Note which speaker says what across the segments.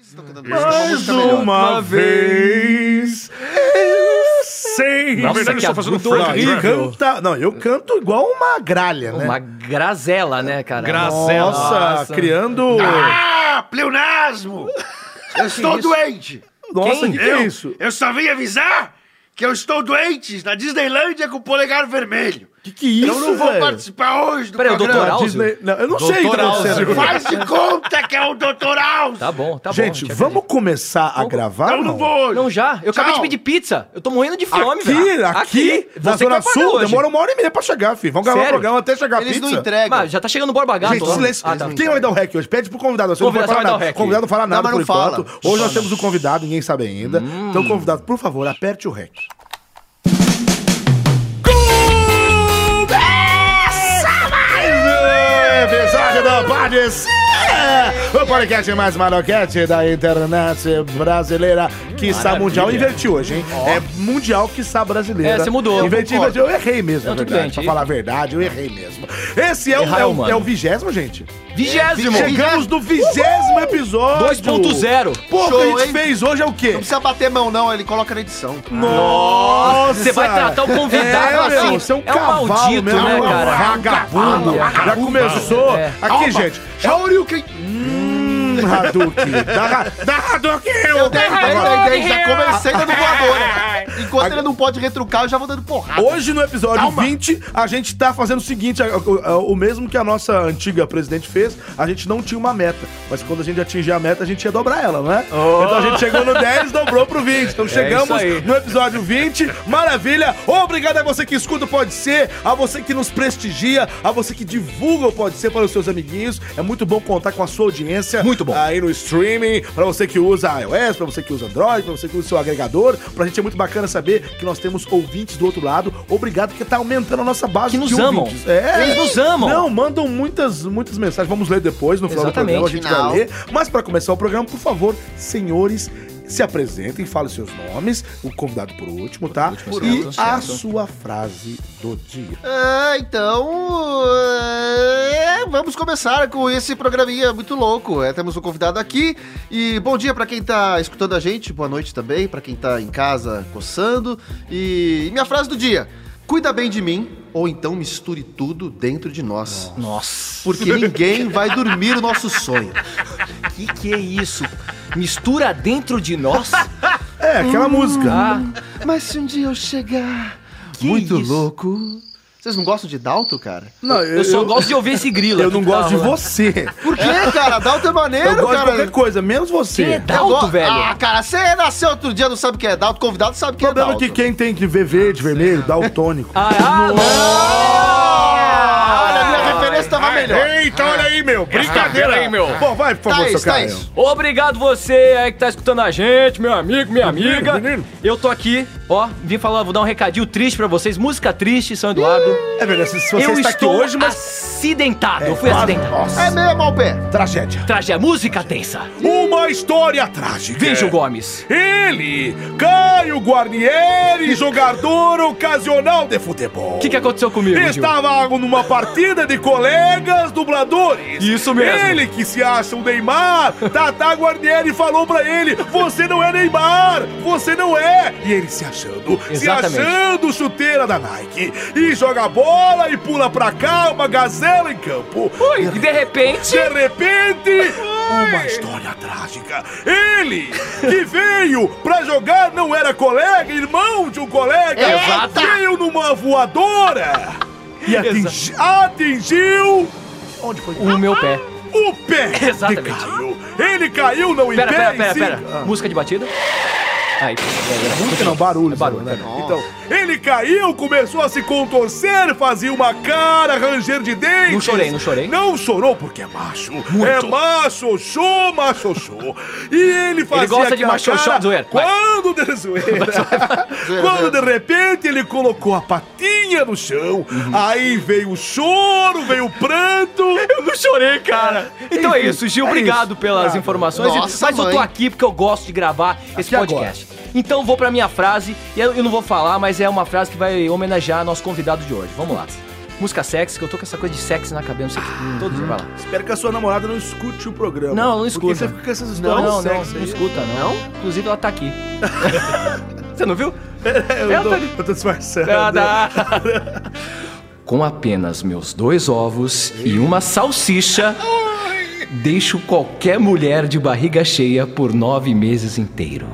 Speaker 1: estão
Speaker 2: Hum.
Speaker 1: cantando isso? Tem
Speaker 3: Mais
Speaker 1: música melhor.
Speaker 3: uma vez. Eu sei.
Speaker 4: Nossa,
Speaker 3: Na verdade,
Speaker 4: que
Speaker 3: eu estou fazendo
Speaker 4: agudo
Speaker 3: front
Speaker 4: horrível.
Speaker 3: né?
Speaker 4: Incrível.
Speaker 5: Canta... Não, eu canto igual uma gralha, né? É.
Speaker 4: Uma grazela, né, cara?
Speaker 3: Grazela.
Speaker 5: Nossa,
Speaker 4: Oh Nossa.
Speaker 5: criando.
Speaker 2: Ah, pleonasmo! Eu estou
Speaker 4: isso?
Speaker 2: doente!
Speaker 5: Nossa,
Speaker 4: quem?
Speaker 5: que, que
Speaker 2: Eu,
Speaker 5: é isso?
Speaker 2: eu só vim avisar que eu estou doente na Disneylândia com o polegar vermelho.
Speaker 5: Que que é isso?
Speaker 2: eu não vou
Speaker 5: velho?
Speaker 2: participar hoje do
Speaker 4: Peraí, o
Speaker 2: programa.
Speaker 4: doutor Alves?
Speaker 5: Disney- Não, eu não sei o que
Speaker 3: Doutor
Speaker 5: tá acontecendo.
Speaker 3: Alves.
Speaker 2: Faz de conta que é o Dr. Alves!
Speaker 4: Tá bom, tá
Speaker 5: Gente,
Speaker 4: bom. te
Speaker 5: vamos começar a gravar?
Speaker 2: eu não vou hoje.
Speaker 4: Não já. Eu acabei
Speaker 2: Tchau.
Speaker 4: de pedir pizza. Eu tô morrendo de fome,
Speaker 5: Aqui,
Speaker 4: velho. né?
Speaker 5: aqui, na
Speaker 4: Você que
Speaker 5: Zona
Speaker 4: vai pagar
Speaker 5: Sul,
Speaker 4: hoje.
Speaker 5: demora um uma hora e meia pra chegar, filho. Vamos gravar o
Speaker 4: Sério?
Speaker 5: programa até chegar a
Speaker 1: Eles
Speaker 5: pizza.
Speaker 1: não entregam.
Speaker 4: Mas já tá chegando o Borba Gato.
Speaker 5: Gente,
Speaker 4: lá.
Speaker 5: silêncio.
Speaker 4: Ah, tá.
Speaker 5: Quem é vai dar o rec hoje? Pede pro convidado. Você não vai
Speaker 4: Convidado vai dar
Speaker 5: falar
Speaker 4: o
Speaker 5: nada.
Speaker 4: rec.
Speaker 5: convidado não fala nada
Speaker 1: mas
Speaker 5: por
Speaker 1: não fala.
Speaker 5: enquanto. Hoje nós temos um convidado, ninguém sabe ainda.
Speaker 4: Hum.
Speaker 5: Então, convidado, por favor, aperte o rec. mais um episódio do Pode Ser, o podcast mais maroquete da internet brasileira, que está mundial. Eu inverti hoje, hein? É mundial, que está brasileira.
Speaker 4: É, você mudou, eu
Speaker 5: Inverti,
Speaker 4: concordo.
Speaker 5: inverti. Eu errei mesmo,
Speaker 4: Não,
Speaker 5: na
Speaker 4: tudo
Speaker 5: verdade.
Speaker 4: bem,
Speaker 5: pra
Speaker 4: gente.
Speaker 5: falar a verdade, eu errei mesmo. Esse é o,
Speaker 4: Errar é
Speaker 5: é o,
Speaker 4: humano.
Speaker 5: é o vigésimo, gente?
Speaker 4: Vigésimo.
Speaker 5: Chegamos no vigésimo episódio.
Speaker 4: 2.0.
Speaker 5: Pô, o que a
Speaker 1: Show,
Speaker 5: gente
Speaker 1: hein?
Speaker 5: fez hoje é o quê?
Speaker 1: Não precisa bater mão, não, ele coloca na edição.
Speaker 4: Hum.
Speaker 5: Nossa!
Speaker 4: Você vai tratar o convidado
Speaker 5: meu,
Speaker 4: assim.
Speaker 5: Você é um
Speaker 4: É um
Speaker 5: cavalo
Speaker 4: maldito,
Speaker 5: mesmo,
Speaker 4: né,
Speaker 5: é um
Speaker 4: cara?
Speaker 5: Vagabundo. Já começou.
Speaker 4: um É.
Speaker 5: Aqui, gente.
Speaker 1: Shoryuken!
Speaker 5: Hum, Hadouken. Dá, dá Hadouken.
Speaker 1: Eu dei, dei, dei, dei, já comecei dando voadora. Enquanto
Speaker 5: Agora-
Speaker 1: ele não pode retrucar, eu já vou dando porrada.
Speaker 5: Hoje, no episódio 20, a gente tá fazendo o seguinte, a- o, a- o mesmo que a nossa antiga presidente fez, a gente não tinha uma meta. Mas quando a gente atingir a meta, a gente ia dobrar ela, não é? Então a gente chegou no 10, dobrou pro 20. Então chegamos
Speaker 4: Oh. É isso aí.
Speaker 5: no episódio 20. Maravilha! Obrigado a você que escuta o Pode Ser, a você que nos prestigia, a você que divulga o Pode Ser para os seus amiguinhos. É muito bom contar com a sua audiência. Muito bom. Aí no streaming, para você que usa iOS, para você que usa Android, para você que usa o seu agregador. Pra gente é muito bacana saber que nós temos ouvintes do outro lado. Obrigado, porque tá aumentando a nossa base
Speaker 4: Que nos
Speaker 5: de
Speaker 4: amam.
Speaker 5: ouvintes. É.
Speaker 4: Eles nos amam.
Speaker 5: Não, mandam muitas, muitas mensagens. Vamos ler depois, no final
Speaker 4: Exatamente.
Speaker 5: do programa a gente
Speaker 1: Final.
Speaker 5: vai ler. Mas para começar o programa, por favor, senhores, se apresentem, falem seus nomes, o convidado por último, tá? e
Speaker 4: certo,
Speaker 5: a
Speaker 4: certo.
Speaker 5: sua frase do dia.
Speaker 1: Ah, então. é, vamos começar com esse programinha muito louco. É, temos um convidado aqui. E bom dia pra quem tá escutando a gente, boa noite também, pra quem tá em casa coçando. E, e minha frase do dia: cuida bem de mim, ou então misture tudo dentro de nós.
Speaker 4: Nossa.
Speaker 1: Porque ninguém vai dormir o nosso sonho.
Speaker 4: Que que é isso? Mistura dentro de nós?
Speaker 5: É, aquela música.
Speaker 4: Ah,
Speaker 1: Mas se um dia eu chegar
Speaker 4: Que
Speaker 1: muito
Speaker 4: isso?
Speaker 1: louco. Vocês não gostam de Dalto, cara?
Speaker 5: não,
Speaker 4: eu só gosto de ouvir esse grilo.
Speaker 5: eu não
Speaker 4: aqui que tá
Speaker 5: gosto de
Speaker 4: rolando.
Speaker 5: você.
Speaker 1: Por quê, cara? Dalto é maneiro,
Speaker 5: Eu gosto de
Speaker 1: cara.
Speaker 5: qualquer coisa, menos você. Tá
Speaker 4: Quem é
Speaker 5: o
Speaker 4: Dalto,
Speaker 1: Eu go-
Speaker 4: velho?
Speaker 1: Ah, cara, você nasceu outro dia, não sabe o que é Dalto. Convidado sabe o que é
Speaker 5: problema é
Speaker 1: Dalto.
Speaker 5: que quem tem que ver verde, vermelho, dá o tônico.
Speaker 4: Ah, ah, não!
Speaker 1: Ah, Olha, a minha referência tava melhor.
Speaker 5: ah, Eita, olha aí, meu. Brincadeira aí, meu. Bom, vai, por
Speaker 1: Tá
Speaker 5: favor, seu
Speaker 1: isso, tá
Speaker 5: cara.
Speaker 1: isso.
Speaker 4: Obrigado você aí que tá escutando a gente, meu amigo, minha amiga.
Speaker 5: menino.
Speaker 4: Eu tô aqui, ó, vim falar, vou dar um recadinho triste pra vocês. Música triste, São Eduardo.
Speaker 5: É verdade, se se você
Speaker 4: eu
Speaker 5: está aqui
Speaker 4: estou
Speaker 5: hoje, mas...
Speaker 4: acidentado. eu fui
Speaker 5: quase-
Speaker 4: acidentado.
Speaker 1: É
Speaker 5: Nossa,
Speaker 1: meio mal pé.
Speaker 5: tragédia.
Speaker 4: É Tragédia, música tensa.
Speaker 5: Uma história trágica.
Speaker 4: Veja o Gomes.
Speaker 5: Ele, Caio Guarnieri, jogador ocasional de futebol.
Speaker 4: O que, que aconteceu comigo, Gil?
Speaker 5: Estava numa partida de colegas dubladores.
Speaker 4: Isso mesmo.
Speaker 5: Ele que se acha o Neymar, Tata Guarnieri falou pra ele: Você não é Neymar, você não é. E ele se achando,
Speaker 4: Exatamente.
Speaker 5: se achando chuteira da Nike. E joga bola e pula pra cá, uma gazela em campo.
Speaker 4: Ui, e de repente...
Speaker 5: De repente, uma história trágica. Ele que veio pra jogar não era colega, irmão de um colega.
Speaker 4: Exato.
Speaker 5: Veio numa voadora e atingi- atingiu
Speaker 4: O meu pé.
Speaker 5: o pé. de
Speaker 4: Exatamente.
Speaker 5: Caio. Ele caiu, não
Speaker 4: Pera, pera,
Speaker 5: impede.
Speaker 4: pera, pera. Música de batida. Aí.
Speaker 5: Música não, barulho.
Speaker 4: É barulho,
Speaker 5: sabe, né?
Speaker 1: perdão.
Speaker 5: Então, ele caiu, começou a se contorcer, fazia uma cara, ranger de dentes.
Speaker 4: Não chorei, não chorei.
Speaker 5: Não chorou porque é macho. É macho, show, macho, show. E ele fazia
Speaker 4: gosta de
Speaker 5: aquela
Speaker 4: macho, show,
Speaker 5: cara
Speaker 4: zoeira. Vai.
Speaker 5: Quando de zoeira. quando de repente ele colocou a patinha no chão.
Speaker 4: Uhum.
Speaker 5: Aí veio o choro, veio o pranto.
Speaker 4: Eu não chorei, cara. Então é
Speaker 5: Enfim,
Speaker 4: isso, Gil.
Speaker 5: é
Speaker 4: Obrigado
Speaker 5: isso.
Speaker 4: pelas
Speaker 5: Obrigado.
Speaker 4: informações.
Speaker 1: Nossa,
Speaker 4: mas eu tô
Speaker 1: mãe.
Speaker 4: aqui porque eu gosto de gravar esse
Speaker 5: Aqui
Speaker 4: podcast. Então vou pra minha frase, e eu eu não vou falar, mas é uma frase que vai homenagear nosso convidado de hoje. Vamos lá. música sexy, que eu tô com essa coisa de sexy na cabeça, não sei o que. Todo dia vai lá.
Speaker 5: Espero que a sua namorada não escute o programa.
Speaker 4: Não, ela
Speaker 5: Porque
Speaker 4: não escuta.
Speaker 5: você fica com essas
Speaker 4: Não,
Speaker 5: histórias
Speaker 4: não, não,
Speaker 5: de
Speaker 4: não,
Speaker 5: sexo aí.
Speaker 4: escuta, não. Inclusive ela tá aqui. Você não viu?
Speaker 5: Eu,
Speaker 4: Ela
Speaker 5: tô,
Speaker 4: tá ali.
Speaker 5: eu tô disfarçando.
Speaker 4: Com apenas meus dois ovos e uma salsicha, deixo qualquer mulher de barriga cheia por nove meses inteiro.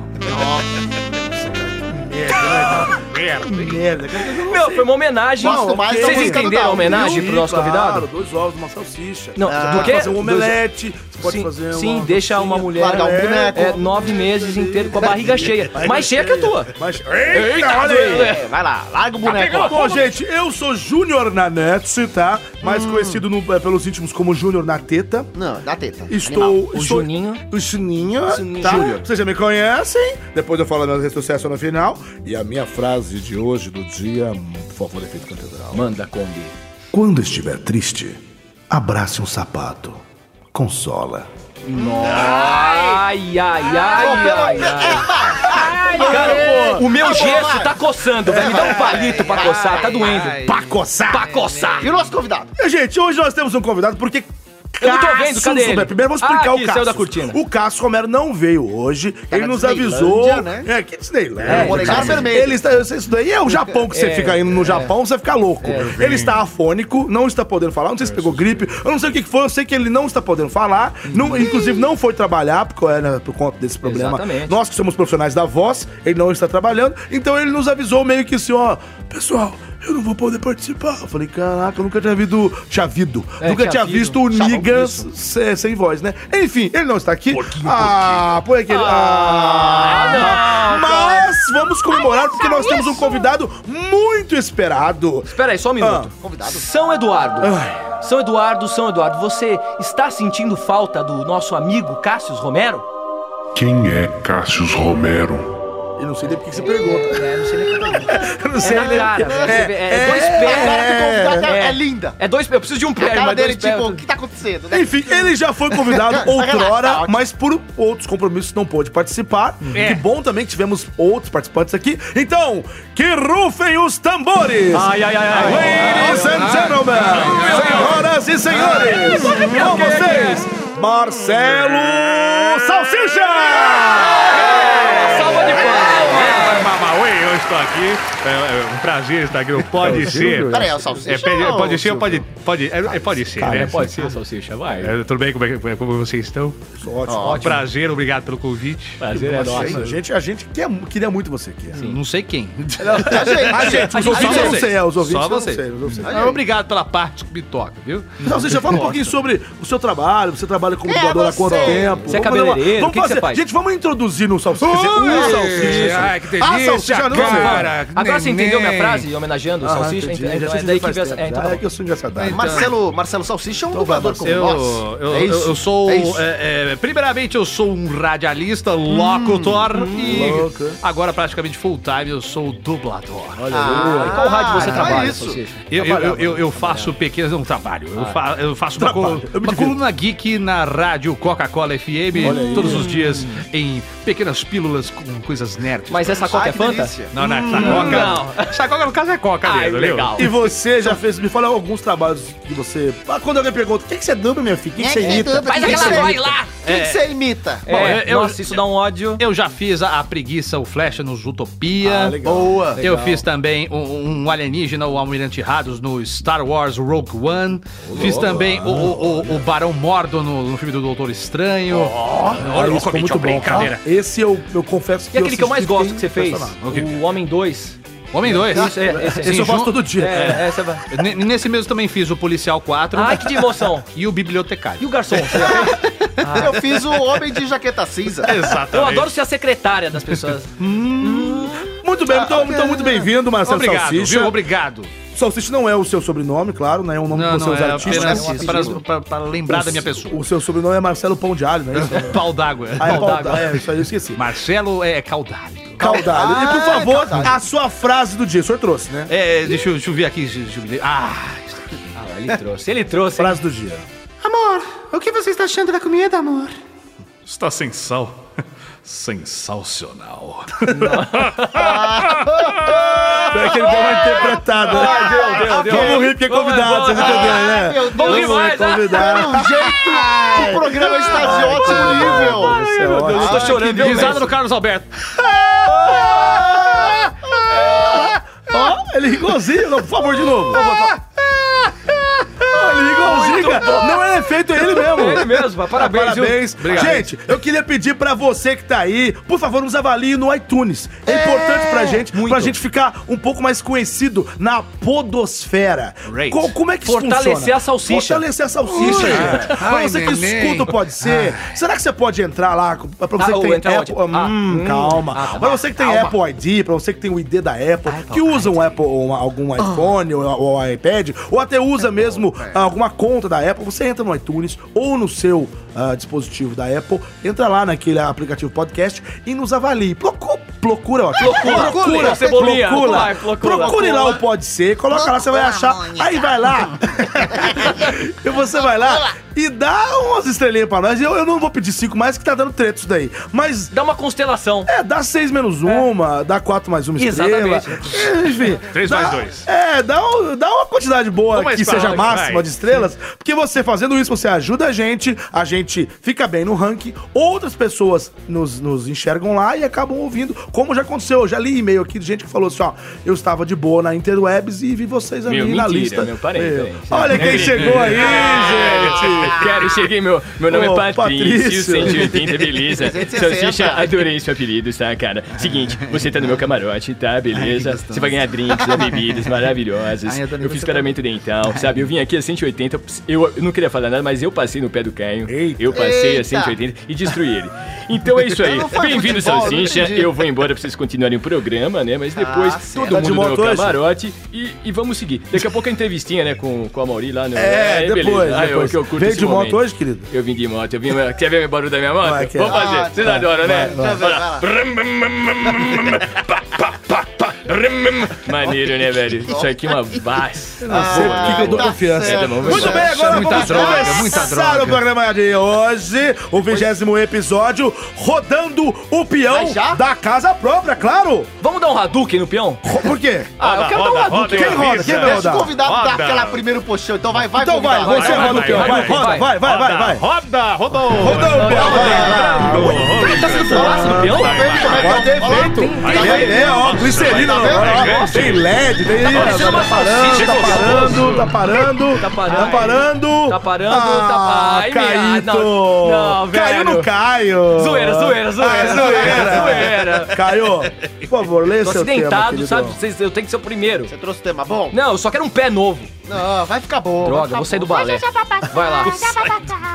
Speaker 5: Merda, cara.
Speaker 4: Não, foi uma homenagem.
Speaker 1: Não, mas
Speaker 4: Vocês
Speaker 1: é uma
Speaker 4: entenderam a homenagem pro nosso
Speaker 5: Claro,
Speaker 4: convidado?
Speaker 5: dois ovos, uma salsicha.
Speaker 4: Não,
Speaker 5: Você
Speaker 4: do
Speaker 5: pode
Speaker 4: quê?
Speaker 5: fazer um omelete, você pode
Speaker 4: sim,
Speaker 5: fazer
Speaker 4: sim,
Speaker 5: uma
Speaker 4: deixa uma
Speaker 5: coxinha.
Speaker 4: mulher
Speaker 1: largar um boneco.
Speaker 4: é, nove meses inteiro com a barriga cheia. Mais cheia que a tua.
Speaker 5: Mas, eita, olha aí.
Speaker 1: É, vai lá, larga o boneco.
Speaker 4: É.
Speaker 5: Bom, gente, eu sou Júnior Nanete, tá? Mais
Speaker 4: Hum.
Speaker 5: conhecido no- eh, pelos íntimos como Júnior na Teta.
Speaker 1: Não, dá teta.
Speaker 5: Estou.
Speaker 4: O
Speaker 5: estou-
Speaker 4: Juninho.
Speaker 5: O Juninho.
Speaker 4: Juninho.
Speaker 5: Tá?
Speaker 4: Júnior.
Speaker 5: Vocês já me conhecem. Depois eu falo nas redes sociais só no final. E a minha frase de hoje, do dia, por favor, efeito catedral.
Speaker 4: Manda, Kombi.
Speaker 5: Quando estiver triste, abrace um sapato. Consola.
Speaker 4: Ai, ai, ai, ai, ai. é, Cara, o meu gesso tá coçando, velho. Me dá um palito pra coçar, tá doendo. Pra coçar. Pra coçar.
Speaker 1: E o nosso convidado?
Speaker 5: E, gente, hoje nós temos um convidado porque.
Speaker 4: Eu não tô
Speaker 5: Cassius
Speaker 4: vendo, cadê ele?
Speaker 5: Romero- Primeiro vamos
Speaker 4: Ah,
Speaker 5: explicar o
Speaker 4: aqui,
Speaker 5: Cássio.
Speaker 4: saiu da cortina.
Speaker 5: O Cássio Romero não veio hoje. ele
Speaker 1: na
Speaker 5: nos
Speaker 1: Disneylândia,
Speaker 5: avisou.
Speaker 1: né?
Speaker 5: É, que Disneyland.
Speaker 4: É,
Speaker 1: Polegar
Speaker 4: Cássio.
Speaker 1: vermelho.
Speaker 5: Ele está, isso daí é o Japão que você
Speaker 4: É,
Speaker 5: fica indo no Japão, você fica louco.
Speaker 1: É,
Speaker 5: Ele está afônico, não está podendo falar, não sei se pegou gripe, eu não sei o que que foi, eu sei que ele não está podendo falar,
Speaker 1: Uhum.
Speaker 5: não, inclusive não foi trabalhar por, co- é, né, por conta desse problema.
Speaker 4: Exatamente.
Speaker 5: Nós que somos profissionais da voz, ele não está trabalhando, então ele nos avisou meio que assim, ó, pessoal, eu não vou poder participar. Eu falei, caraca, eu nunca tinha vido, tinha vido,
Speaker 4: É,
Speaker 5: nunca
Speaker 4: tinha
Speaker 5: tinha
Speaker 4: vido.
Speaker 5: visto o
Speaker 1: Chamam
Speaker 5: Nigas se- sem voz, né? Enfim, ele não está aqui. ah, põe aquele... ah,
Speaker 4: Ah, não, cara.
Speaker 5: mas vamos comemorar porque nós temos um convidado muito esperado.
Speaker 4: Espera aí, só um minuto.
Speaker 5: Ah.
Speaker 1: Convidado?
Speaker 4: São Eduardo.
Speaker 5: Ai.
Speaker 4: São Eduardo, São Eduardo, você está sentindo falta do nosso amigo Cássio Romero?
Speaker 6: Quem é Cassius Romero?
Speaker 5: Eu não sei nem por que você pergunta.
Speaker 4: É, não sei nem o que eu tô dizendo.
Speaker 5: Eu não
Speaker 4: É na cara, velho. Você vê, é dois
Speaker 1: A cara do
Speaker 4: pés.
Speaker 1: convidado é,
Speaker 4: É.
Speaker 1: é linda.
Speaker 4: É dois pés, eu preciso de um pé,
Speaker 1: A cara
Speaker 4: mas
Speaker 1: dele,
Speaker 4: dois pés.
Speaker 1: tipo, o que tá acontecendo? né?
Speaker 5: Enfim, ele já foi convidado
Speaker 1: Tá
Speaker 5: outrora,
Speaker 1: ótimo.
Speaker 5: mas por outros compromissos não pôde participar.
Speaker 4: Hum. É.
Speaker 5: Que bom também que tivemos outros participantes aqui. Então, que rufem os tambores!
Speaker 4: Ai, ai, ai, ai.
Speaker 5: Ladies and gentlemen, senhoras e senhores, com vocês, Marcelo Salsicha!
Speaker 4: Salva de palmas.
Speaker 3: Mamauê, eu estou aqui. É, é um prazer estar aqui. no Pode ser.
Speaker 1: Pera aí, é o Salsicha
Speaker 3: É, pede-
Speaker 1: ou
Speaker 3: pode ser
Speaker 1: Silvio?
Speaker 3: ou pode, pode, é, é, pode ser, né?
Speaker 4: Pode ser, salsicha, vai.
Speaker 3: É, tudo bem? Como, é, que- como vocês estão?
Speaker 5: Ótimo.
Speaker 3: Prazer, obrigado pelo convite.
Speaker 4: Prazer é nosso.
Speaker 5: A gente, a gente quer- queria muito você aqui.
Speaker 7: Não sei quem.
Speaker 1: A gente,
Speaker 5: A gente, os ouvintes eu não sei, é, os ouvintes
Speaker 7: Só
Speaker 5: eu não
Speaker 7: vocês.
Speaker 5: sei, os ouvintes.
Speaker 7: Mas obrigado pela parte que me toca, viu?
Speaker 5: Então, você já fala um pouquinho sobre o seu trabalho, você trabalha como
Speaker 1: É,
Speaker 5: dublador há
Speaker 1: você.
Speaker 5: quanto tempo?
Speaker 4: Você é
Speaker 5: Vamos fazer uma-
Speaker 4: cabeleireiro, o
Speaker 5: Vamos
Speaker 4: que que
Speaker 5: fazer,
Speaker 4: você faz?
Speaker 5: gente, vamos introduzir no salsicha. Quer dizer,
Speaker 7: Ai,
Speaker 5: o salsicha.
Speaker 7: ai, que
Speaker 5: Ah,
Speaker 7: delícia,
Speaker 5: salsicha, não sei.
Speaker 7: cara.
Speaker 4: Agora você
Speaker 7: Neném.
Speaker 4: entendeu minha frase, homenageando o
Speaker 5: Aham,
Speaker 4: salsicha?
Speaker 5: entendi,
Speaker 4: Então,
Speaker 5: já sei
Speaker 4: é
Speaker 5: se
Speaker 4: daí
Speaker 5: faz
Speaker 4: que veio essa...
Speaker 5: tempo.
Speaker 4: É, então tá
Speaker 5: Ah, é
Speaker 4: bom.
Speaker 5: que eu sou engraçado.
Speaker 1: Marcelo, Marcelo Salsicha é um dublador como
Speaker 7: Eu,
Speaker 1: nós.
Speaker 7: eu,
Speaker 1: é
Speaker 7: eu,
Speaker 1: isso?
Speaker 7: eu sou.
Speaker 1: É isso.
Speaker 7: é, é, primeiramente, eu sou um radialista, locutor
Speaker 1: Hum,
Speaker 7: e
Speaker 5: louco.
Speaker 7: agora, praticamente full time, eu sou dublador.
Speaker 1: Ah,
Speaker 4: E qual rádio você
Speaker 1: então
Speaker 4: trabalha,
Speaker 1: é isso.
Speaker 4: salsicha?
Speaker 7: Eu, eu,
Speaker 5: né?
Speaker 7: eu, eu- eu faço pequenos. Não, trabalho. Eu, fa- eu faço
Speaker 5: É.
Speaker 7: uma,
Speaker 5: Ah, Trabalho,
Speaker 7: colu-
Speaker 5: eu me
Speaker 7: uma
Speaker 5: divirto.
Speaker 7: coluna geek na rádio Coca-Cola FM todos os dias em pequenas pílulas com coisas nerds.
Speaker 4: Mas essa coca
Speaker 1: Ah,
Speaker 4: é
Speaker 1: que
Speaker 4: Fanta?
Speaker 1: delícia.
Speaker 7: Não, não, essa coca.
Speaker 4: não.
Speaker 7: Essa coca, no caso, é coca
Speaker 4: Ai,
Speaker 7: mesmo,
Speaker 4: legal.
Speaker 5: E você já fez, me fala alguns trabalhos que você... Ah, Quando alguém pergunta, o que, que você dubla, meu
Speaker 1: É
Speaker 5: filho? O que, que você imita?
Speaker 1: Faz aquela voz lá. O que que você imita?
Speaker 4: É,
Speaker 7: Bom, eu-
Speaker 4: nossa, isso dá um ódio.
Speaker 7: Eu já fiz a, a preguiça, o Flecha nos
Speaker 5: Ah,
Speaker 7: Utopia.
Speaker 1: Boa.
Speaker 7: Eu fiz também um, um alienígena, o Almirante Rados, no Star Wars Rogue One. fiz também o, o- o- o Barão Mordo no, no filme do Doutor Estranho.
Speaker 5: Ah, isso ficou muito bom.
Speaker 7: brincadeira.
Speaker 5: Ah, Esse eu, eu confesso
Speaker 4: E aquele que eu mais
Speaker 5: assisti,
Speaker 4: gosto que você
Speaker 5: fiquei
Speaker 4: fez?
Speaker 5: impressionado.
Speaker 4: O Homem 2.
Speaker 7: Homem 2.
Speaker 4: Isso, é, esse-
Speaker 5: Esse eu gosto todo dia.
Speaker 4: É, essa vai.
Speaker 7: Nesse mesmo também fiz o Policial 4.
Speaker 4: Ai, que de emoção.
Speaker 7: E o Bibliotecário.
Speaker 4: E o garçom? Você já fez?
Speaker 1: Eu fiz o Homem de Jaqueta Cinza.
Speaker 7: Exatamente.
Speaker 4: Eu adoro ser a secretária das pessoas.
Speaker 5: Muito bem, então, então muito bem-vindo,
Speaker 4: é um
Speaker 5: Marcelo
Speaker 7: Obrigado,
Speaker 5: Salsicha.
Speaker 7: viu? Obrigado.
Speaker 5: Salsicha não é o seu sobrenome, claro, né? É um nome
Speaker 7: Não,
Speaker 5: dos
Speaker 7: não,
Speaker 5: seus
Speaker 7: é
Speaker 5: artistas.
Speaker 7: apenas
Speaker 5: É um
Speaker 7: para,
Speaker 5: apelido.
Speaker 7: para- para lembrar da minha pessoa.
Speaker 5: O seu sobrenome é Marcelo Pão de Alho, não é isso?
Speaker 7: Pau d'água.
Speaker 5: Ah, é,
Speaker 7: Pau
Speaker 5: Pau
Speaker 7: d'água.
Speaker 5: d'Alho. é, isso aí eu esqueci.
Speaker 7: Marcelo é caudalho.
Speaker 5: Caudalho. e por
Speaker 1: Ah,
Speaker 5: favor,
Speaker 1: Caudalho.
Speaker 5: a sua frase do dia. O senhor trouxe, né?
Speaker 7: É, deixa eu, deixa eu ver aqui. deixa eu ver. Ah,
Speaker 4: Ah, ele trouxe, ele trouxe.
Speaker 5: Frase do dia.
Speaker 1: Amor, o que você está achando da comida, amor?
Speaker 3: Está sem sal. Sensacional.
Speaker 5: Espero que ele deu uma interpretada. né?
Speaker 7: Ah, deu, deu, deu.
Speaker 5: Vamos rir porque é convidado, vocês
Speaker 7: vamos,
Speaker 5: entenderam, né?
Speaker 1: meu Deus.
Speaker 7: Vamos rir
Speaker 5: Vamos
Speaker 7: mais,
Speaker 5: rir,
Speaker 7: né?
Speaker 5: convidado.
Speaker 1: Pelo jeito, o programa está de ótimo nível.
Speaker 5: Meu Deus, eu tô chorando. viu,
Speaker 7: Risada
Speaker 5: mestre?
Speaker 7: do Carlos Alberto.
Speaker 5: Ó, ele ri igualzinho. Não, por favor, de novo. Ó, Ele ri igualzinho, cara. Não é efeito, é ele mesmo.
Speaker 7: Ele mesmo, mas parabéns, viu?
Speaker 5: Parabéns.
Speaker 7: Obrigado.
Speaker 5: Gente, eu queria pedir pra você que tá aí, por favor, nos avalie no iTunes. É, importante pra gente, pra gente ficar um pouco mais conhecido na podosfera.
Speaker 7: Great.
Speaker 5: Co- como é que isso
Speaker 7: Fortalecer
Speaker 5: funciona?
Speaker 7: a salsicha.
Speaker 5: Fortalecer a salsicha, gente. pra
Speaker 2: Ai,
Speaker 5: você que
Speaker 2: neném.
Speaker 5: escuta o Pode Ser, será que você pode entrar lá? Pra você
Speaker 4: Ah,
Speaker 5: que
Speaker 4: ou
Speaker 5: tem
Speaker 4: entrar
Speaker 5: Apple...
Speaker 4: onde? Ah,
Speaker 5: Hum, calma. pra você que tem Apple ID, pra você que tem o ID da Apple, que usa um Apple, ou uma- algum iPhone ou, ou iPad, ou até usa mesmo ah, alguma conta da Apple, você entra no iTunes ou no seu ah, dispositivo da Apple, entra lá naquele aplicativo podcast e nos avalie. Procu- Procura, ó. Procura, procura,
Speaker 7: Cebolinha,
Speaker 5: procura,
Speaker 7: vai, procura.
Speaker 5: Procure lá o Pode Ser, coloca lá, você vai achar. Aí vai lá. E você vai lá e dá umas estrelinhas pra nós. Eu, eu não vou pedir cinco mais, que tá dando treta isso daí. Mas
Speaker 4: Dá uma constelação.
Speaker 5: é, dá 6 menos 1, dá 4 mais 1 estrela. É,
Speaker 7: Exatamente.
Speaker 5: Enfim.
Speaker 3: Três
Speaker 5: dá-
Speaker 3: mais dois.
Speaker 5: É, dá, um- dá uma quantidade boa
Speaker 3: Vamos
Speaker 5: que
Speaker 3: mais pra
Speaker 5: seja
Speaker 3: lá,
Speaker 5: máxima
Speaker 3: vai.
Speaker 5: de estrelas, porque você fazendo isso, você ajuda a gente, a gente fica bem no ranking, outras pessoas nos, nos enxergam lá e acabam ouvindo, como já aconteceu. Eu já li e-mail aqui de gente que falou assim, ó, eu estava de boa na Interwebs e vi vocês ali
Speaker 4: Meu,
Speaker 5: na
Speaker 4: mentira,
Speaker 5: lista.
Speaker 4: meu, parei,
Speaker 5: Meu.
Speaker 4: parei.
Speaker 5: Olha quem chegou aí, gente!
Speaker 4: Cara, eu cheguei, meu, meu nome
Speaker 5: Ô,
Speaker 4: é Patrício,
Speaker 5: Patrício.
Speaker 4: 180, beleza.
Speaker 1: 160.
Speaker 4: Salsicha, adorei seu apelido, tá, cara? Seguinte, você tá no meu camarote, tá, beleza? você vai ganhar drinks, né, bebidas maravilhosas.
Speaker 1: Ai, eu adorei
Speaker 4: eu fiz
Speaker 1: você
Speaker 4: paramento dental, sabe? Eu vim aqui a 180, eu, eu não queria falar nada, mas eu passei no pé do Caio.
Speaker 5: Eita.
Speaker 4: Eu passei
Speaker 1: Eita.
Speaker 4: a 180 e destruí ele. Então é isso aí.
Speaker 1: Eu não falei
Speaker 4: Bem-vindo,
Speaker 1: futebol, não
Speaker 4: Salsicha.
Speaker 1: entendi.
Speaker 4: Eu vou embora pra vocês continuarem o programa, né? Mas depois,
Speaker 1: certo.
Speaker 4: todo
Speaker 5: Tá de
Speaker 4: mundo no meu
Speaker 5: moto hoje?
Speaker 4: camarote e, e vamos seguir. Daqui a pouco a entrevistinha, né, com, com a Mauri lá no...
Speaker 5: É,
Speaker 4: Aí,
Speaker 5: depois,
Speaker 4: beleza. Ah,
Speaker 5: depois.
Speaker 4: eu, que eu curto
Speaker 5: Veio
Speaker 4: esse
Speaker 5: de moto
Speaker 4: momento.
Speaker 5: hoje, querido?
Speaker 4: Eu vim de moto. Eu vim... Quer ver o barulho da minha moto?
Speaker 5: Vai, quer.
Speaker 4: Vamos fazer.
Speaker 1: Ah,
Speaker 4: Vocês
Speaker 5: vai,
Speaker 4: adoram, né?
Speaker 1: vai, vai, vai lá.
Speaker 4: Brum, bum, bum, bum, bum, pá, pá, pá, pá, brum, bum. Maneiro, né, velho? Isso aqui é uma base.
Speaker 5: Não sei por Ah, que que eu dou
Speaker 1: tá
Speaker 5: confiança. É,
Speaker 1: certo.
Speaker 5: Muito bem, agora
Speaker 7: muita
Speaker 5: vamos
Speaker 7: droga,
Speaker 5: começar
Speaker 7: muita droga.
Speaker 5: o programa de hoje, o vigésimo episódio, rodando o peão
Speaker 1: Mas já?
Speaker 5: da casa própria, claro.
Speaker 4: Vamos dar um Hadouken no peão?
Speaker 5: Ro- Por quê?
Speaker 4: Ah, eu quero dar um
Speaker 3: roda, roda,
Speaker 4: Hadouken.
Speaker 5: Quem roda?
Speaker 3: avisa.
Speaker 5: Quem vai
Speaker 1: Deixa
Speaker 5: rodar?
Speaker 1: o convidado
Speaker 3: Roda.
Speaker 1: dar aquela primeira puxão. Então vai, vai,
Speaker 5: Então vai,
Speaker 1: convidado,
Speaker 5: você
Speaker 3: vai,
Speaker 5: roda o
Speaker 3: vai,
Speaker 5: peão,
Speaker 3: vai,
Speaker 5: vai, roda,
Speaker 4: vai.
Speaker 5: vai, vai, vai, vai.
Speaker 3: Roda, rodou.
Speaker 5: Rodou o peão, vai, vai.
Speaker 4: Tá sendo fumaça no peão?
Speaker 1: Vai, vai, vai.
Speaker 5: Pode ter feito.
Speaker 3: vai,
Speaker 5: Tem
Speaker 3: vai.
Speaker 5: né, ó,
Speaker 4: tá
Speaker 5: glicerina,
Speaker 1: vai, vai,
Speaker 5: ó,
Speaker 3: vai,
Speaker 5: ó,
Speaker 3: vai.
Speaker 5: tem LED, tem...
Speaker 4: parecendo uma salsicha
Speaker 5: tá parando,
Speaker 4: gostoso.
Speaker 5: tá parando, tá
Speaker 4: um Tá parando.
Speaker 5: parando, tá parando.
Speaker 4: Tá parando,
Speaker 5: Ah,
Speaker 4: tá- Ai, minha-
Speaker 5: Caíto.
Speaker 4: não,
Speaker 5: Caiu
Speaker 4: não, velho.
Speaker 5: no Caio.
Speaker 4: Zoeira, zoeira, zoeira,
Speaker 5: Ah,
Speaker 4: zoeira, zoeira.
Speaker 5: Caio, por favor, lê
Speaker 4: Tô
Speaker 5: seu é tema,
Speaker 4: acidentado,
Speaker 5: querido.
Speaker 4: sabe? Vocês- Eu tenho que ser o primeiro.
Speaker 1: Você trouxe o tema bom?
Speaker 4: Não, eu só quero um pé novo.
Speaker 1: Não, vai ficar bom. vai
Speaker 4: Droga,
Speaker 1: ficar
Speaker 4: eu vou sair do
Speaker 1: bom.
Speaker 4: balé. Vai lá.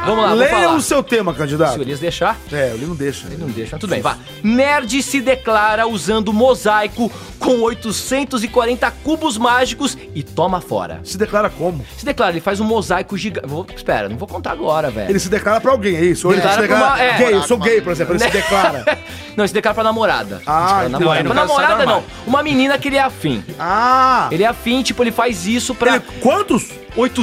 Speaker 4: Vamos lá, vou
Speaker 5: Leia
Speaker 4: falar.
Speaker 5: o seu tema,
Speaker 4: Se o
Speaker 5: candidato.
Speaker 4: Elias deixar,
Speaker 5: É, ele não deixa.
Speaker 4: ele não deixa. Tudo bem, vá. Nerd se declara usando mosaico com 840 cubos mágicos e toma fora.
Speaker 5: Se declara como?
Speaker 4: Se declara, ele faz um mosaico gigante. Vou... Espera, não vou contar agora, velho.
Speaker 5: Ele se declara pra alguém, é isso? Ou ele se
Speaker 4: Declara
Speaker 5: declara
Speaker 4: pra uma- é.
Speaker 5: gay, eu sou gay, por exemplo, ele se
Speaker 4: Né?
Speaker 5: declara.
Speaker 4: Não, ele se declara pra namorada.
Speaker 5: Ah,
Speaker 4: pra
Speaker 5: então,
Speaker 4: namorada,
Speaker 5: aí no
Speaker 4: pra
Speaker 7: caso, sai
Speaker 4: namorada
Speaker 7: do
Speaker 4: não. Uma menina que ele é afim.
Speaker 5: Ah!
Speaker 4: Ele é afim, tipo, ele faz isso pra
Speaker 5: Ele- quantos?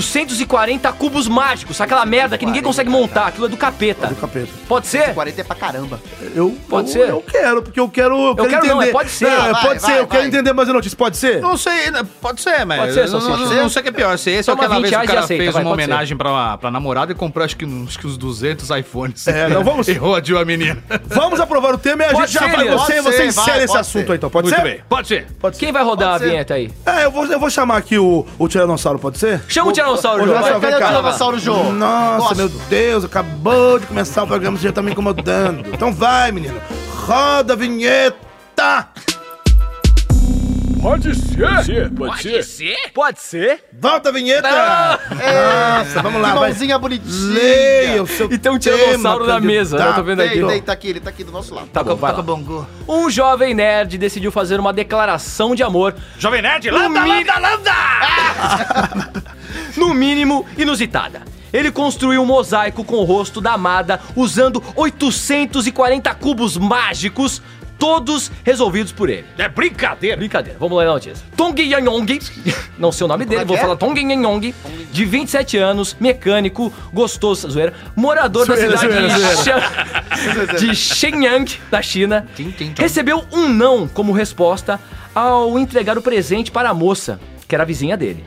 Speaker 4: 840 cubos mágicos. Sabe aquela merda que ninguém consegue montar. Aquilo é do capeta.
Speaker 5: Do capeta.
Speaker 4: Pode ser?
Speaker 1: 40 é pra caramba.
Speaker 5: Eu,
Speaker 4: Pode
Speaker 5: eu-
Speaker 4: ser?
Speaker 5: Eu quero, porque eu quero. Eu,
Speaker 4: quero não, é pode ser.
Speaker 5: é,
Speaker 1: Vai,
Speaker 5: pode
Speaker 1: vai,
Speaker 5: ser, eu
Speaker 1: vai.
Speaker 5: quero entender mais a notícia. Pode ser?
Speaker 2: Não sei, né? pode ser, mas.
Speaker 4: Pode ser,
Speaker 2: não,
Speaker 4: salsicha.
Speaker 2: não- não sei o que é pior. Se esse é
Speaker 4: Toma
Speaker 2: aquela
Speaker 4: 20
Speaker 2: vez que o
Speaker 4: reais e
Speaker 2: cara
Speaker 4: aceita,
Speaker 2: fez
Speaker 4: vai,
Speaker 2: uma
Speaker 4: pode ser.
Speaker 2: homenagem pra, pra namorada e comprou acho que uns, que uns 200 iPhones.
Speaker 5: É, não, vamos-
Speaker 2: Rodeou a menina.
Speaker 5: Vamos aprovar o tema e a
Speaker 4: Pode
Speaker 5: gente já
Speaker 4: ser,
Speaker 5: vai.
Speaker 4: Elias.
Speaker 5: Você,
Speaker 1: Pode
Speaker 5: você
Speaker 1: ser,
Speaker 5: encerra
Speaker 1: vai,
Speaker 5: esse
Speaker 1: pode
Speaker 5: assunto
Speaker 1: ser.
Speaker 5: aí, então. Pode
Speaker 2: Muito
Speaker 5: ser?
Speaker 2: bem, pode ser.
Speaker 5: Pode
Speaker 4: Quem vai rodar a vinheta aí?
Speaker 5: É, eu vou, eu vou chamar aqui o, o Tiranossauro, pode ser?
Speaker 4: Chama o Tiranossauro,
Speaker 5: Ô,
Speaker 4: João,
Speaker 5: Tiranossauro,
Speaker 4: Então
Speaker 5: vem
Speaker 4: vai.
Speaker 1: Cadê o
Speaker 5: cá.
Speaker 1: Tiranossauro, João?
Speaker 5: Nossa,
Speaker 1: Nossa.
Speaker 5: meu Deus, acabou de começar o programa, você já tá me incomodando. Então vai, menino. Roda a vinheta!
Speaker 4: Pode ser. Pode ser. Pode ser? Pode ser. Ah!
Speaker 5: Volta a vinheta! Nossa, vamos lá,
Speaker 1: que
Speaker 5: vai.
Speaker 1: mãozinha bonitinha.
Speaker 5: Leia o seu
Speaker 4: E tem um tiranossauro
Speaker 5: tema,
Speaker 4: na mesa, né? Eu tô vendo
Speaker 1: Ele,
Speaker 4: aqui.
Speaker 1: ele tá aqui, ele tá aqui do nosso lado.
Speaker 4: Tá bom, vai lá.
Speaker 2: bongo.
Speaker 4: Um jovem nerd decidiu fazer uma declaração de amor,
Speaker 3: Jovem Nerd,
Speaker 8: tá
Speaker 3: landa,
Speaker 4: Mi-
Speaker 3: landa, landa.
Speaker 4: no mínimo inusitada. Ele construiu um mosaico com o rosto da amada usando 840 cubos mágicos, todos resolvidos por ele.
Speaker 3: É brincadeira.
Speaker 4: Brincadeira, vamos lá na notícia. Tong Yanyong, não sei o nome dele,
Speaker 1: é
Speaker 4: vou
Speaker 1: que é?
Speaker 4: falar Tong Yanyong, de 27 anos, mecânico, gostoso, zoeira, morador da cidade de, Shan- de Shenyang, da China,
Speaker 2: tim, tim.
Speaker 4: recebeu um não como resposta ao entregar o presente para a moça, que era a vizinha dele.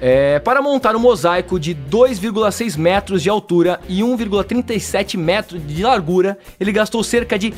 Speaker 4: É, para montar um mosaico de 2,6 metros de altura e 1,37 metros de largura, ele gastou cerca de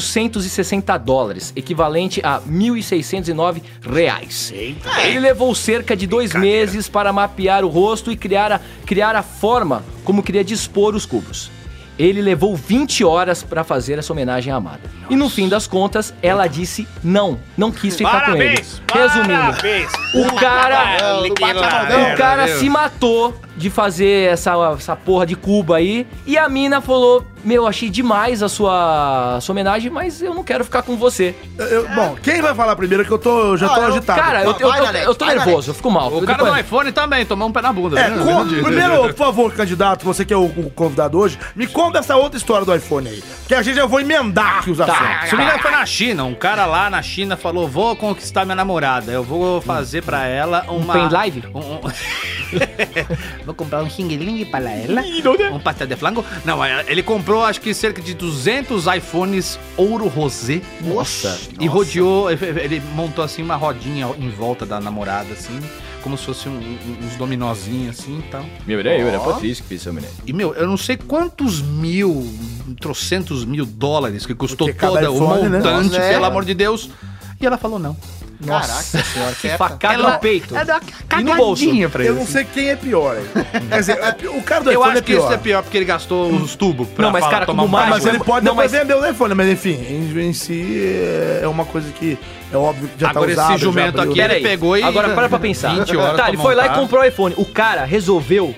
Speaker 4: 460 dólares, equivalente a 1.609 reais. Ele levou cerca de dois meses para mapear o rosto e criar a, criar a forma como queria dispor os cubos. Ele levou 20 horas para fazer essa homenagem à amada. E no fim das contas, ela disse não, não quis ficar
Speaker 3: Parabéns!
Speaker 4: com ele. Resumindo,
Speaker 3: Parabéns!
Speaker 4: o cara,
Speaker 1: Não, não bate a mão, não.
Speaker 4: o cara se matou de fazer essa, essa porra de Cuba aí. E a mina falou: Meu, achei demais a sua, a sua homenagem, mas eu não quero ficar com você.
Speaker 5: Eu- bom, quem vai falar primeiro que eu tô, eu já
Speaker 1: Ah,
Speaker 5: tô
Speaker 1: eu-
Speaker 5: agitado.
Speaker 4: cara, eu, eu,
Speaker 1: Vai,
Speaker 4: eu-
Speaker 1: Alex,
Speaker 4: eu tô
Speaker 1: vai,
Speaker 4: nervoso, eu fico mal.
Speaker 7: O cara é do iPhone também, tomou um pé na bunda.
Speaker 5: É,
Speaker 7: né?
Speaker 5: con- primeiro, por favor, candidato, você que é o, o convidado hoje, me conta essa outra história do iPhone aí. Que a gente já vou emendar aqui os
Speaker 7: Tá,
Speaker 5: assuntos.
Speaker 7: isso me engano foi na China. Um cara lá na China falou: vou conquistar minha namorada. Eu vou fazer pra ela uma.
Speaker 4: pendrive?
Speaker 7: Um, um- vou comprar um xing-ling para ela. Um pastel de flango. Não, é, ele comprou acho que cerca de 200 iPhones ouro rosé.
Speaker 1: Nossa.
Speaker 7: E rodeou, ele montou assim uma rodinha em volta da namorada, assim, como se fosse um- um- uns dominozinhos assim e tal.
Speaker 4: Meu Deus, era Patrícia que fez essa homenagem.
Speaker 7: E, meu, eu não sei quantos mil, trocentos mil dólares que custou
Speaker 5: Porque cada
Speaker 7: toda o
Speaker 5: iPhone, né?
Speaker 7: montante,
Speaker 1: Nossa, é.
Speaker 7: pelo amor de Deus. E ela falou não.
Speaker 1: Caraca É, senhora,
Speaker 4: Que
Speaker 1: que faca.
Speaker 4: facada no peito.
Speaker 7: É da
Speaker 4: E no bolso?
Speaker 7: cagadinha pra ele.
Speaker 5: Eu não sei quem é pior aí. Quer dizer, é- o cara do
Speaker 7: Eu
Speaker 5: iPhone é
Speaker 7: acho que isso
Speaker 5: pior.
Speaker 7: é pior porque ele gastou os tubos pra
Speaker 4: Não, mas,
Speaker 7: falar,
Speaker 4: cara,
Speaker 7: tomar
Speaker 4: como
Speaker 7: um banho.
Speaker 4: mais-
Speaker 5: Mas ele pode
Speaker 4: Não,
Speaker 5: não,
Speaker 4: mas-
Speaker 5: vender o telefone, mas enfim, em, em si é- é uma coisa que é óbvio que já
Speaker 7: Agora
Speaker 5: tá
Speaker 7: esse
Speaker 5: usado.
Speaker 7: jumento
Speaker 5: já abriu.
Speaker 7: aqui é-
Speaker 4: Pera
Speaker 7: ele
Speaker 4: aí.
Speaker 7: pegou e-
Speaker 4: Agora para pra pensar.
Speaker 7: 20 horas
Speaker 4: tá,
Speaker 7: pra
Speaker 4: ele foi lá e
Speaker 7: montar.
Speaker 4: comprou o iPhone. O cara resolveu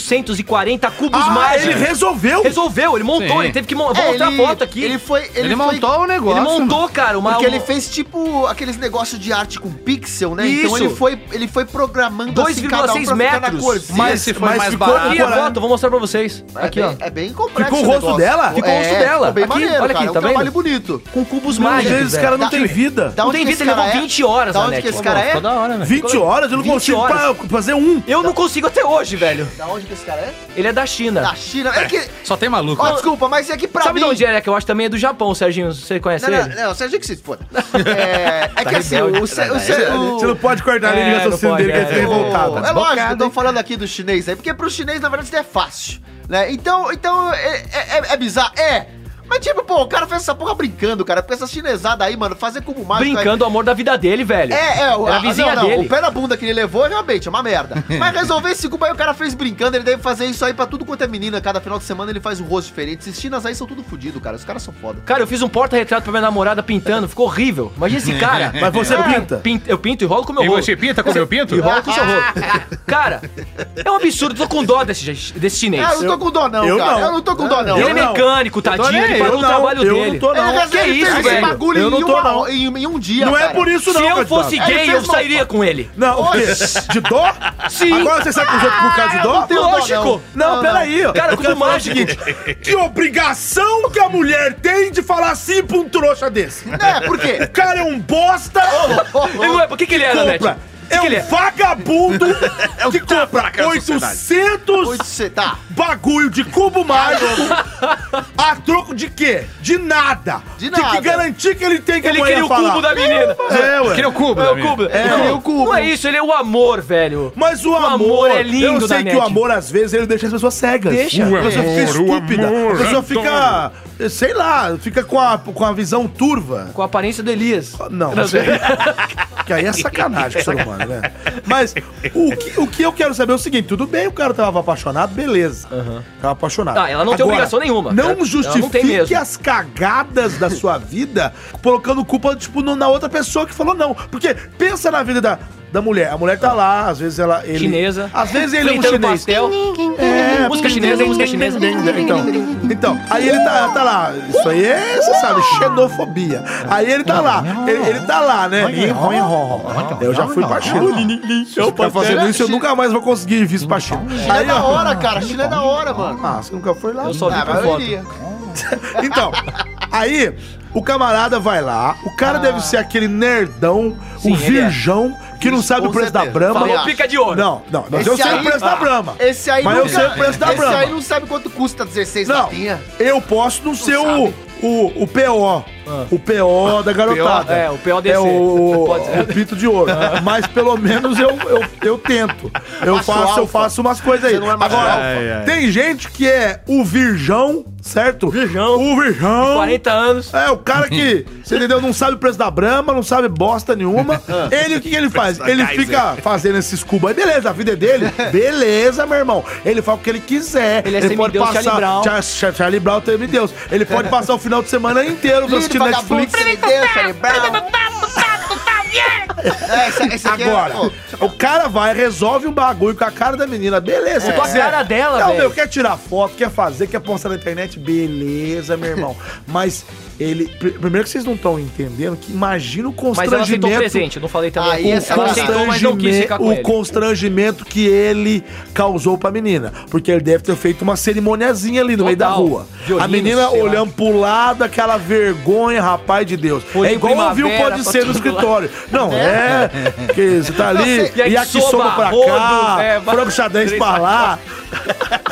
Speaker 4: 840 cubos
Speaker 5: Ah,
Speaker 4: mágicos.
Speaker 5: ele resolveu?
Speaker 4: Resolveu, ele montou,
Speaker 7: Sim.
Speaker 4: ele teve que montar.
Speaker 1: É,
Speaker 4: Vou mostrar a foto aqui.
Speaker 1: Ele foi. Ele,
Speaker 7: Ele,
Speaker 1: foi-
Speaker 7: montou o negócio.
Speaker 4: Ele montou, cara, uma.
Speaker 1: Porque ele
Speaker 4: uma-
Speaker 1: fez tipo aqueles negócios de arte com pixel, né? Então
Speaker 4: Isso.
Speaker 1: ele foi, ele foi programando assim um
Speaker 4: 2,6 metros.
Speaker 1: Mas
Speaker 7: Mas esse foi
Speaker 5: mas
Speaker 7: mais
Speaker 5: ficou
Speaker 7: barato.
Speaker 4: Aqui a
Speaker 5: Agora-
Speaker 4: foto, eu vou mostrar pra vocês. Aqui,
Speaker 1: é
Speaker 4: ó.
Speaker 1: bem, é bem complexo.
Speaker 5: Ficou o rosto
Speaker 1: negócio.
Speaker 5: dela?
Speaker 4: Ficou o rosto dela.
Speaker 1: Ficou bem
Speaker 4: Aqui,
Speaker 1: maneiro,
Speaker 4: olha aqui,
Speaker 1: cara. é um
Speaker 4: tá vendo?
Speaker 1: trabalho bonito.
Speaker 4: Com cubos
Speaker 5: Meu
Speaker 4: mágicos.
Speaker 5: Deus, esse
Speaker 4: velho.
Speaker 5: cara não
Speaker 1: Dá-
Speaker 5: tem vida.
Speaker 1: Da
Speaker 4: Não
Speaker 1: onde
Speaker 4: tem vida,
Speaker 1: que esse
Speaker 4: ele levou
Speaker 1: cara é?
Speaker 4: 20 horas,
Speaker 1: Da
Speaker 4: na
Speaker 1: onde
Speaker 4: net.
Speaker 1: que esse cara é?
Speaker 4: Toda hora, velho.
Speaker 5: 20 horas, eu não
Speaker 4: 20
Speaker 5: consigo
Speaker 4: horas.
Speaker 5: pra- fazer um.
Speaker 4: Eu não consigo até hoje, velho.
Speaker 1: Da onde que esse cara é?
Speaker 4: Ele é da China.
Speaker 1: Da China. É que.
Speaker 7: Só tem maluco.
Speaker 1: Ó, desculpa, mas é que pra
Speaker 4: Sabe
Speaker 1: mim.
Speaker 4: de onde é? Que eu acho também é do Japão, Serginho. Você conhece
Speaker 1: Não, não,
Speaker 4: ele?
Speaker 1: não, Sérgio que se foda. É,
Speaker 4: Tá
Speaker 1: é que assim, o, Sé- o, Sé-
Speaker 4: né?
Speaker 1: o,
Speaker 5: Você não pode cortar
Speaker 4: É,
Speaker 5: ele de
Speaker 4: não
Speaker 5: raciocínio
Speaker 4: pode,
Speaker 5: dele, que ele fica
Speaker 4: é.
Speaker 5: revoltado.
Speaker 1: É lógico, eu tô falando aqui do chinês aí, porque pro chinês, na verdade, isso é fácil, né? Então, então é, é, é- é bizarro, é. Mas tipo, pô, o cara fez essa porra brincando, cara, porque essa chinesada aí, mano, fazer como mágico... é
Speaker 4: Brincando o amor da vida dele, velho.
Speaker 1: Aí, é, é, o,
Speaker 4: Era
Speaker 1: a-
Speaker 4: a vizinha
Speaker 1: não, não,
Speaker 4: dele.
Speaker 1: o pé na bunda que ele levou, realmente, é uma merda. Mas resolver esse cubo aí, o cara fez brincando, ele deve fazer isso aí pra tudo quanto é menina, cada final de semana ele faz um rosto diferente. Esses chinas aí são tudo fudido, cara, os caras são foda.
Speaker 4: Cara, eu fiz um porta-retrato pra minha namorada pintando, ficou horrível. Imagina esse cara.
Speaker 5: Mas você
Speaker 4: Ah,
Speaker 5: pinta?
Speaker 4: pinto- eu pinto e rolo com meu
Speaker 3: E
Speaker 4: rolo.
Speaker 3: você pinta como eu pinto?
Speaker 4: E rolo com seu rolo. Cara, é um absurdo, tô com dó desse, desse chinês.
Speaker 1: Ah, eu não tô com dó não,
Speaker 5: É eu
Speaker 1: cara,
Speaker 5: não. Ah,
Speaker 1: eu não tô com dó não.
Speaker 4: ele é
Speaker 5: eu não.
Speaker 4: mecânico, tadinho, ele parou o É, um trabalho
Speaker 5: eu
Speaker 4: dele.
Speaker 5: não tô não.
Speaker 1: Ele
Speaker 4: que
Speaker 1: fez
Speaker 4: isso,
Speaker 1: esse
Speaker 4: velho?
Speaker 1: bagulho
Speaker 5: Eu não
Speaker 1: em,
Speaker 5: tô,
Speaker 1: uma-
Speaker 5: não.
Speaker 1: Em, em um dia,
Speaker 5: Não é
Speaker 1: cara.
Speaker 5: por isso não,
Speaker 4: Se eu
Speaker 5: candidato.
Speaker 4: fosse
Speaker 1: É, Ele
Speaker 4: gay,
Speaker 1: fez
Speaker 4: eu
Speaker 1: mal,
Speaker 4: sairia com ele.
Speaker 5: Não, o quê? De dor?
Speaker 4: Sim.
Speaker 5: Agora você sabe que os outros por causa de dor?
Speaker 1: tenho dó,
Speaker 4: Lógico.
Speaker 5: é um- Não, peraí. ó.
Speaker 4: Cara, é
Speaker 5: Eu
Speaker 4: como
Speaker 5: quero falar o
Speaker 4: mágico.
Speaker 5: seguinte, Que obrigação que a mulher tem de falar assim pra um trouxa desse?
Speaker 1: É, por quê?
Speaker 5: O cara é um bosta
Speaker 4: Ele não é, por que, que ele é, Nanete?
Speaker 5: compra.
Speaker 4: Por
Speaker 5: É
Speaker 4: que que ele
Speaker 5: um
Speaker 4: é?
Speaker 5: vagabundo que compra
Speaker 3: sociedade.
Speaker 5: 800
Speaker 1: Oito, tá.
Speaker 5: bagulho de cubo mágico a troco de quê? De nada.
Speaker 1: De
Speaker 5: Tem
Speaker 1: nada.
Speaker 5: que garantir que ele tem que
Speaker 4: Ele
Speaker 5: amanhã
Speaker 4: queria o
Speaker 5: falar.
Speaker 4: cubo da menina.
Speaker 5: É, ué.
Speaker 7: Queria o cubo.
Speaker 4: É
Speaker 7: da
Speaker 4: o
Speaker 7: minha.
Speaker 4: cubo.
Speaker 5: É,
Speaker 4: não,
Speaker 5: é o cubo.
Speaker 4: Não é isso, ele é o amor, velho.
Speaker 5: Mas o, amor,
Speaker 4: amor é lindo,
Speaker 5: eu sei
Speaker 4: Nanete.
Speaker 5: que o amor, às vezes, ele deixa as pessoas cegas.
Speaker 4: Deixa.
Speaker 5: A pessoa
Speaker 3: O
Speaker 5: fica
Speaker 3: amor,
Speaker 5: estúpida.
Speaker 3: o amor,
Speaker 5: a pessoa fica, sei lá, fica com a, com a visão turva.
Speaker 4: Com a aparência do Elias.
Speaker 5: Não, que aí é sacanagem com o ser humano, né? Mas o que, o que eu quero saber é o seguinte, tudo bem, o cara tava apaixonado, beleza. Tava apaixonado.
Speaker 4: Ah, ela não tem obrigação nenhuma.
Speaker 5: Não
Speaker 4: Ela- ela não tem
Speaker 5: justifique
Speaker 4: mesmo.
Speaker 5: as cagadas da sua vida colocando culpa, tipo, no- na outra pessoa que falou não. Porque pensa na vida da, da mulher. A mulher tá lá, às vezes ela... Ele,
Speaker 4: Chinesa.
Speaker 5: Às vezes ele é um
Speaker 4: Fritando
Speaker 5: chinês.
Speaker 4: pastel.
Speaker 5: É,
Speaker 4: Música chinesa, música chinesa.
Speaker 5: Então, então, aí ele tá, tá lá. Isso aí é, você sabe, xenofobia. Aí ele tá lá. Ele, ele tá lá, né? Eu já fui pra China. Se eu ficar fazendo isso, eu nunca mais vou conseguir visto pra China.
Speaker 1: Chile é
Speaker 5: Aí,
Speaker 1: da
Speaker 5: ó.
Speaker 1: hora, cara. Chile é da hora, mano.
Speaker 5: Ah, você nunca foi lá?
Speaker 4: Eu só vi
Speaker 1: Ah,
Speaker 4: por
Speaker 1: mas eu
Speaker 4: foto.
Speaker 1: iria.
Speaker 5: Então, aí o camarada vai lá, o cara deve ser aquele nerdão,
Speaker 4: Sim,
Speaker 5: o
Speaker 4: ele é.
Speaker 5: virgão, que não sabe o
Speaker 1: com
Speaker 5: preço da
Speaker 1: certeza.
Speaker 5: Brahma.
Speaker 4: Falou pica de ouro.
Speaker 5: Então. Não, não, mas eu
Speaker 1: Esse
Speaker 5: sei
Speaker 1: aí- ah,
Speaker 5: o preço da Brahma.
Speaker 1: Esse aí
Speaker 5: Mas eu
Speaker 1: nunca-
Speaker 5: sei o preço da
Speaker 1: Esse
Speaker 5: Brahma.
Speaker 1: aí não sabe quanto custa 16
Speaker 5: Não,
Speaker 1: latinha.
Speaker 5: eu posso não ser o, o, o PO. o PO da garotada.
Speaker 4: é, o PO
Speaker 5: É
Speaker 4: desse.
Speaker 5: o,
Speaker 4: Pode Ah. ser.
Speaker 5: o pito de ouro. Mas pelo menos eu, eu, eu tento. Eu faço, eu faço umas coisas aí.
Speaker 4: é
Speaker 5: Agora,
Speaker 3: Ai, ai.
Speaker 5: tem gente que é o virgão, certo?
Speaker 4: Virgão.
Speaker 5: O virgão.
Speaker 4: 40 anos.
Speaker 5: É, o cara que, você entendeu, não sabe o preço da Brahma, não sabe bosta nenhuma. Ele, o que, que ele faz? Ele fica fazendo esses cubos aí, beleza, a vida é dele, beleza, meu irmão. Ele faz o que ele quiser.
Speaker 4: Ele é semideus Charlie Brown.
Speaker 5: Char- Char- Charlie Brown, teve Deus. Ele pode passar o final de semana inteiro assistindo Netflix.
Speaker 1: tá É, esse, esse aqui é-
Speaker 5: Agora,
Speaker 1: pô,
Speaker 5: o cara vai, resolve um bagulho com a cara da menina, beleza.
Speaker 4: É. Com a
Speaker 5: quiser.
Speaker 4: cara dela,
Speaker 5: Não,
Speaker 4: velho.
Speaker 5: meu, quer tirar foto, quer fazer, quer postar na internet, beleza, meu irmão. Mas ele. pr- Primeiro que vocês não estão entendendo, que imagina o
Speaker 4: Mas ela aceitou o
Speaker 5: um constrangimento.
Speaker 4: presente, eu não falei também.
Speaker 1: Aí
Speaker 4: O
Speaker 1: é
Speaker 4: ela
Speaker 1: sacanagem.
Speaker 4: aceitou, mas não quis ficar com
Speaker 5: o
Speaker 4: ele.
Speaker 5: constrangimento que ele causou pra menina. Porque ele deve ter feito uma cerimoniazinha ali no meio da
Speaker 4: Total.
Speaker 5: rua. a
Speaker 4: Violino,
Speaker 5: menina
Speaker 4: sei lá.
Speaker 5: olhando pro lado, aquela vergonha, rapaz de Deus.
Speaker 4: Foi
Speaker 5: é
Speaker 4: de
Speaker 5: igual ouvir o
Speaker 4: primavera,
Speaker 5: Pode
Speaker 4: tá
Speaker 5: Ser no
Speaker 4: tudo lá.
Speaker 5: escritório. Não, é. que você tá ali,
Speaker 4: E aí
Speaker 5: e aqui
Speaker 4: soba,
Speaker 5: soba pra cá,
Speaker 4: rodo, é, vai-
Speaker 5: frango xadrez pra lá.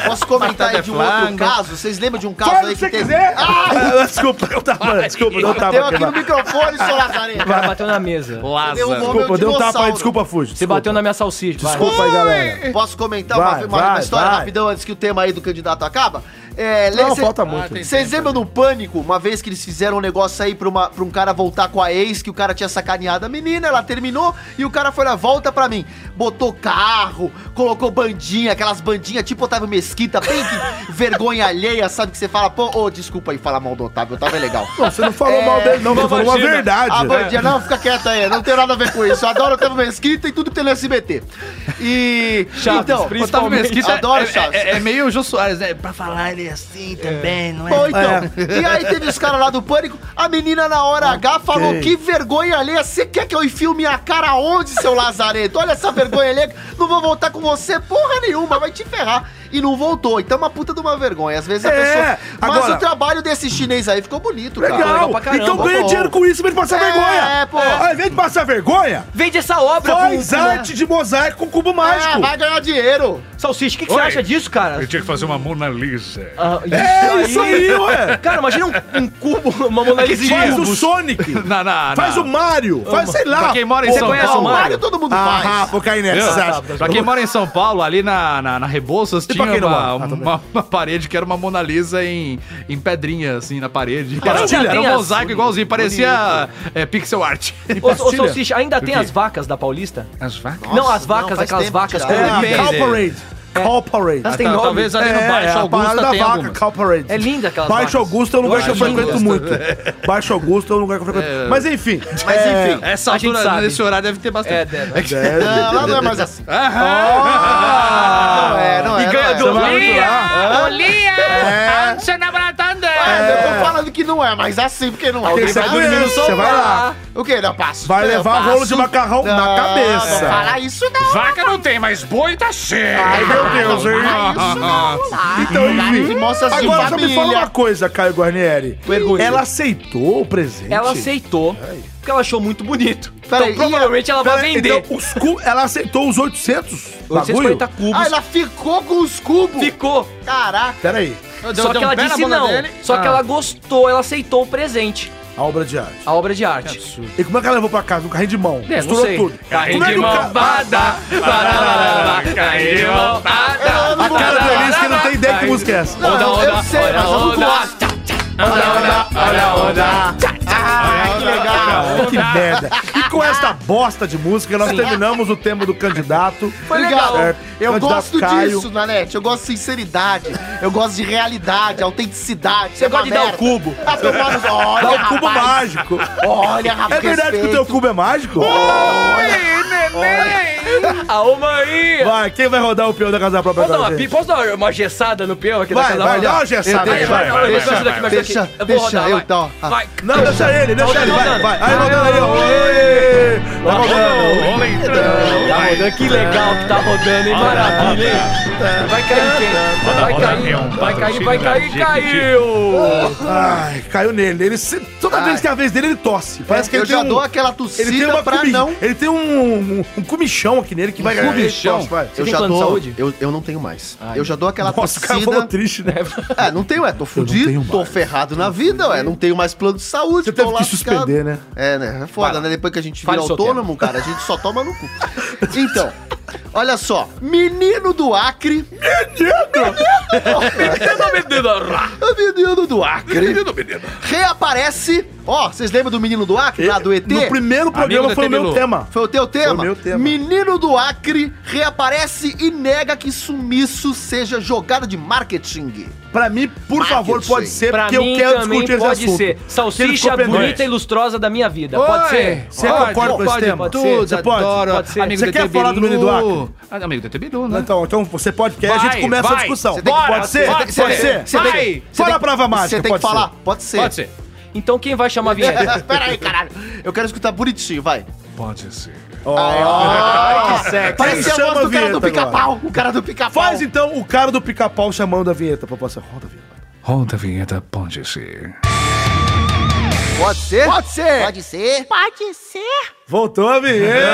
Speaker 1: Posso comentar aí de um outro
Speaker 7: flanga.
Speaker 1: caso? Vocês lembram de um caso
Speaker 5: Fala é o
Speaker 1: aí
Speaker 5: que você
Speaker 1: que teve?
Speaker 5: quiser. Ah, desculpa, eu tava, desculpa, eu tava.
Speaker 1: Bateu aqui
Speaker 5: queimado.
Speaker 1: no microfone, seu
Speaker 4: O
Speaker 1: Lazarento.
Speaker 4: cara bateu na mesa.
Speaker 7: Lázaro.
Speaker 1: Derrubou
Speaker 5: Desculpa,
Speaker 1: meu
Speaker 5: deu um tapa aí,
Speaker 1: é dinossauro.
Speaker 5: desculpa, Fuji.
Speaker 4: Você bateu na minha salsicha. vai.
Speaker 5: Desculpa aí, galera.
Speaker 1: Posso comentar
Speaker 5: Vai,
Speaker 1: uma, uma-
Speaker 5: vai,
Speaker 1: uma história
Speaker 5: vai.
Speaker 1: rapidão antes que o tema aí do candidato acaba? É,
Speaker 5: Não,
Speaker 1: lembra-
Speaker 5: falta muito.
Speaker 7: tem-
Speaker 1: Vocês lembram no Pânico, uma vez que eles fizeram um negócio aí pra, uma- pra um cara voltar com a ex, que o cara tinha sacaneado a menina, ela terminou e o cara foi na volta pra mim. Botou carro, colocou bandinha, aquelas bandinhas tipo Otávio Mesquita, bem que vergonha alheia, sabe? Que você fala, pô, ô, desculpa aí falar mal do Otávio, Otávio é legal.
Speaker 5: Não, você não falou
Speaker 4: É,
Speaker 5: mal dele, não, você falou uma
Speaker 3: imagina.
Speaker 5: verdade. É.
Speaker 1: A Ah, bandinha, não, fica quieta aí, não tem nada a ver com isso. Eu adoro Otávio Mesquita e tudo que tem no SBT. E. então,
Speaker 4: Chaves,
Speaker 7: Otávio
Speaker 4: principalmente.
Speaker 7: Mesquita
Speaker 1: Adoro
Speaker 7: é,
Speaker 1: Chaves.
Speaker 7: é- é meio Jô Soares, né? Pra falar ele assim também, não é?
Speaker 1: Bom, então. E aí teve os caras lá do pânico. A menina na hora H falou: que vergonha alheia. Você quer que eu enfie minha cara onde, seu Lazareto? Olha essa vergonha alheia. Não vou voltar com você porra nenhuma, vai te ferrar. E não voltou. Então é uma puta de uma vergonha. Às vezes a
Speaker 5: É,
Speaker 1: pessoa. Mas
Speaker 5: agora-
Speaker 1: o trabalho desse chinês aí ficou bonito, cara.
Speaker 5: Legal.
Speaker 4: Legal pra caramba,
Speaker 5: então ganha
Speaker 1: pô.
Speaker 5: dinheiro com isso em vez de passar
Speaker 1: É,
Speaker 5: vergonha.
Speaker 1: é, pô.
Speaker 5: Ao invés de passar vergonha,
Speaker 4: Vende essa obra,
Speaker 5: faz
Speaker 4: pô.
Speaker 5: arte de mosaico com cubo
Speaker 1: É,
Speaker 5: mágico.
Speaker 1: vai ganhar dinheiro.
Speaker 4: Salsicha, o que, que você
Speaker 3: Oi.
Speaker 4: acha disso, cara?
Speaker 3: Eu tinha que fazer uma Mona Lisa.
Speaker 4: Ah,
Speaker 5: É, isso aí, ué.
Speaker 4: Cara, imagina um, um cubo, uma Mona Lisa de
Speaker 5: Faz o
Speaker 4: cubos.
Speaker 5: Sonic.
Speaker 7: Não, não,
Speaker 5: Faz um
Speaker 7: não.
Speaker 5: o Mario. Faz, sei lá.
Speaker 7: Pra quem mora em
Speaker 5: Pô,
Speaker 7: São
Speaker 4: conhece
Speaker 7: Paulo.
Speaker 4: o Mario?
Speaker 1: Mario todo mundo
Speaker 5: Ah,
Speaker 1: faz.
Speaker 5: ah, vou cair
Speaker 7: Viu?
Speaker 5: nessa. acha?
Speaker 7: Pra quem mora em São Paulo, ali na, na, na Rebouças,
Speaker 5: pra
Speaker 7: tinha
Speaker 5: quem não
Speaker 7: uma,
Speaker 5: mora? Ah, tá
Speaker 7: uma, uma parede que era uma Mona Lisa em, em pedrinha, assim, na parede. Era,
Speaker 4: pastilha.
Speaker 7: era um
Speaker 4: Tem
Speaker 7: mosaico
Speaker 4: as-
Speaker 7: igualzinho, parecia é, pixel art.
Speaker 4: Ô, ô, Salsicha, ainda tem as vacas da Paulista?
Speaker 7: As vacas?
Speaker 4: não, as vacas,
Speaker 1: faz
Speaker 4: aquelas
Speaker 1: tempo É, que
Speaker 4: vacas
Speaker 1: tiraram.
Speaker 4: com-
Speaker 5: Ah,
Speaker 7: Depende.
Speaker 5: Corporate. Corporate.
Speaker 4: Elas têm
Speaker 7: tá,
Speaker 4: nome.
Speaker 7: talvez ali no
Speaker 5: É,
Speaker 7: Baixo
Speaker 5: é, a parada
Speaker 7: Augusta
Speaker 5: da
Speaker 7: tem
Speaker 5: vaca,
Speaker 7: algumas.
Speaker 5: Corporate.
Speaker 4: É linda aquelas
Speaker 5: Baixo
Speaker 4: vacas.
Speaker 5: Augusto é um lugar que eu
Speaker 4: Baixo
Speaker 5: frequento muito. Baixo Augusto é um lugar que eu frequento. Mas enfim.
Speaker 1: Mas
Speaker 5: é,
Speaker 1: enfim.
Speaker 7: Essa
Speaker 4: A gente
Speaker 7: altura,
Speaker 4: sabe.
Speaker 7: nesse horário, deve ter bastante.
Speaker 4: É, deve.
Speaker 7: que-
Speaker 1: Não, lá não é mais assim.
Speaker 5: Ah,
Speaker 1: não é, não é.
Speaker 4: E ganha
Speaker 1: não é.
Speaker 4: do
Speaker 5: vai muito
Speaker 4: Lia.
Speaker 5: lá. É.
Speaker 1: É, eu tô falando que não é mais assim, porque não é.
Speaker 5: Porque
Speaker 1: Alguém
Speaker 5: você
Speaker 1: vai
Speaker 5: vai dormir
Speaker 1: dormir.
Speaker 5: no sofá. vai lá.
Speaker 1: O que? Não, eu passo.
Speaker 5: Vai
Speaker 1: Eu
Speaker 5: levar
Speaker 1: passo.
Speaker 5: rolo de macarrão na
Speaker 1: Não
Speaker 5: cabeça.
Speaker 1: fala isso não.
Speaker 3: Vaca não tem, mas boi tá cheio.
Speaker 5: Ai, meu Deus, hein? Ah, Então,
Speaker 1: Que
Speaker 5: enfim.
Speaker 1: mostra assim,
Speaker 5: Agora só me
Speaker 1: família.
Speaker 5: fala uma coisa, Caio Guarnieri.
Speaker 4: Pergunte.
Speaker 5: Ela aceitou o presente?
Speaker 4: Ela aceitou, porque ela achou muito bonito.
Speaker 1: Peraí,
Speaker 4: então, provavelmente ela vai
Speaker 5: Tá, Peraí,
Speaker 4: vender.
Speaker 5: Então, os cu- ela aceitou os 800?
Speaker 4: 840
Speaker 5: bagulho?
Speaker 4: cubos.
Speaker 1: Ah, ela ficou com os cubos.
Speaker 4: Ficou.
Speaker 1: Caraca.
Speaker 5: Peraí.
Speaker 4: Só que ela disse não. Só
Speaker 5: Ah.
Speaker 4: que ela gostou, ela aceitou o presente.
Speaker 5: A obra de arte.
Speaker 4: A obra de arte.
Speaker 5: E como é que ela levou pra casa? Um carrinho de mão.
Speaker 4: É, não sei.
Speaker 5: tudo.
Speaker 4: Carrinho
Speaker 5: Como é
Speaker 4: de
Speaker 5: que o
Speaker 4: mão,
Speaker 5: ca-
Speaker 4: bada, barará, carrinho de mão,
Speaker 1: Eu não
Speaker 5: A
Speaker 1: vou-
Speaker 5: cara é do Alice que não tem ideia que música é essa.
Speaker 1: Não,
Speaker 4: Onda,
Speaker 1: eu
Speaker 4: onda,
Speaker 1: sei,
Speaker 4: olha,
Speaker 1: mas eu não
Speaker 4: onda.
Speaker 1: gosto.
Speaker 4: Olha, olha.
Speaker 1: Ah, que legal.
Speaker 5: Ah, que merda. E com esta bosta de música, nós terminamos o tema do candidato.
Speaker 4: Foi legal.
Speaker 5: Certo?
Speaker 1: Eu
Speaker 5: Candidato
Speaker 1: gosto
Speaker 5: É, Caio.
Speaker 1: disso, Nanete. Eu gosto de sinceridade. Eu gosto de realidade, autenticidade. Você é
Speaker 4: gosta de dar o cubo.
Speaker 1: Ah, tomar no... Olha,
Speaker 5: Dá É o cubo
Speaker 1: rapaz.
Speaker 5: mágico.
Speaker 1: Olha, rapaz.
Speaker 5: É verdade que o teu cubo é mágico?
Speaker 4: Aô, mãe.
Speaker 5: Vai, quem vai rodar o peão da casa própria?
Speaker 4: Posso dar,
Speaker 5: agora,
Speaker 4: uma,
Speaker 5: gente?
Speaker 4: posso dar uma gessada no peão aqui da
Speaker 5: Vai,
Speaker 4: casa
Speaker 5: vai,
Speaker 4: da
Speaker 5: dá uma
Speaker 4: Olha.
Speaker 5: gessada.
Speaker 4: Vai,
Speaker 5: aí,
Speaker 4: vai,
Speaker 5: vai.
Speaker 4: vai,
Speaker 1: deixa,
Speaker 4: vai, vai, vai.
Speaker 1: deixa,
Speaker 4: Aqui. Eu vou
Speaker 1: deixa,
Speaker 4: rodar,
Speaker 1: eu
Speaker 4: vai.
Speaker 1: dou. Ah.
Speaker 4: Vai.
Speaker 5: Não, deixa ele, deixa ele. Vai, vai. Aí rodando aí, ó. Vai rodando.
Speaker 4: Tá
Speaker 5: né?
Speaker 4: rodando, que legal que tá rodando, hein? Maravilha, hein? Vai cair quem? Vai
Speaker 3: roda,
Speaker 4: cair,
Speaker 3: é um
Speaker 4: vai cair, vai cair,
Speaker 3: patrocínio da Jequiti.
Speaker 4: caiu!
Speaker 5: Ai, caiu nele. Ele, se- toda vez que é a vez dele, ele tosse. Parece que
Speaker 1: eu
Speaker 5: ele
Speaker 1: já
Speaker 5: tem um-
Speaker 1: dou aquela
Speaker 5: Ele tem
Speaker 1: tossida
Speaker 5: uma
Speaker 1: pra
Speaker 5: cubi-
Speaker 1: não.
Speaker 5: Ele tem um, um, um comichão choque nele que vai ganhar.
Speaker 7: clube
Speaker 5: Ele
Speaker 7: chão.
Speaker 5: torce, vai.
Speaker 4: Você
Speaker 1: Eu
Speaker 4: tem
Speaker 1: já
Speaker 4: plano de
Speaker 1: dou.
Speaker 4: saúde? Ah,
Speaker 1: Eu, eu não tenho mais. eu já dou aquela
Speaker 5: Nossa, o cara falou triste, né?
Speaker 1: É, não tenho, é, tô fudido,
Speaker 5: tenho
Speaker 1: tô ferrado na vida, ué, não tenho mais plano de saúde,
Speaker 5: Você
Speaker 1: tô
Speaker 5: teve que
Speaker 1: lascado.
Speaker 5: suspender, né?
Speaker 1: É, né? É foda, né? Depois que a gente
Speaker 4: Fale
Speaker 1: vira
Speaker 4: o seu
Speaker 1: autônomo, cara, a gente só toma no cu. Então, olha só, menino do Acre. O menino do Acre. Menino, menino. Reaparece. Ó, vocês lembram do menino do Acre, lá do ET?
Speaker 5: É, No primeiro
Speaker 7: do
Speaker 5: programa foi o meu
Speaker 7: Temilu.
Speaker 5: tema.
Speaker 1: Foi o teu tema?
Speaker 5: Foi o meu tema.
Speaker 1: Menino do Acre reaparece e nega que sumiço seja jogada de marketing.
Speaker 5: Pra mim, por favor,
Speaker 1: Marketing.
Speaker 5: pode ser,
Speaker 4: Pra
Speaker 5: porque eu
Speaker 4: mim
Speaker 5: quero
Speaker 4: também
Speaker 5: discutir esse
Speaker 4: pode
Speaker 5: assunto.
Speaker 4: ser.
Speaker 5: Ele
Speaker 4: Salsicha
Speaker 5: ficou pendente.
Speaker 4: bonita e lustrosa da minha vida. Pode ser?
Speaker 5: Você
Speaker 4: Pode,
Speaker 5: concorda com esse
Speaker 4: pode,
Speaker 5: tema?
Speaker 4: pode
Speaker 5: Tudo,
Speaker 4: ser.
Speaker 5: você pode?
Speaker 7: Adoro.
Speaker 4: Pode ser.
Speaker 7: Amigo
Speaker 5: Você
Speaker 7: do
Speaker 5: quer
Speaker 7: Tebilu.
Speaker 5: falar do menino do Acre?
Speaker 7: Ah, Amigo do Tebilu, né?
Speaker 5: Então, então você pode, que aí a
Speaker 7: Vai,
Speaker 5: gente começa a
Speaker 7: vai.
Speaker 5: discussão.
Speaker 7: Você tem que-
Speaker 5: pode ser?
Speaker 7: vai,
Speaker 5: pode ser?
Speaker 7: vai, você tem- Vai.
Speaker 1: Você
Speaker 5: Fala
Speaker 1: tem
Speaker 5: a palavra mágica.
Speaker 1: Você tem que
Speaker 5: pode ser.
Speaker 1: falar. Pode ser.
Speaker 7: Pode ser.
Speaker 4: Então quem vai chamar a vinheta?
Speaker 1: Pera aí, caralho. Eu quero escutar bonitinho, vai.
Speaker 3: Pode ser.
Speaker 1: Ai, que
Speaker 4: sexy.
Speaker 1: Parece a
Speaker 5: Chama
Speaker 1: voz
Speaker 5: a
Speaker 1: do cara
Speaker 5: vinheta
Speaker 1: do pica-pau. O cara do pica-pau.
Speaker 5: Faz então o cara do pica-pau chamando a vinheta pra passar. Roda a vinheta.
Speaker 3: Roda a vinheta, pode ser.
Speaker 1: Pode ser? Pode ser.
Speaker 5: Voltou a vinheta!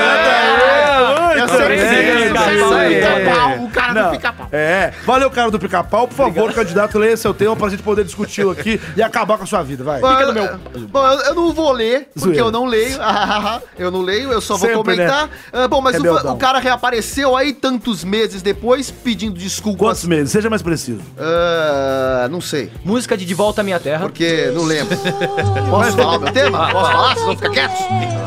Speaker 1: Eu
Speaker 5: Muito
Speaker 1: sei que
Speaker 5: bem.
Speaker 1: sim, eu sei que
Speaker 4: Isso
Speaker 1: sim.
Speaker 4: aí.
Speaker 5: É.
Speaker 1: Pica-pau, O cara
Speaker 5: Não,
Speaker 1: do pica-pau.
Speaker 5: É, valeu, cara do pica-pau. Por favor, candidato, leia seu tema pra gente poder discuti-lo aqui e acabar com a sua vida, vai.
Speaker 1: Bom, eu- Bom, eu, eu não vou ler, porque
Speaker 5: Zoeira.
Speaker 1: eu não leio. eu não leio, eu só vou
Speaker 5: Sempre,
Speaker 1: comentar. Ah, bom, mas o, fa-
Speaker 5: Rebeldão.
Speaker 1: o cara reapareceu aí tantos meses depois, pedindo desculpas.
Speaker 5: Quantos meses? Seja mais preciso.
Speaker 1: Ah, não sei,
Speaker 4: Música de De Volta à Minha Terra.
Speaker 1: porque não lembro. Posso falar o meu tema? Posso falar? Vocês vão ficar quietos?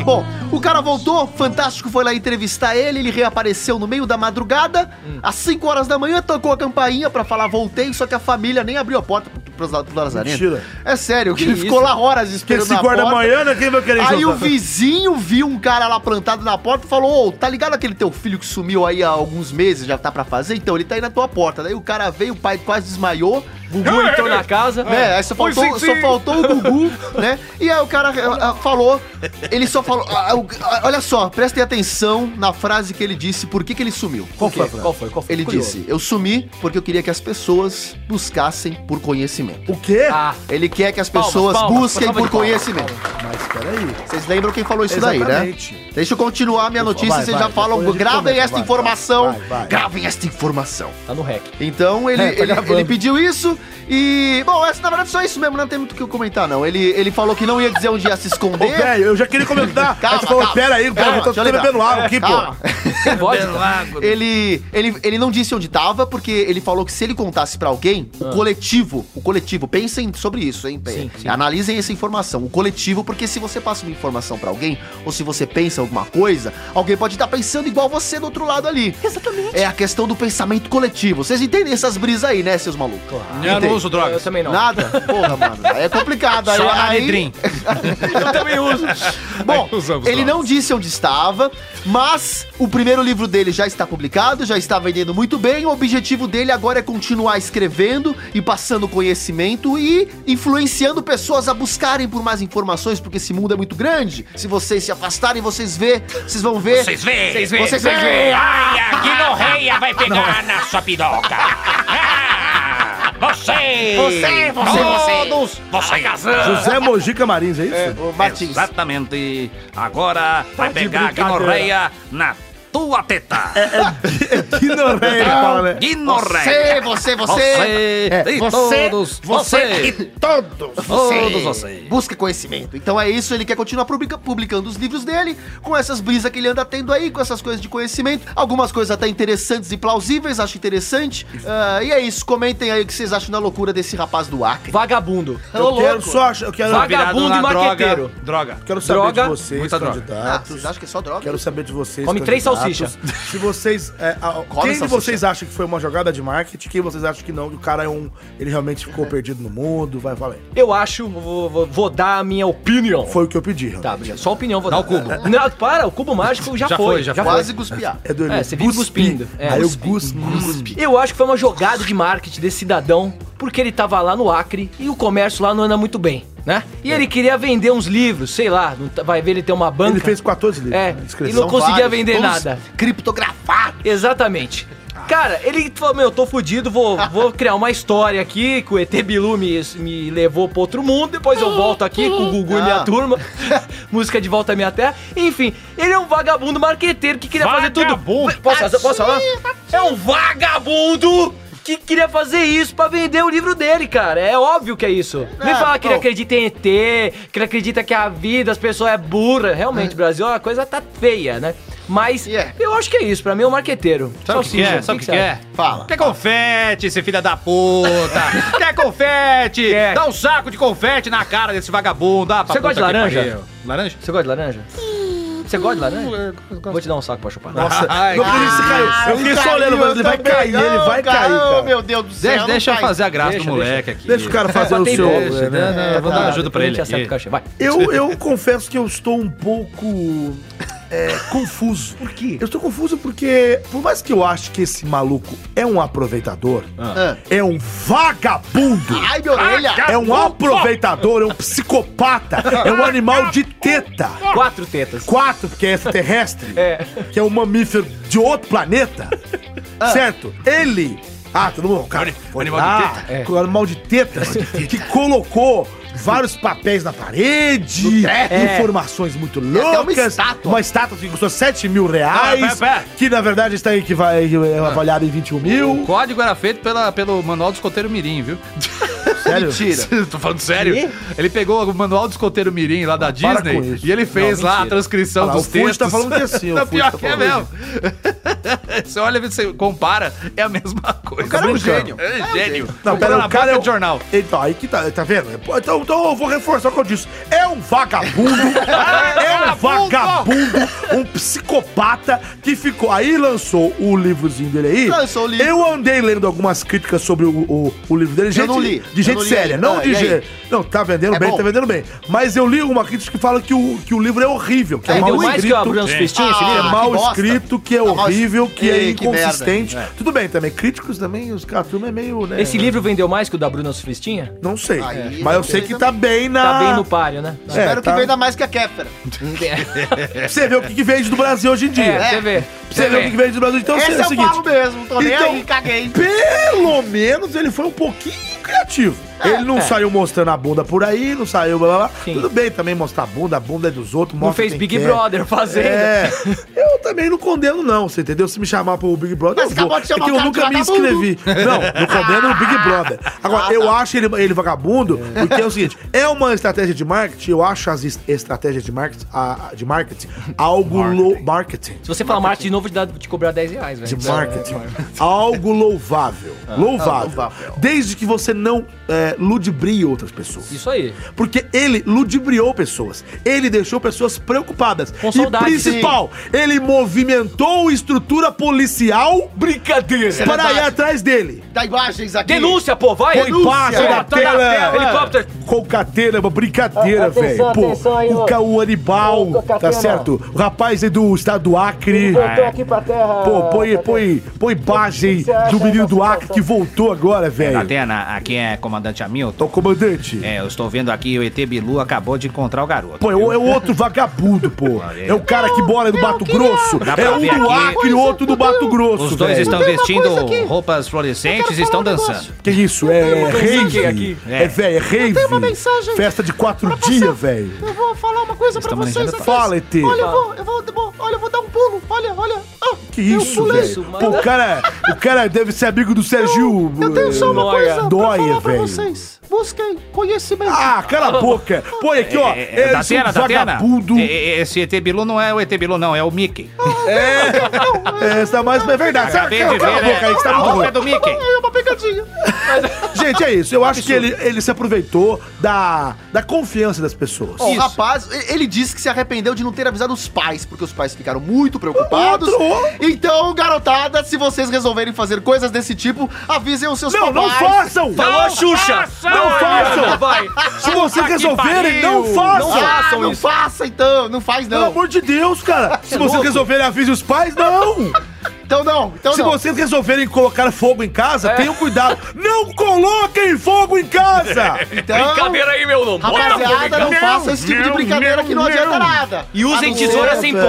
Speaker 1: Bom, o cara voltou, Fantástico foi lá entrevistar ele, ele reapareceu no meio da madrugada, às 5 horas da manhã, tocou a campainha pra falar voltei, só que a família nem abriu a porta pro, pro, pro Lazarento.
Speaker 5: Mentira.
Speaker 1: É sério, que
Speaker 4: Que
Speaker 1: ele ficou
Speaker 4: isso?
Speaker 1: lá horas
Speaker 5: Quem
Speaker 1: esperando
Speaker 5: se
Speaker 1: na
Speaker 5: guarda
Speaker 1: porta.
Speaker 5: amanhã, né? Quem vai querer
Speaker 1: Aí o
Speaker 5: jogar?
Speaker 1: vizinho viu um cara lá plantado na porta e falou: Ô, tá ligado aquele teu filho que sumiu aí há alguns meses, já tá pra fazer? Então, ele tá aí na tua porta. Daí o cara veio, o pai quase desmaiou.
Speaker 4: Gugu entrou na casa.
Speaker 5: É.
Speaker 1: Né? Aí só
Speaker 3: Foi
Speaker 1: faltou,
Speaker 3: sim, sim.
Speaker 1: só faltou o Gugu, né? E aí o cara ah, ah, falou, ele só falou. ah, o- ah, olha só, prestem atenção na frase que ele disse, por que, que ele sumiu.
Speaker 4: Qual foi? Qual foi? Qual foi?
Speaker 1: Ele
Speaker 4: Curioso.
Speaker 1: disse: Eu sumi porque eu queria que as pessoas buscassem por conhecimento.
Speaker 5: O quê?
Speaker 4: Ah,
Speaker 1: Ele quer que as
Speaker 4: Palmas,
Speaker 1: pessoas
Speaker 4: palmas,
Speaker 1: busquem
Speaker 4: salva de
Speaker 1: por
Speaker 4: palmas.
Speaker 1: conhecimento.
Speaker 5: Mas peraí.
Speaker 1: Vocês lembram quem falou isso
Speaker 5: Exatamente.
Speaker 1: daí, né? Deixa eu continuar a minha notícia,
Speaker 5: Vai,
Speaker 1: vocês
Speaker 5: vai,
Speaker 1: já falam,
Speaker 5: depois a gente
Speaker 1: gravem
Speaker 5: comenta,
Speaker 1: esta
Speaker 5: vai,
Speaker 1: informação,
Speaker 5: vai, vai.
Speaker 1: gravem esta informação.
Speaker 4: tá no rec.
Speaker 1: Então ele,
Speaker 5: É, tá
Speaker 1: ele- ele,
Speaker 5: gravando.
Speaker 1: pediu isso e. Bom, essa, na verdade só isso mesmo, né? não tem muito o que eu comentar, não. Ele, ele falou que não ia dizer onde ia se
Speaker 5: Ô,
Speaker 1: esconder.
Speaker 5: velho, eu já queria comentar.
Speaker 1: Calma,
Speaker 5: Aí você falou,
Speaker 1: calma.
Speaker 5: pera aí,
Speaker 1: Calma,
Speaker 5: pera, eu É, tô
Speaker 1: deixa eu
Speaker 5: tô bebendo
Speaker 1: lembrar.
Speaker 5: água aqui,
Speaker 1: Calma.
Speaker 5: pô.
Speaker 4: Tem voz?
Speaker 1: Ele, ele, ele não disse onde tava, porque ele falou que se ele contasse pra alguém, o
Speaker 5: Ah.
Speaker 1: coletivo, o coletivo, pensem sobre isso, hein? É,
Speaker 4: Sim, sim.
Speaker 1: Analisem essa informação, o coletivo, porque se você passa uma informação pra alguém, ou se você pensa alguma coisa, alguém pode estar pensando igual você do outro lado ali. Exatamente. É a questão do pensamento coletivo. Vocês entendem essas brisas aí, né, seus malucos?
Speaker 7: Ah, Eu não uso
Speaker 4: Eu
Speaker 7: drogas.
Speaker 4: também não.
Speaker 1: Nada? Porra, mano. Aí é complicado. Aí,
Speaker 7: Só
Speaker 1: aí,
Speaker 7: anedrim.
Speaker 4: Eu também uso.
Speaker 1: Bom,
Speaker 3: Aí usamos
Speaker 1: ele
Speaker 3: drogas.
Speaker 1: não disse onde estava, mas o primeiro livro dele já está publicado, já está vendendo muito bem. O objetivo dele agora é continuar escrevendo e passando conhecimento e influenciando pessoas a buscarem por mais informações, porque esse mundo é muito grande. Se vocês se afastarem, vocês vê, vocês vão ver. Vocês vê, vocês vê, vocês vê.
Speaker 9: Ai, aqui no reia vai pegar na sua piroca. Ah, Você!
Speaker 1: Você, você, você.
Speaker 9: Todos! Você!
Speaker 5: José Mojica Marins, é isso?
Speaker 1: Ô, Martins.
Speaker 9: Exatamente! Agora vai pegar a guinorreia na tua teta!
Speaker 5: Que noré ele fala, né?
Speaker 9: Guinorreia!
Speaker 1: você, você, você.
Speaker 7: Você, e
Speaker 1: você,
Speaker 7: todos,
Speaker 9: Você e
Speaker 7: você,
Speaker 1: todos
Speaker 7: Todos vocês.
Speaker 1: busca conhecimento. Então é isso, ele quer continuar publica- publicando os livros dele, com essas brisas que ele anda tendo aí, com essas coisas de conhecimento, algumas coisas até interessantes e plausíveis, acho interessante. Ah, e é isso, comentem aí o que vocês acham da loucura desse rapaz do Acre.
Speaker 4: Vagabundo.
Speaker 1: Ô,
Speaker 5: Eu
Speaker 1: louco.
Speaker 5: quero só... ach- Eu quero,
Speaker 4: Vaga-
Speaker 7: virado
Speaker 4: Vagabundo
Speaker 7: na
Speaker 4: e
Speaker 7: droga.
Speaker 4: marqueteiro.
Speaker 7: Droga.
Speaker 5: quero saber
Speaker 4: droga,
Speaker 5: de vocês,
Speaker 7: muita droga.
Speaker 1: Ah,
Speaker 5: candidatos.
Speaker 1: vocês acham que é só droga?
Speaker 5: Quero saber de vocês.
Speaker 4: Come três
Speaker 5: candidatos.
Speaker 4: salsicha.
Speaker 5: Se vocês. é, a- quem de
Speaker 1: salsicha.
Speaker 5: vocês acham que foi uma jogada de marketing? Quem vocês acham que não? Que o cara é um. Ele realmente ficou perdido no mundo? Vai falar. aí.
Speaker 4: Eu acho, vou, vou- vou dar a minha opinião.
Speaker 5: Foi o que eu pedi. Ramos.
Speaker 4: Tá, só opinião vou
Speaker 7: Dá
Speaker 4: dar.
Speaker 7: o cubo.
Speaker 4: Não, para, o cubo mágico já,
Speaker 7: Já
Speaker 4: foi,
Speaker 7: foi, já foi.
Speaker 1: Quase guspiar.
Speaker 5: É do
Speaker 4: É, você vive cuspindo. É,
Speaker 5: Aí eu
Speaker 4: cuspi.
Speaker 5: cuspi.
Speaker 4: Eu acho que foi uma jogada de marketing desse cidadão, porque ele tava lá no Acre e o comércio lá não anda muito bem, né? E ele queria vender uns livros, sei lá, não tá- vai ver ele ter uma banca.
Speaker 5: Ele fez 14 livros.
Speaker 4: É,
Speaker 5: né?
Speaker 4: e
Speaker 5: Escreveu.
Speaker 4: não conseguia
Speaker 1: vários,
Speaker 4: vender
Speaker 1: todos
Speaker 4: nada.
Speaker 1: Criptografados.
Speaker 4: Exatamente. Cara, ele falou, meu, tô fudido, vou, vou criar uma história aqui, que o ET Bilu me, me levou pro outro mundo, depois eu volto aqui com o Gugu e minha
Speaker 1: Ah.
Speaker 4: turma, música de volta à minha terra. Enfim, ele é um vagabundo marqueteiro que queria fazer
Speaker 3: Vagabundo.
Speaker 4: tudo. Posso, posso falar? É um vagabundo que queria fazer isso pra vender o livro dele, cara. É óbvio que é isso. Vem
Speaker 1: Ah,
Speaker 4: falar que ele
Speaker 1: bom.
Speaker 4: acredita em ET, que ele acredita que a vida, as pessoas é burra. Realmente, Brasil, a coisa tá feia, né? Mas
Speaker 1: Yeah.
Speaker 4: eu acho que é isso, pra mim é um marqueteiro.
Speaker 7: Sabe o que, que
Speaker 4: Salsicha,
Speaker 7: é? Sabe o que,
Speaker 4: você
Speaker 7: que
Speaker 4: acha?
Speaker 7: é?
Speaker 1: Fala.
Speaker 7: Quer confete, seu filho da puta! Quer confete!
Speaker 4: Quer.
Speaker 7: Dá um saco de confete na cara desse vagabundo! Ah, pra
Speaker 4: Você gosta
Speaker 7: puta
Speaker 4: de
Speaker 7: que
Speaker 4: laranja?
Speaker 7: pariu. Laranja?
Speaker 4: Você gosta de laranja? Você gosta de laranja? Vou te dar um saco pra chupar.
Speaker 5: Nossa,
Speaker 7: Ai,
Speaker 5: um. não precisa
Speaker 1: Ah,
Speaker 5: cair. Eu
Speaker 1: um
Speaker 5: fiquei só olhando, mas ele vai cair, ele vai cair, cara.
Speaker 1: meu Deus do céu.
Speaker 7: Deixa, deixa eu
Speaker 1: não cai.
Speaker 7: fazer a graça
Speaker 4: Deixa,
Speaker 7: do moleque aqui.
Speaker 5: é Deixa o cara fazer o
Speaker 4: Tem
Speaker 5: seu.
Speaker 4: bobo,
Speaker 5: né?
Speaker 7: né? Não, vou dar
Speaker 4: Tá,
Speaker 7: ajuda pra
Speaker 4: depois a gente
Speaker 7: ele.
Speaker 4: acerta o
Speaker 7: aqui.
Speaker 4: cachê, vai.
Speaker 5: Eu, eu confesso que eu estou um pouco é, confuso. Por quê? Eu estou confuso porque, por mais que eu ache que esse maluco é um aproveitador,
Speaker 1: Ah.
Speaker 5: é um vagabundo.
Speaker 1: Ai, minha orelha.
Speaker 5: É um aproveitador, é um psicopata, é um animal de teta.
Speaker 4: Quatro tetas.
Speaker 5: Quatro, porque é extraterrestre,
Speaker 4: É.
Speaker 5: que é um mamífero de outro planeta,
Speaker 1: Ah.
Speaker 5: certo? Ele. Ah, todo mundo. o Cara, foi
Speaker 7: animal
Speaker 5: lá,
Speaker 7: de É.
Speaker 5: com o animal de teta, que colocou vários papéis na parede, É. informações muito
Speaker 1: É. até uma
Speaker 5: loucas.
Speaker 1: estátua.
Speaker 5: Uma estátua que custou 7 mil reais,
Speaker 7: Não, Ah, pera, pera.
Speaker 5: que na verdade está aí, que vai, é avaliada em 21
Speaker 7: O
Speaker 5: mil.
Speaker 7: código era feito pela, pelo Manual do Escoteiro Mirim, viu?
Speaker 5: Sério?
Speaker 1: Mentira.
Speaker 7: Tô falando sério. Ele pegou o Manual do Escoteiro Mirim lá da
Speaker 5: para com
Speaker 7: Disney
Speaker 5: isso.
Speaker 7: e ele fez
Speaker 4: Não,
Speaker 7: lá a
Speaker 4: mentira.
Speaker 7: transcrição
Speaker 5: Olha lá,
Speaker 7: dos
Speaker 5: o Fuji
Speaker 7: textos.
Speaker 5: tá falando que é assim, o
Speaker 7: Não,
Speaker 5: Fuji
Speaker 7: pior
Speaker 5: tá
Speaker 7: que é mesmo.
Speaker 5: falando
Speaker 7: você olha, você compara, é a mesma coisa. O
Speaker 5: cara é um gênio.
Speaker 7: É um gênio.
Speaker 5: Não, pera,
Speaker 7: na
Speaker 5: o cara
Speaker 7: banca
Speaker 5: é
Speaker 7: de jornal.
Speaker 5: Então, aí que tá, tá vendo? Então, então eu vou reforçar o que eu disse. É um vagabundo, é um vagabundo, um psicopata que ficou... Aí lançou o livrozinho dele aí.
Speaker 1: Lançou o livro.
Speaker 5: Eu andei lendo algumas críticas sobre o, o, o livro dele. Gente,
Speaker 1: não li.
Speaker 5: De
Speaker 1: Eu
Speaker 5: gente
Speaker 1: não li
Speaker 5: séria,
Speaker 1: ainda.
Speaker 5: não
Speaker 1: Ah,
Speaker 5: de
Speaker 1: e aí?
Speaker 5: gente... Não, tá vendendo
Speaker 1: É
Speaker 5: bem,
Speaker 1: bom?
Speaker 5: tá vendendo bem. Mas eu li uma crítica que fala que o, que o livro é horrível, que é,
Speaker 4: Vendeu
Speaker 5: mal
Speaker 7: um
Speaker 4: mais que o
Speaker 5: escrito.
Speaker 4: Abrams Festinho, esse
Speaker 1: Ah,
Speaker 5: É
Speaker 4: livro?
Speaker 1: que
Speaker 5: mal
Speaker 1: bosta.
Speaker 5: escrito, que é
Speaker 1: Tá mal-
Speaker 5: horrível, que é
Speaker 1: Ei, que merda.
Speaker 5: inconsistente. Tudo bem também, críticos também, os caras, a turma é meio, né?
Speaker 4: Esse livro vendeu mais que o da Bruna Sufistinha?
Speaker 5: Não sei.
Speaker 1: Aí,
Speaker 5: mas
Speaker 1: não
Speaker 5: eu sei
Speaker 1: sei
Speaker 5: que tá bem na.
Speaker 4: é
Speaker 7: Ah.
Speaker 4: Tá bem no páreo, né?
Speaker 5: É,
Speaker 1: Espero que
Speaker 5: tá- É,
Speaker 1: venda mais que a Kéfera.
Speaker 5: Você vê o que, que vende do Brasil hoje em dia.
Speaker 4: É, você vê.
Speaker 5: Você vê o que, que vende do Brasil. Então
Speaker 1: Esse
Speaker 5: é o
Speaker 1: eu
Speaker 5: seguinte.
Speaker 1: falo mesmo. Tô nem
Speaker 5: Então-
Speaker 1: aí, caguei.
Speaker 5: Pelo menos ele foi um pouquinho criativo. ele não
Speaker 4: é.
Speaker 5: saiu mostrando a bunda por aí, não saiu blá blá blá.
Speaker 4: Sim.
Speaker 5: Tudo bem também mostrar a bunda, a bunda é dos outros,
Speaker 4: Não
Speaker 5: mostra
Speaker 4: fez
Speaker 5: quem
Speaker 4: Big
Speaker 5: quer.
Speaker 4: Brother fazendo.
Speaker 5: É, eu também não condeno, não, você entendeu? Se me chamar pro Big Brother,
Speaker 1: Mas
Speaker 5: eu vou.
Speaker 1: acabou de
Speaker 5: É
Speaker 1: chamar
Speaker 5: que
Speaker 1: o
Speaker 5: eu
Speaker 1: cara de
Speaker 5: nunca me
Speaker 1: vagabundo. Ah, tá.
Speaker 5: inscrevi. Não, não condeno o Big Brother. Agora, eu acho ele, ele vagabundo, porque é o seguinte, é uma estratégia de marketing, eu acho as es- estratégias de marketing, a- de marketing algo low marketing.
Speaker 4: Se você falar marketing de novo, te, dá, te cobrar 10 reais, velho.
Speaker 5: De marketing. Algo louvável. louvável.
Speaker 1: louvável.
Speaker 5: Desde que você não é, ludibrie outras pessoas.
Speaker 4: Isso aí.
Speaker 5: Porque ele ludibriou pessoas. Ele deixou pessoas preocupadas.
Speaker 4: Com
Speaker 5: e
Speaker 4: saudade,
Speaker 5: principal, ele movimentou estrutura policial
Speaker 4: Brincadeira.
Speaker 5: para ir
Speaker 1: verdade.
Speaker 5: atrás dele.
Speaker 1: Dá imagens aqui.
Speaker 4: Denúncia, pô, vai!
Speaker 5: Põe
Speaker 10: Ah,
Speaker 5: baixo
Speaker 4: É,
Speaker 5: na
Speaker 4: tá na
Speaker 5: tela.
Speaker 4: tela, Helicóptero!
Speaker 5: Concatena, uma brincadeira,
Speaker 10: Atenção,
Speaker 5: velho. Pô,
Speaker 10: atenção aí,
Speaker 5: o
Speaker 10: ô.
Speaker 5: Caú Anibal,
Speaker 10: Ô, Concatena.
Speaker 5: tá certo? O rapaz aí do estado do Acre.
Speaker 10: Voltou aqui pra terra.
Speaker 5: Pô, põe, põe, põe imagem
Speaker 10: Você acha
Speaker 5: do menino
Speaker 10: essa
Speaker 5: do Acre
Speaker 10: situação?
Speaker 5: que voltou agora, velho.
Speaker 9: Atena, aqui é comandante Hamilton.
Speaker 5: Ô, comandante.
Speaker 9: É, eu estou vendo aqui o ET Bilu acabou de encontrar o garoto.
Speaker 5: Pô, é o é o outro vagabundo, pô. É o cara que mora do Mato Grosso.
Speaker 9: Dá pra
Speaker 5: É um
Speaker 9: ver
Speaker 5: do
Speaker 9: aqui.
Speaker 5: Acre e outro do Mato Grosso.
Speaker 9: Os dois
Speaker 5: velho.
Speaker 9: estão vestindo roupas fluorescentes e estão
Speaker 5: um
Speaker 9: dançando.
Speaker 5: Que isso? É, é rave.
Speaker 4: mensagem aqui.
Speaker 5: É, velho, é rave.
Speaker 11: uma mensagem
Speaker 5: Festa de quatro dias, velho.
Speaker 11: Eu vou falar uma coisa pra
Speaker 9: Estamos
Speaker 11: vocês
Speaker 9: manejando
Speaker 11: aqui.
Speaker 5: Fala, ET.
Speaker 11: Olha, eu vou, eu vou, eu vou- olha, eu vou dar um pulo. Olha, olha. Ah,
Speaker 5: Que
Speaker 11: eu
Speaker 5: isso,
Speaker 11: pulei.
Speaker 5: velho? Pô, o cara, o cara deve ser amigo do Sergio.
Speaker 11: Eu tenho só uma
Speaker 5: eh,
Speaker 11: coisa pra
Speaker 5: Dóia,
Speaker 11: falar pra
Speaker 5: velho.
Speaker 11: vocês. Busquem conhecimento.
Speaker 5: Ah, cala a boca. Põe aqui, ó.
Speaker 9: É,
Speaker 5: É, esse vagabundo.
Speaker 9: É, é, Esse ET Bilu não é o ET Bilu, não, é o Mickey.
Speaker 5: É, essa mais é verdade. Sabe,
Speaker 9: Acabei de
Speaker 5: cala, cala a
Speaker 9: ver,
Speaker 5: boca
Speaker 7: né?
Speaker 5: aí, que
Speaker 9: é,
Speaker 5: você tá
Speaker 9: a
Speaker 5: muito
Speaker 9: roupa é
Speaker 5: ruim.
Speaker 9: do Mickey.
Speaker 11: É uma pegadinha.
Speaker 5: Gente, é isso. Eu acho que ele, ele se aproveitou da, da confiança das pessoas.
Speaker 1: Ó, o rapaz, e- ele disse que se arrependeu de não ter avisado os pais, porque os pais ficaram muito preocupados.
Speaker 5: Outro.
Speaker 1: Então, garotada, se vocês resolverem fazer coisas desse tipo, avisem os seus
Speaker 5: Não, não
Speaker 1: papais.
Speaker 5: façam!
Speaker 4: Falou a Xuxa!
Speaker 5: Não façam!
Speaker 4: Vai!
Speaker 5: Se vocês resolverem, não façam!
Speaker 1: Não, ah,
Speaker 4: façam
Speaker 1: não
Speaker 4: isso.
Speaker 1: faça então, não faz
Speaker 5: Pelo
Speaker 1: não.
Speaker 5: amor de Deus, cara! Se vocês
Speaker 4: louco?
Speaker 5: resolverem, avise os pais, não!
Speaker 1: Então não, então
Speaker 5: Se
Speaker 1: não.
Speaker 5: vocês resolverem colocar fogo em casa,
Speaker 4: É.
Speaker 5: tenham cuidado. Não coloquem fogo em casa!
Speaker 4: É.
Speaker 1: Então,
Speaker 4: Brincadeira aí, meu não. Bota fogo em
Speaker 1: rapaziada,
Speaker 4: casa.
Speaker 1: não faça esse tipo de brincadeira que não adianta nada.
Speaker 4: E usem
Speaker 5: Ah,
Speaker 1: A não
Speaker 4: tesoura
Speaker 1: ser-
Speaker 4: sem ponta.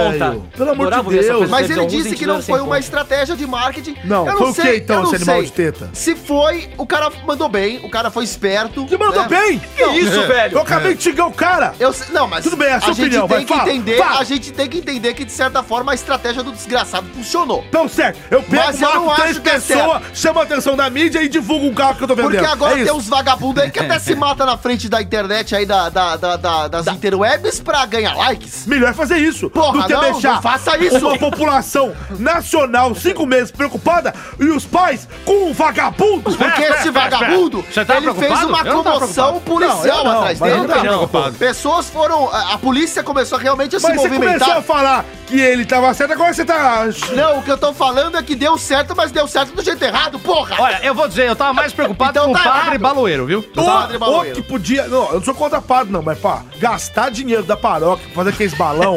Speaker 5: é, Pelo amor de
Speaker 4: Adorava ver essa
Speaker 5: Deus.
Speaker 1: Mas ele
Speaker 4: apresentação, usem
Speaker 1: disse que não
Speaker 4: tesoura sem
Speaker 1: foi uma
Speaker 4: ponta.
Speaker 1: estratégia de marketing.
Speaker 5: Não,
Speaker 1: Eu
Speaker 5: foi o
Speaker 1: sei,
Speaker 5: quê, então,
Speaker 1: eu não
Speaker 5: esse animal
Speaker 1: sei.
Speaker 5: de teta?
Speaker 1: Se foi, o cara mandou bem, o cara foi esperto.
Speaker 5: Você mandou
Speaker 1: né?
Speaker 5: bem!
Speaker 1: Não.
Speaker 4: isso, É. velho? É.
Speaker 5: Eu acabei de xingar o cara!
Speaker 1: Eu sei- não, mas
Speaker 5: Tudo bem, é a sua
Speaker 1: gente
Speaker 5: opinião,
Speaker 1: tem
Speaker 5: vai,
Speaker 1: que
Speaker 5: fala,
Speaker 1: entender,
Speaker 5: fala.
Speaker 1: a gente tem que entender que de certa forma a estratégia do desgraçado funcionou.
Speaker 5: Então, certo, eu pego,
Speaker 1: Mas eu não
Speaker 5: marco três
Speaker 1: acho que é
Speaker 5: pessoas, chamo a atenção da mídia e divulgo o carro que eu tô vendendo.
Speaker 1: Porque agora
Speaker 5: é
Speaker 1: tem
Speaker 5: isso.
Speaker 1: uns vagabundos aí que até se mata na frente da internet aí, da, da- da- da- das interwebs pra ganhar likes.
Speaker 5: Melhor é fazer isso
Speaker 1: Porra,
Speaker 5: do que
Speaker 1: não,
Speaker 5: deixar
Speaker 1: não faça isso.
Speaker 5: uma população nacional cinco meses preocupada e os pais com um vagabundo.
Speaker 1: Porque esse vagabundo,
Speaker 7: Você tá
Speaker 1: ele fez
Speaker 7: preocupado?
Speaker 1: uma
Speaker 7: Eu não tava
Speaker 1: comoção
Speaker 5: Não,
Speaker 1: policial
Speaker 5: eu não,
Speaker 1: atrás
Speaker 5: mas
Speaker 1: dele.
Speaker 5: eu não tava preocupado.
Speaker 1: Pessoas foram... A, a polícia começou realmente a se
Speaker 5: Mas você começou a
Speaker 1: movimentar.
Speaker 5: falar que ele tava certo, agora você tá...
Speaker 1: Não, o que eu tô falando é que deu certo, mas deu certo do jeito errado, porra!
Speaker 7: Olha, eu vou dizer, eu tava mais preocupado
Speaker 1: Então
Speaker 7: com
Speaker 1: tá
Speaker 7: o padre
Speaker 1: errado.
Speaker 7: baloeiro, viu?
Speaker 1: Tá, Padre
Speaker 5: Ou
Speaker 1: Baloeiro.
Speaker 5: que podia. Não, eu não sou contra padre, não, mas pá, gastar dinheiro da paróquia pra fazer aqueles balão.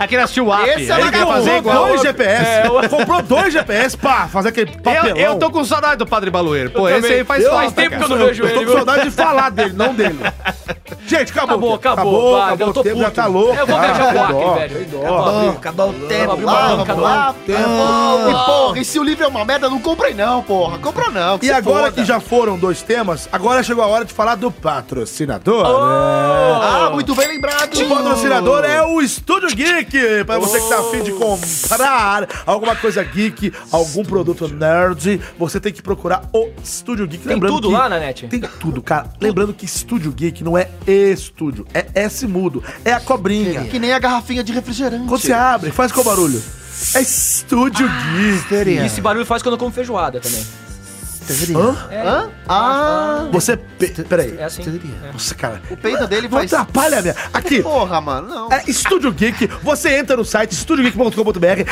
Speaker 7: Aquele assistiu o app.
Speaker 1: Esse é
Speaker 7: aí
Speaker 1: legal,
Speaker 7: quer fazer
Speaker 1: vou-
Speaker 7: igual.
Speaker 1: vou-
Speaker 5: dois GPS.
Speaker 1: É,
Speaker 5: Comprou dois GPS, pá, fazer aquele
Speaker 7: Eu,
Speaker 9: É,
Speaker 5: papelão.
Speaker 7: eu tô com saudade do padre baloeiro. Pô, esse
Speaker 4: também.
Speaker 7: aí faz
Speaker 4: Eu-
Speaker 7: falta.
Speaker 4: faz tempo
Speaker 7: cara.
Speaker 4: que eu não vejo
Speaker 5: Eu tô
Speaker 4: ele,
Speaker 5: com
Speaker 4: viu?
Speaker 5: saudade de falar dele, não dele. Gente, acabou. o tempo.
Speaker 4: Acabou, acabou,
Speaker 5: Acabou,
Speaker 4: padre,
Speaker 5: acabou
Speaker 4: eu
Speaker 5: o
Speaker 4: tô
Speaker 5: tempo, já
Speaker 4: puto.
Speaker 5: tá louco.
Speaker 4: Eu vou beijar
Speaker 5: Ah,
Speaker 4: o
Speaker 5: dó.
Speaker 4: Acre, velho. É Acabou, abriu-
Speaker 1: Acabou o tempo,
Speaker 4: abriu uma
Speaker 1: lá,
Speaker 4: banca,
Speaker 1: vamos lá. E porra, e se o livro é uma merda, não comprei não, porra. Compra não, que
Speaker 5: E
Speaker 4: é
Speaker 1: se
Speaker 5: agora
Speaker 1: foda.
Speaker 5: que já foram dois temas, agora chegou a hora de falar do patrocinador. né?
Speaker 1: Ah, muito bem lembrado.
Speaker 5: O patrocinador é o Estúdio Geek. Para você que tá afim de comprar alguma coisa geek, algum produto nerd, você tem que procurar o Estúdio Geek.
Speaker 4: Tem tudo
Speaker 5: que
Speaker 4: lá na net?
Speaker 5: Tem tudo, cara. Lembrando que Estúdio Geek não é estúdio, é S mudo, é a cobrinha.
Speaker 1: Que nem a garrafinha de refrigerante.
Speaker 5: Quando você abre, faz qual barulho? É Estúdio Geek.
Speaker 4: E esse barulho faz quando eu como feijoada também.
Speaker 5: Hã?
Speaker 1: Hã? Ah,
Speaker 5: Você. pe- Peraí.
Speaker 4: É assim.
Speaker 5: Nossa, cara.
Speaker 1: o peito dele
Speaker 5: Não
Speaker 1: faz...
Speaker 5: atrapalha, minha. Aqui.
Speaker 1: Porra, mano, não.
Speaker 5: É Estúdio Geek, você entra no site estudiogeek.com.br,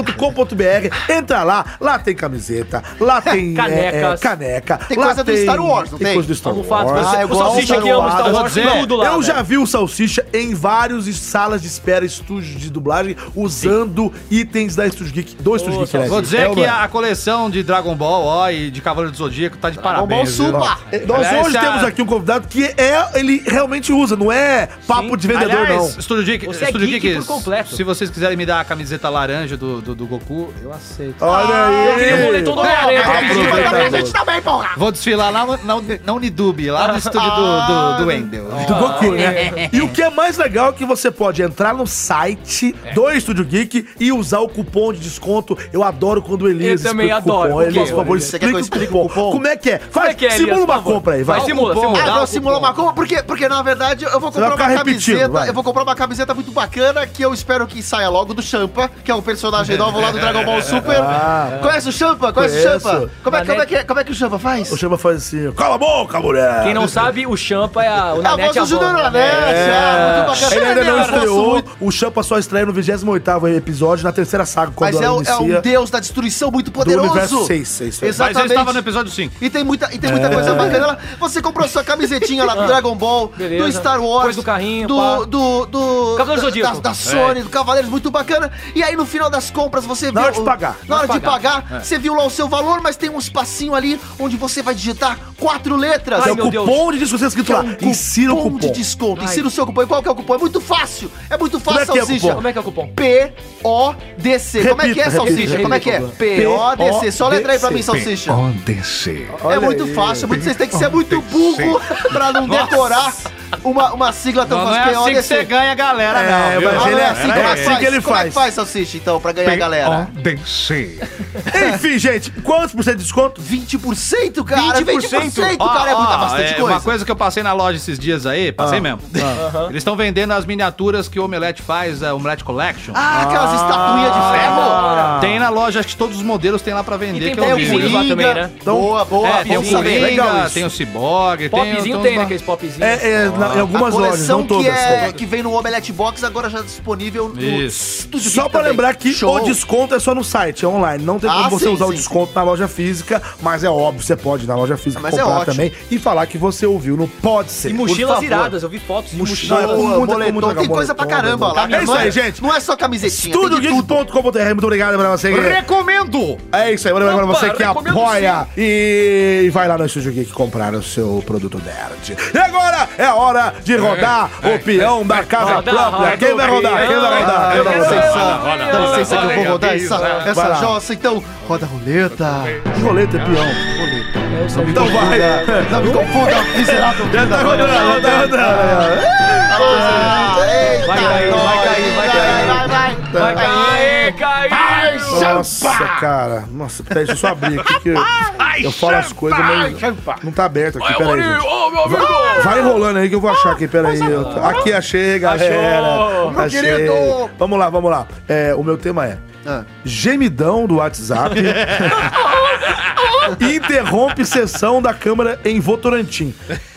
Speaker 5: estudiogeek.com.br, entra lá, lá tem camiseta, lá tem é,
Speaker 4: Canecas.
Speaker 5: é, caneca,
Speaker 1: Tem
Speaker 5: lá
Speaker 1: coisa do Star Wars, não tem?
Speaker 5: coisa do Star
Speaker 4: Almofadas,
Speaker 5: Wars.
Speaker 4: mas
Speaker 1: Ah, eu
Speaker 4: o
Speaker 1: gosto
Speaker 4: salsicha
Speaker 1: de
Speaker 4: que ama tá? Star
Speaker 5: almofadas.
Speaker 4: Wars,
Speaker 7: Eu vou dizer,
Speaker 4: tudo lá.
Speaker 5: eu
Speaker 4: velho.
Speaker 5: já vi o Salsicha em vários salas de espera, estúdios de dublagem, usando itens da Estúdio Geek, do Estúdio Geek. né?
Speaker 7: Vou dizer
Speaker 5: É ou
Speaker 7: que
Speaker 5: não é?
Speaker 7: a coleção de Dragon Ball, ó, e de Cavaleiro do Zodíaco tá de
Speaker 1: Bom
Speaker 7: parabéns. viu?
Speaker 1: supa.
Speaker 5: é, Nós
Speaker 7: Aliás,
Speaker 5: hoje
Speaker 7: a-
Speaker 5: temos aqui um convidado que é, ele realmente usa, não é papo de vendedor,
Speaker 7: Aliás,
Speaker 5: não.
Speaker 7: Estúdio Geek,
Speaker 4: Você é
Speaker 7: Estúdio
Speaker 4: geek
Speaker 7: Geeks,
Speaker 4: por completo.
Speaker 7: se vocês quiserem me dar a camiseta laranja do, do, do Goku, eu aceito.
Speaker 5: Olha
Speaker 4: ah, Eu queria um o moletom
Speaker 5: É,
Speaker 4: do Homem-Aranha pra pedir, mas
Speaker 1: Vai dar
Speaker 4: tá
Speaker 1: pra é gente também, porra.
Speaker 7: Vou desfilar lá na, na, na Unidub, lá no estúdio do, do, do Wendel.
Speaker 5: Do Goku, né? E o que é mais legal é que você pode entrar no site
Speaker 4: É.
Speaker 5: do Estúdio Geek e usar o cupom de desconto. Eu adoro quando o Elias
Speaker 4: Eu também
Speaker 5: explica o
Speaker 4: adoro.
Speaker 5: cupom. Elias, por
Speaker 4: Por
Speaker 5: favor,
Speaker 1: quê? Você quer
Speaker 5: explica
Speaker 1: que eu
Speaker 5: o
Speaker 1: explique
Speaker 5: cupom.
Speaker 1: o cupom?
Speaker 5: Como é que é?
Speaker 4: Como
Speaker 5: Faz,
Speaker 4: é que é, Elias,
Speaker 5: simula
Speaker 4: por
Speaker 5: uma
Speaker 4: favor?
Speaker 5: compra aí, vai.
Speaker 4: Vai, simula,
Speaker 7: cupom,
Speaker 4: simula.
Speaker 7: dá
Speaker 1: Ah,
Speaker 7: o
Speaker 1: não, simula uma compra, porque, porque na verdade eu vou comprar
Speaker 5: vai
Speaker 1: uma
Speaker 5: ficar repetindo,
Speaker 1: camiseta,
Speaker 5: vai.
Speaker 1: eu vou comprar uma camiseta muito bacana, que eu espero que saia logo do Champa, que é um personagem novo lá do Dragon Ball Super. Conhece o Champa? Conhece o
Speaker 5: Ah, Conheço.
Speaker 1: Champa? Como é,
Speaker 4: Mas
Speaker 1: como,
Speaker 4: nem-
Speaker 1: é que, como é que o Champa faz?
Speaker 5: O Chama faz assim, cala a boca, mulher!
Speaker 4: Quem não sabe, o Champa é a, o
Speaker 1: É a
Speaker 4: Nanete
Speaker 1: voz do Júnior
Speaker 4: avó.
Speaker 1: Nanete, é,
Speaker 4: tá
Speaker 1: muito bacana.
Speaker 5: né? Ele ainda não
Speaker 1: Eu gosto
Speaker 5: estreou,
Speaker 1: muito.
Speaker 5: o Champa só estreia no 28º episódio, na terceira saga, quando
Speaker 1: Mas é,
Speaker 5: ela
Speaker 1: o- é
Speaker 5: inicia.
Speaker 1: um deus da destruição muito poderoso.
Speaker 5: universo seis, seis, seis.
Speaker 7: Mas eu
Speaker 1: Exatamente.
Speaker 7: estava no episódio 5.
Speaker 1: E tem muita, e tem
Speaker 5: É.
Speaker 1: muita coisa bacana. lá. Você comprou sua camisetinha
Speaker 5: Ah,
Speaker 1: lá do Dragon Ball,
Speaker 4: Beleza.
Speaker 1: do Star Wars,
Speaker 4: Coisa do carrinho, pá.
Speaker 1: do, do, do-
Speaker 4: Cavaleiros
Speaker 1: da,
Speaker 4: do Zodíaco.
Speaker 1: da, da Sony, do Cavaleiros, muito bacana. E aí no final das compras você
Speaker 5: É. Na
Speaker 1: viu.
Speaker 5: hora de pagar. É.
Speaker 1: Na hora
Speaker 4: Na hora de
Speaker 1: de pagar, você viu lá o seu valor, mas tem um espacinho ali onde você vai digitar quatro letras. um
Speaker 5: É
Speaker 4: Ai,
Speaker 5: o
Speaker 4: meu Deus.
Speaker 5: cupom de desconto escrito lá. Insira o
Speaker 1: É de
Speaker 5: cupom.
Speaker 1: desconto. Insira o seu cupom. E Qual que é o cupom? É muito fácil. É muito fácil,
Speaker 5: Como é que é o cupom?
Speaker 4: Como é que é o cupom?
Speaker 1: P-O-D-c. Como é que é,
Speaker 5: Repita,
Speaker 1: Salsicha?
Speaker 5: repita,
Speaker 1: Como é que é?
Speaker 5: repita.
Speaker 1: P-O-D-C. Só letra aí pra mim,
Speaker 5: P-O-D-C.
Speaker 1: Salsicha.
Speaker 6: Ondece.
Speaker 1: é muito fácil, muito, vocês têm que ser muito burro pra não decorar uma, uma sigla tão
Speaker 7: Não, não
Speaker 1: fácil.
Speaker 7: é assim que você
Speaker 1: PODC.
Speaker 7: ganha a galera,
Speaker 5: É,
Speaker 7: não. viu?
Speaker 5: mas
Speaker 1: Ah, não
Speaker 5: Ele
Speaker 1: é
Speaker 5: é-
Speaker 1: assim,
Speaker 5: é
Speaker 1: como é
Speaker 5: assim que ele
Speaker 1: Como é que
Speaker 5: faz.
Speaker 1: faz, Salsicha, então, pra ganhar a galera?
Speaker 6: Ondece.
Speaker 5: Enfim, gente, quantos por cento de desconto?
Speaker 1: 20%, cara! 20%,
Speaker 7: 20%,
Speaker 1: cara! é
Speaker 5: Ah,
Speaker 1: muita, bastante
Speaker 7: é,
Speaker 1: coisa.
Speaker 7: Uma coisa que eu passei na loja esses dias aí, passei mesmo. Eles estão vendendo as miniaturas que o Omelete faz, a Omelete Collection.
Speaker 1: Ah, aquelas estatuinhas de ferro!
Speaker 7: Tem na loja, acho que todos os modelos tem lá pra
Speaker 4: E
Speaker 7: vender.
Speaker 4: tem
Speaker 7: que eu vi.
Speaker 4: popzinho lá também, né?
Speaker 1: boa, boa,
Speaker 7: É, tem o
Speaker 1: bom saber.
Speaker 7: Coringa,
Speaker 5: Legal isso.
Speaker 7: tem o Cyborg,
Speaker 4: Popzinho tem, né? Aqueles popzinhos.
Speaker 5: É, é, na- em algumas
Speaker 1: a
Speaker 5: lojas,
Speaker 1: coleção
Speaker 5: não todas. né?
Speaker 1: que, é, que vem no Omelete Box agora já é disponível no
Speaker 7: Isso.
Speaker 1: Estúdio
Speaker 5: Só
Speaker 1: Geek
Speaker 5: pra
Speaker 1: também.
Speaker 5: lembrar que
Speaker 1: Show.
Speaker 5: o desconto é só no site, é online. Não tem como
Speaker 1: Ah,
Speaker 5: você
Speaker 1: sim,
Speaker 5: usar o
Speaker 1: sim.
Speaker 5: desconto na loja física, mas é óbvio, você pode ir na loja física
Speaker 1: Mas é
Speaker 5: comprar
Speaker 1: ótimo.
Speaker 5: também e falar que você ouviu no Pode Ser.
Speaker 4: E mochilas
Speaker 1: favor.
Speaker 4: iradas, eu vi fotos de
Speaker 5: Mochila- Não, é
Speaker 4: mochilas.
Speaker 1: Boa,
Speaker 5: muita-
Speaker 1: boletom,
Speaker 5: muita
Speaker 1: tem coisa pra
Speaker 5: boletom,
Speaker 1: caramba lá.
Speaker 5: boletom. É isso
Speaker 1: Não
Speaker 5: aí, gente.
Speaker 1: Não é só camisetinha, tem de tudo.
Speaker 5: Estúdiogeek.com.br, muito obrigado pra você. que-
Speaker 7: Recomendo!
Speaker 5: É isso aí, valeu pra você
Speaker 4: Opa,
Speaker 5: que
Speaker 4: recomendo
Speaker 5: apoia e vai lá no Estúdio Geek comprar o seu produto nerd. E agora é a hora de rodar o peão da casa
Speaker 4: roda,
Speaker 5: própria.
Speaker 4: roda
Speaker 5: Quem vai
Speaker 4: o
Speaker 5: rodar? Quem vai
Speaker 4: peão.
Speaker 5: rodar?
Speaker 3: quero
Speaker 5: Quem vai
Speaker 1: Dá
Speaker 3: ver.
Speaker 5: rodar?
Speaker 1: licença,
Speaker 3: roda,
Speaker 1: dá
Speaker 3: roda,
Speaker 1: licença que eu
Speaker 3: roda,
Speaker 1: vou rodar
Speaker 3: isso,
Speaker 1: essa,
Speaker 3: vai.
Speaker 5: Vai
Speaker 1: essa
Speaker 5: lá.
Speaker 1: jossa. Então, roda a roleta.
Speaker 5: Que roleta é peão? Então vai.
Speaker 1: Não me confunda, miserável.
Speaker 5: Tá rodando, tá rodando.
Speaker 1: Ah, eita,
Speaker 4: Vai cair, vai cair, vai cair.
Speaker 1: Vai, vai, vai.
Speaker 4: Aê, caiu!
Speaker 5: Nossa, cara. Nossa, peraí, deixa eu só abrir aqui que eu, eu falo as coisas, mas não tá aberto aqui, peraí. gente. Vai, vai enrolando aí que eu vou achar aqui, peraí. Eu tô- Aqui, é achei, galera.
Speaker 1: Meu
Speaker 5: achei.
Speaker 1: querido.
Speaker 5: né? É Vamos lá, vamos lá. É, o meu tema é
Speaker 1: Ah.
Speaker 5: gemidão do WhatsApp interrompe sessão da Câmara em Votorantim.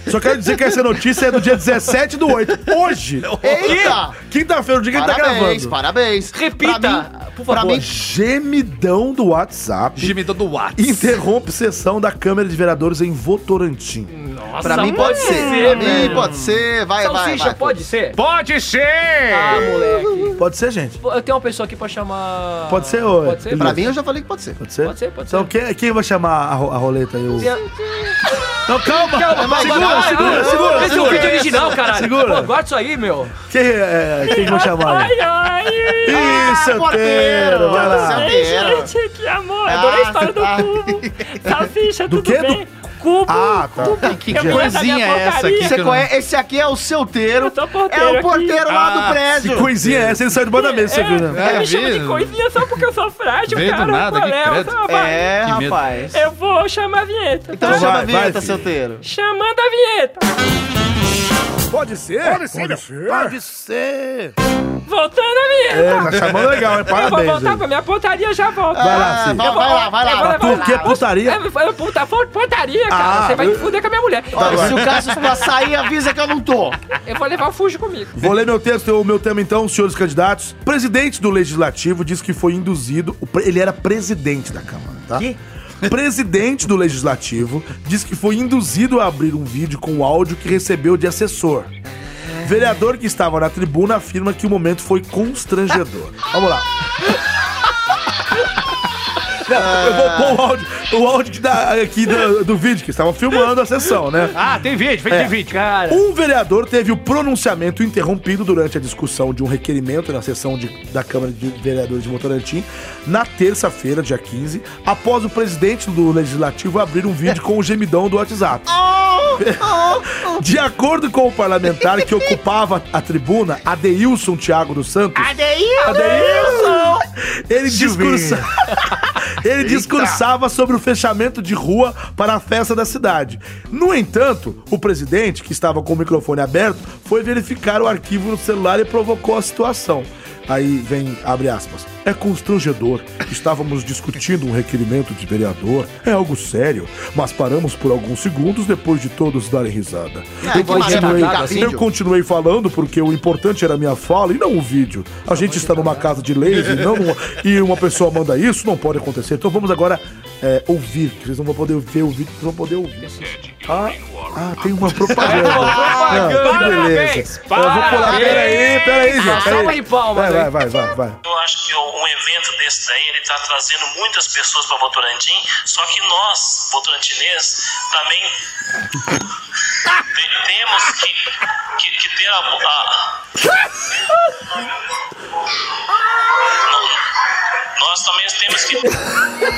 Speaker 5: Só quero dizer que essa notícia é do dia 17 do 8. Hoje!
Speaker 1: Eita!
Speaker 5: Quinta-feira, o dia que a gente tá
Speaker 1: Parabéns,
Speaker 5: gravando.
Speaker 1: parabéns.
Speaker 4: Repita,
Speaker 1: Pra mim-
Speaker 4: por
Speaker 1: pra
Speaker 4: favor.
Speaker 1: mim,
Speaker 5: Gemidão do WhatsApp
Speaker 7: Gemida do Whats.
Speaker 5: interrompe sessão da Câmara de Vereadores em Votorantim.
Speaker 4: Nossa,
Speaker 1: Pra mim pode ser, pra mim pode ser, vai, vai,
Speaker 4: Salsicha,
Speaker 1: vai.
Speaker 4: pode ser?
Speaker 3: Pode ser!
Speaker 4: Ah, moleque.
Speaker 5: Pode ser, gente?
Speaker 4: Eu tenho uma pessoa aqui pra chamar...
Speaker 5: Pode ser, ô,
Speaker 4: Pode ser?
Speaker 5: Elias.
Speaker 1: Pra mim eu já falei que pode ser.
Speaker 5: Pode ser?
Speaker 4: Pode ser, pode
Speaker 5: Então,
Speaker 4: ser.
Speaker 5: quem, quem vai chamar a, ro- a roleta aí? O...
Speaker 4: Não, calma! calma
Speaker 1: Segura,
Speaker 5: segura, segura,
Speaker 4: Esse é o vídeo
Speaker 5: segura.
Speaker 4: original, caralho.
Speaker 5: Segura.
Speaker 4: Pô, guarda isso aí, meu.
Speaker 5: Quem, é, quem vai chamar aí?
Speaker 11: ai,
Speaker 5: Isso,
Speaker 1: Ah,
Speaker 5: Santeiro! Vai lá!
Speaker 1: Santeiro.
Speaker 11: gente, que amor. Adorei a história do
Speaker 1: Ah,
Speaker 11: cubo. Salsicha,
Speaker 5: Do
Speaker 11: tudo
Speaker 5: quê?
Speaker 11: bem? Cubo.
Speaker 5: Ah, tá.
Speaker 1: Que
Speaker 11: Eu
Speaker 1: dia.
Speaker 11: gosto da minha
Speaker 7: coisinha é essa
Speaker 11: porcaria.
Speaker 1: Você conhece? Esse aqui é o solteiro.
Speaker 11: Eu sou porteiro
Speaker 1: É o
Speaker 11: aqui.
Speaker 1: porteiro lá do
Speaker 5: Que
Speaker 1: prédio.
Speaker 5: coisinha é essa? Ele saiu do banho da mesa, você viu, né?
Speaker 11: É,
Speaker 7: É,
Speaker 11: me chama de
Speaker 7: mesmo?
Speaker 11: coisinha só porque eu sou frágil,
Speaker 7: Veio do
Speaker 11: cara.
Speaker 7: nada, que
Speaker 11: Qual é?
Speaker 7: credo.
Speaker 11: Tá bom.
Speaker 1: É,
Speaker 7: Que medo.
Speaker 1: rapaz.
Speaker 11: Eu vou chamar a vinheta.
Speaker 1: Então
Speaker 11: tá?
Speaker 1: chama a
Speaker 5: vai, vai,
Speaker 1: vinheta,
Speaker 5: filho.
Speaker 1: solteiro.
Speaker 11: Chamando a vinheta.
Speaker 5: Pode ser? Pode ser! Pode ser!
Speaker 11: Voltando a vinheta.
Speaker 5: É, mas chamando legal, hein?
Speaker 11: eu vou
Speaker 5: Parabéns.
Speaker 11: voltar
Speaker 5: hein?
Speaker 11: pra minha pontaria já volto.
Speaker 5: Vai lá,
Speaker 1: Ah,
Speaker 5: filho.
Speaker 1: vai, vai lá, vai
Speaker 11: Eu vou
Speaker 1: lá.
Speaker 11: levar-
Speaker 5: Por que putaria?
Speaker 11: É, foi puta, foi pontaria, cara.
Speaker 5: Ah.
Speaker 11: Você vai me fuder com a minha mulher.
Speaker 5: Tá
Speaker 1: Olha, se o Cassius passar aí, avisa que eu não tô.
Speaker 11: Eu vou levar o Fuji comigo.
Speaker 5: Vou ler meu texto, o meu tema então, senhores candidatos. Presidente do Legislativo diz que foi induzido. o pre- Ele era presidente da Câmara, tá?
Speaker 4: Quê?
Speaker 5: Presidente do Legislativo diz que foi induzido a abrir um vídeo com o áudio que recebeu de assessor. Vereador que estava na tribuna afirma que o momento foi constrangedor. Vamos lá. Não, eu vou pôr o áudio, o áudio que dá aqui do, do vídeo, que estava filmando a sessão, né?
Speaker 3: Ah, tem vídeo, fez de vídeo.
Speaker 4: Cara,
Speaker 5: Um vereador teve o pronunciamento interrompido durante a discussão de um requerimento na sessão de- da Câmara de Vereadores de Votorantim na terça-feira, dia 15, após o presidente do Legislativo abrir um vídeo com o gemidão do WhatsApp. De acordo com o parlamentar que ocupava a tribuna, Adeilson Thiago dos Santos. Adeilson! Ele discursa... Ele discursava sobre o fechamento de rua para a festa da cidade. No entanto, o presidente, que estava com o microfone aberto, foi verificar o arquivo no celular e provocou a situação. Aí vem, abre aspas. É constrangedor. Estávamos discutindo um requerimento de vereador. É algo sério. Mas paramos por alguns segundos depois de todos darem risada.
Speaker 1: Ah,
Speaker 5: eu,
Speaker 1: que maré
Speaker 5: continuei,
Speaker 1: pra cá,
Speaker 5: eu
Speaker 1: vídeo.
Speaker 5: continuei falando porque o importante era a minha fala e não o vídeo. A gente está numa casa de leis e, não, e uma pessoa manda isso, não pode acontecer. Então vamos agora é, ouvir, que vocês não vão poder ver o vídeo, vocês vão poder ouvir. Ah, ah, tem uma propaganda. Ah, que beleza. Eu vou pular, peraí, peraí, gente.
Speaker 4: salva
Speaker 5: peraí.
Speaker 4: de palmas,
Speaker 5: Vai,
Speaker 4: hein?
Speaker 5: vai, vai, vai, vai.
Speaker 10: Eu acho que um evento desse daí, ele está trazendo muitas pessoas para Votorantim, só que nós, votorantinês, também te- temos que, que- que ter a... a- Não- nós também temos que...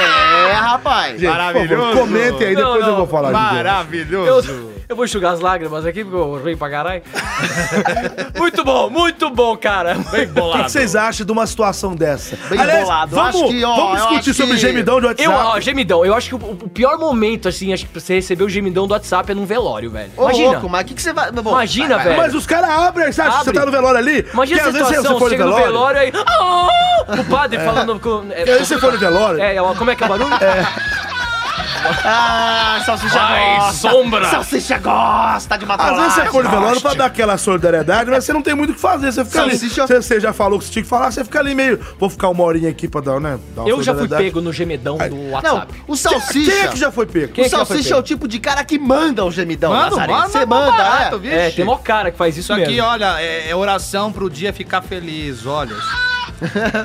Speaker 1: É, rapaz.
Speaker 5: Gente,
Speaker 3: Maravilhoso.
Speaker 5: Por favor, comentem aí, depois
Speaker 4: Não, não.
Speaker 5: eu vou falar. Maravilha.
Speaker 4: eu,
Speaker 3: Maravilhoso.
Speaker 4: eu vou enxugar as lágrimas aqui, porque eu ri pra caralho. muito bom, muito bom, cara. Bem
Speaker 5: O que
Speaker 4: bolado.
Speaker 5: que vocês acham de uma situação dessa?
Speaker 1: Bem bolado.
Speaker 5: Vamos,
Speaker 1: Acho que, ó,
Speaker 5: vamos
Speaker 1: eu
Speaker 5: discutir
Speaker 1: acho
Speaker 5: sobre
Speaker 1: que-
Speaker 5: gemidão de WhatsApp.
Speaker 4: Eu, ó, gemidão, eu acho que o, o pior momento, assim, acho que pra você receber o gemidão do Whatsap é num velório, velho.
Speaker 1: Ô,
Speaker 4: Imagina.
Speaker 1: louco, mas o que, que você vai... Bom,
Speaker 4: Imagina,
Speaker 1: vai, vai.
Speaker 4: velho.
Speaker 5: Mas os caras abrem, sabe?
Speaker 4: Abre.
Speaker 5: Você tá no velório ali.
Speaker 4: Imagina
Speaker 5: que
Speaker 4: a
Speaker 5: às vezes você-
Speaker 4: situação,
Speaker 5: você for no
Speaker 4: chega no
Speaker 5: velório.
Speaker 4: velório aí... "Ah!" o padre falando com...
Speaker 5: E aí você for no velório.
Speaker 4: É, é, como é que é o barulho?
Speaker 11: Ah, salsicha
Speaker 5: Vai,
Speaker 11: gosta.
Speaker 5: sombra.
Speaker 11: Salsicha gosta de matar
Speaker 5: Às vezes você
Speaker 11: larva.
Speaker 5: foi no velório pra dar aquela solidariedade, mas você não tem muito o que fazer. Você fica ali.
Speaker 4: Salsicha.
Speaker 5: Você, você já falou o que você tinha que falar, você fica ali meio. Vou ficar uma horinha aqui pra dar, né? dar uma
Speaker 4: Eu já fui
Speaker 5: solidariedade.
Speaker 4: pego no gemedão do WhatsApp.
Speaker 5: o salsicha- Quem é que já foi pego? Quem é
Speaker 1: o
Speaker 5: que já foi
Speaker 1: salsicha é
Speaker 5: pego?
Speaker 1: o tipo de cara que manda o gemidão.
Speaker 7: Manda,
Speaker 1: Nazaré.
Speaker 7: manda,
Speaker 1: Você
Speaker 7: mó
Speaker 1: manda,
Speaker 7: barato,
Speaker 1: é.
Speaker 7: vixe. É, tem mó
Speaker 4: cara que faz
Speaker 7: Isso aqui, olha, é, é oração pro dia ficar feliz, olha.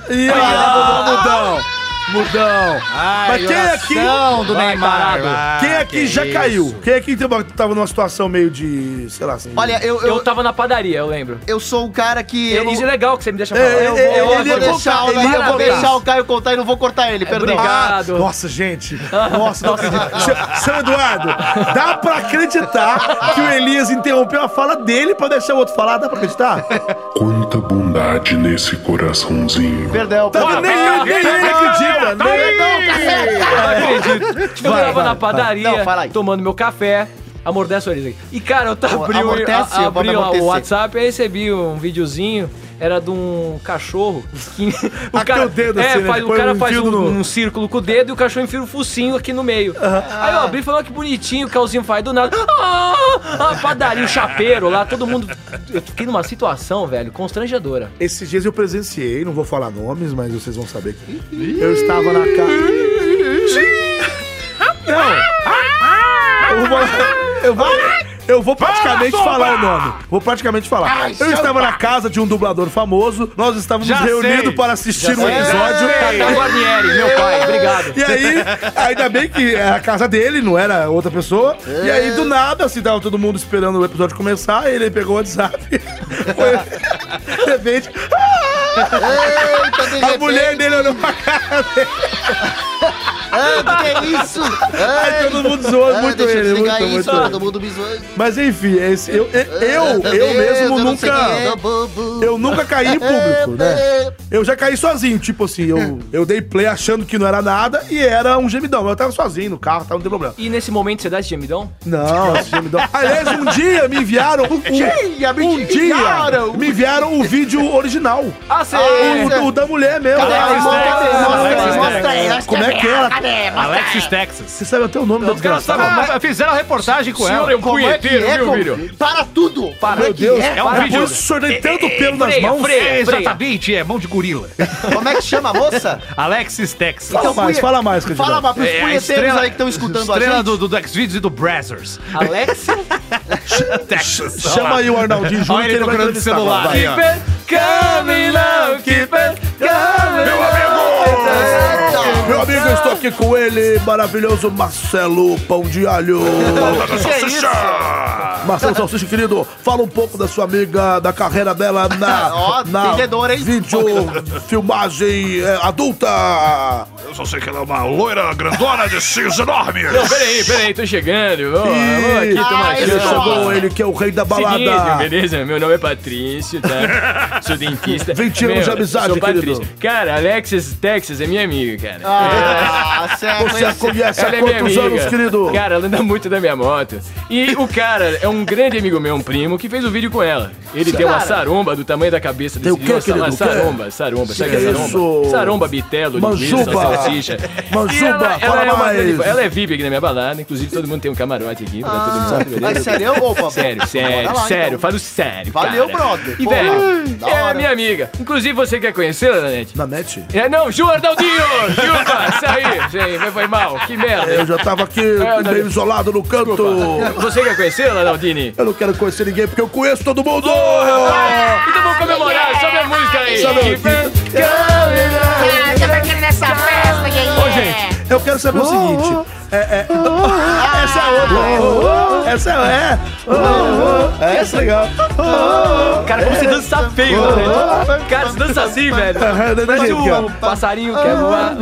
Speaker 5: Ih,
Speaker 7: Olha
Speaker 5: lá,
Speaker 7: lá.
Speaker 5: mudão! Mudão!
Speaker 7: Ai,
Speaker 5: Ah, Mas quem
Speaker 7: oração
Speaker 5: aqui.
Speaker 7: do
Speaker 5: Vai,
Speaker 7: Neymar,
Speaker 5: tarado.
Speaker 7: vai,
Speaker 5: Quem aqui
Speaker 7: Ah, que
Speaker 5: já
Speaker 7: isso.
Speaker 5: caiu? Quem aqui tava- tava numa situação meio de. sei lá assim.
Speaker 1: Olha, eu,
Speaker 4: Eu tava na padaria, eu lembro.
Speaker 1: Eu sou um cara que.
Speaker 4: É,
Speaker 1: eu não-
Speaker 4: isso é legal que você me deixa
Speaker 1: É,
Speaker 4: falar. Eu
Speaker 1: é, é,
Speaker 4: vou-
Speaker 1: ele
Speaker 4: eu
Speaker 1: ia
Speaker 4: vou
Speaker 1: deixar,
Speaker 4: contar,
Speaker 1: ele ia- eu
Speaker 5: é
Speaker 1: vou
Speaker 4: parabéns.
Speaker 1: deixar o Caio contar e não vou cortar ele, perdão.
Speaker 5: Ah, nossa, gente. Nossa, não acredito. Seu- Seu Eduardo, dá pra acreditar que o Elias interrompeu a fala dele pra deixar o outro falar? Dá pra acreditar?
Speaker 6: Quanta bondade nesse coraçãozinho.
Speaker 1: Perdão,
Speaker 5: Tá vendo? Nem ele, nem ele acredita.
Speaker 4: Tá aí!
Speaker 5: Nem
Speaker 4: Eu não acredito. Eu
Speaker 5: Vai,
Speaker 4: tava
Speaker 5: vai,
Speaker 4: na
Speaker 5: vai.
Speaker 4: padaria, tomando meu café. Amortece o nariz aqui. E, cara, eu tava abriu,
Speaker 1: amortece,
Speaker 4: a-
Speaker 1: o Bob
Speaker 4: abri lá o
Speaker 1: amortecer.
Speaker 4: WhatsApp e aí recebi um videozinho. Era de um cachorro que. o cara,
Speaker 5: o dedo
Speaker 4: é,
Speaker 5: assim, né?
Speaker 4: faz, o
Speaker 5: Põe
Speaker 4: cara
Speaker 5: um
Speaker 4: faz
Speaker 5: fio
Speaker 4: um,
Speaker 5: no-
Speaker 4: um círculo com o dedo e o cachorro enfia o focinho aqui no meio. Aí eu abri e falei, "Olha que bonitinho, o calzinho faz do nada. Ah, a padaria, o chapeiro lá, todo mundo. Eu fiquei numa situação, velho, constrangedora.
Speaker 5: Esses dias eu presenciei, não vou falar nomes, mas vocês vão saber que eu estava na casa. Não! Eu vou, eu vou, eu vou praticamente
Speaker 11: Fala,
Speaker 5: falar o
Speaker 11: sombra!
Speaker 5: nome. Vou praticamente falar.
Speaker 11: Ai,
Speaker 5: eu
Speaker 11: sombra!
Speaker 5: estava na casa de um dublador famoso, nós estávamos
Speaker 11: Já sei.
Speaker 5: reunidos para assistir
Speaker 11: Já
Speaker 5: um
Speaker 11: sei.
Speaker 5: episódio.
Speaker 11: Já
Speaker 7: Tá
Speaker 11: sei. Tata Guarnieri, meu pai, obrigado.
Speaker 5: E aí, ainda bem que era a casa dele, não era outra pessoa. E aí,
Speaker 11: É.
Speaker 5: do nada, assim, tava todo mundo esperando o episódio começar, ele pegou o WhatsApp. Foi, de repente.
Speaker 11: Eita, de
Speaker 5: a mulher dele olhou pra cara dele.
Speaker 11: Ah,
Speaker 1: é
Speaker 11: que isso?
Speaker 5: Aí
Speaker 1: Ah,
Speaker 5: todo mundo zoando muito
Speaker 11: É, deixa eu
Speaker 5: ele.
Speaker 11: desligar
Speaker 5: Muito,
Speaker 11: isso,
Speaker 5: muito,
Speaker 11: todo
Speaker 1: mundo me zoando. Tá
Speaker 5: Mas enfim, é esse- eu, eu, eu,
Speaker 11: Ah,
Speaker 5: eu
Speaker 11: meu
Speaker 5: mesmo
Speaker 11: Deus, eu não sei
Speaker 5: nunca.
Speaker 11: quem é,
Speaker 5: Eu nunca caí em público, né? Eu já caí sozinho, tipo assim, eu, eu dei play achando que não era nada e era um gemidão. Eu tava sozinho no carro, tava, não tem problema.
Speaker 4: E nesse momento você dá esse gemidão?
Speaker 5: Não, esse gemidão. Aliás, um dia me enviaram. Um,
Speaker 4: dia, me
Speaker 5: um
Speaker 4: enviaram.
Speaker 5: dia me enviaram o vídeo original.
Speaker 4: Ah, sim.
Speaker 5: O- o, da mulher mesmo.
Speaker 11: É. Cadê? Mostra
Speaker 5: Ah,
Speaker 11: aí,
Speaker 5: Alex
Speaker 11: mostra aí,
Speaker 5: Texas.
Speaker 11: mostra aí, mostra
Speaker 5: Como é
Speaker 11: aí.
Speaker 5: que era?
Speaker 11: Cadê? Mostra Alexis aí.
Speaker 5: Texas. Você sabe até o nome do
Speaker 7: Os caras
Speaker 5: desgraçado.
Speaker 7: estavam- fizeram a reportagem com ela. Como é que é, como-
Speaker 1: Para tudo! Para
Speaker 5: Meu Deus,
Speaker 7: é um
Speaker 5: Para
Speaker 7: vídeo.
Speaker 5: por isso que o senhor tem
Speaker 11: é,
Speaker 5: tanto pelo nas
Speaker 7: freia,
Speaker 5: mãos.
Speaker 7: freia,
Speaker 5: É, exatamente.
Speaker 7: exatamente, é mão de gorila.
Speaker 1: Como é que chama a moça?
Speaker 7: Alexis Texas.
Speaker 5: Fala
Speaker 11: Então,
Speaker 5: mais, fala mais, Candidão.
Speaker 1: Fala mais pros
Speaker 7: É, a
Speaker 1: punheteiros
Speaker 7: estrela-
Speaker 1: aí que tão escutando a
Speaker 7: Estrela
Speaker 1: gente.
Speaker 7: do, do, do Xvideos e do Brazzers.
Speaker 4: Alex?
Speaker 5: É.
Speaker 7: Texas.
Speaker 5: Chama
Speaker 7: Olha lá. tá
Speaker 5: aí o Arnaldinho Júnior
Speaker 7: Olha
Speaker 5: que
Speaker 7: ele
Speaker 5: ele vai
Speaker 7: procurando o
Speaker 5: entrevistar,
Speaker 7: celular.
Speaker 5: vai.
Speaker 7: aí, ó.
Speaker 11: Então,
Speaker 5: Meu amigo! Meu amigo, eu estou aqui com ele, maravilhoso Marcelo Pão de Alho.
Speaker 1: é
Speaker 8: é
Speaker 5: Marcelo Salsicha, querido, fala um pouco da sua amiga, da carreira dela na,
Speaker 1: Ó,
Speaker 5: na
Speaker 1: vendedora, hein?
Speaker 5: vídeo, filmagem é, adulta.
Speaker 8: Eu só sei que ela é uma loira grandona de cinza enorme.
Speaker 4: Não, peraí, peraí, tô chegando. Vamos, vamos é, aqui, tomar
Speaker 5: Ih, ele
Speaker 4: chance.
Speaker 5: chegou, ele que é o rei da
Speaker 4: Seguinte,
Speaker 5: balada.
Speaker 4: beleza? Meu nome é Patrício, tá? Sou dentista.
Speaker 5: 20 anos
Speaker 4: Meu,
Speaker 5: de amizade,
Speaker 4: sou
Speaker 5: querido.
Speaker 4: Patrício. Cara, Alexis Texas é minha amiga, cara.
Speaker 1: Ah,
Speaker 4: É.
Speaker 5: Você a conhece há
Speaker 4: Ela é minha
Speaker 5: quantos
Speaker 4: amiga.
Speaker 5: anos, querido?
Speaker 4: Cara, ela anda muito da minha moto. E o cara é um grande amigo meu, um primo, que fez o vídeo com ela. Ele
Speaker 5: Cara.
Speaker 4: tem uma saromba do tamanho da cabeça
Speaker 5: Tem o
Speaker 4: desse
Speaker 5: quê, querido? O quê?
Speaker 4: Saromba, saromba. Sabe
Speaker 5: Que
Speaker 4: que é saromba?
Speaker 5: isso?
Speaker 4: Saromba, bitelo, linguiça,
Speaker 5: Manjuba.
Speaker 4: salsicha.
Speaker 5: Manjuba,
Speaker 4: E ela,
Speaker 5: fala
Speaker 4: ela, é uma grande-
Speaker 5: mais.
Speaker 4: ela é VIP aqui na minha balada. Inclusive, todo mundo tem um camarote aqui pra todo
Speaker 5: Ah.
Speaker 4: mundo. sabe, beleza?
Speaker 1: Mas sério, ô, papai?
Speaker 4: Sério, sério,
Speaker 1: Bora lá,
Speaker 4: sério.
Speaker 1: então.
Speaker 4: Falo sério,
Speaker 1: Valeu,
Speaker 4: cara.
Speaker 1: brother.
Speaker 4: E,
Speaker 1: Pô,
Speaker 4: velho,
Speaker 1: da
Speaker 4: é
Speaker 1: hora.
Speaker 4: minha amiga. Inclusive, você quer conhecê-la, Nanete?
Speaker 5: Nanete?
Speaker 4: É, não, Ju Arnaldinho! Desculpa, isso aí, isso aí, foi- foi mal, que merda.
Speaker 5: Eu já tava aqui
Speaker 4: É,
Speaker 5: meio
Speaker 4: Nanete.
Speaker 5: isolado no canto.
Speaker 4: Desculpa. Você quer conhecê-la, Naldini?
Speaker 5: Eu não quero conhecer ninguém porque eu conheço todo mundo!
Speaker 4: Então vamos comemorar, sobe a música aí.
Speaker 5: Sobe
Speaker 4: Que
Speaker 5: aqui. Ô, gente, eu quero saber o seguinte. É, é, essa é outra. Essa é. É, é essa é legal.
Speaker 4: Cara, como você dança feio, velho. Cara, você dança assim, velho. Parece um passarinho quer voar.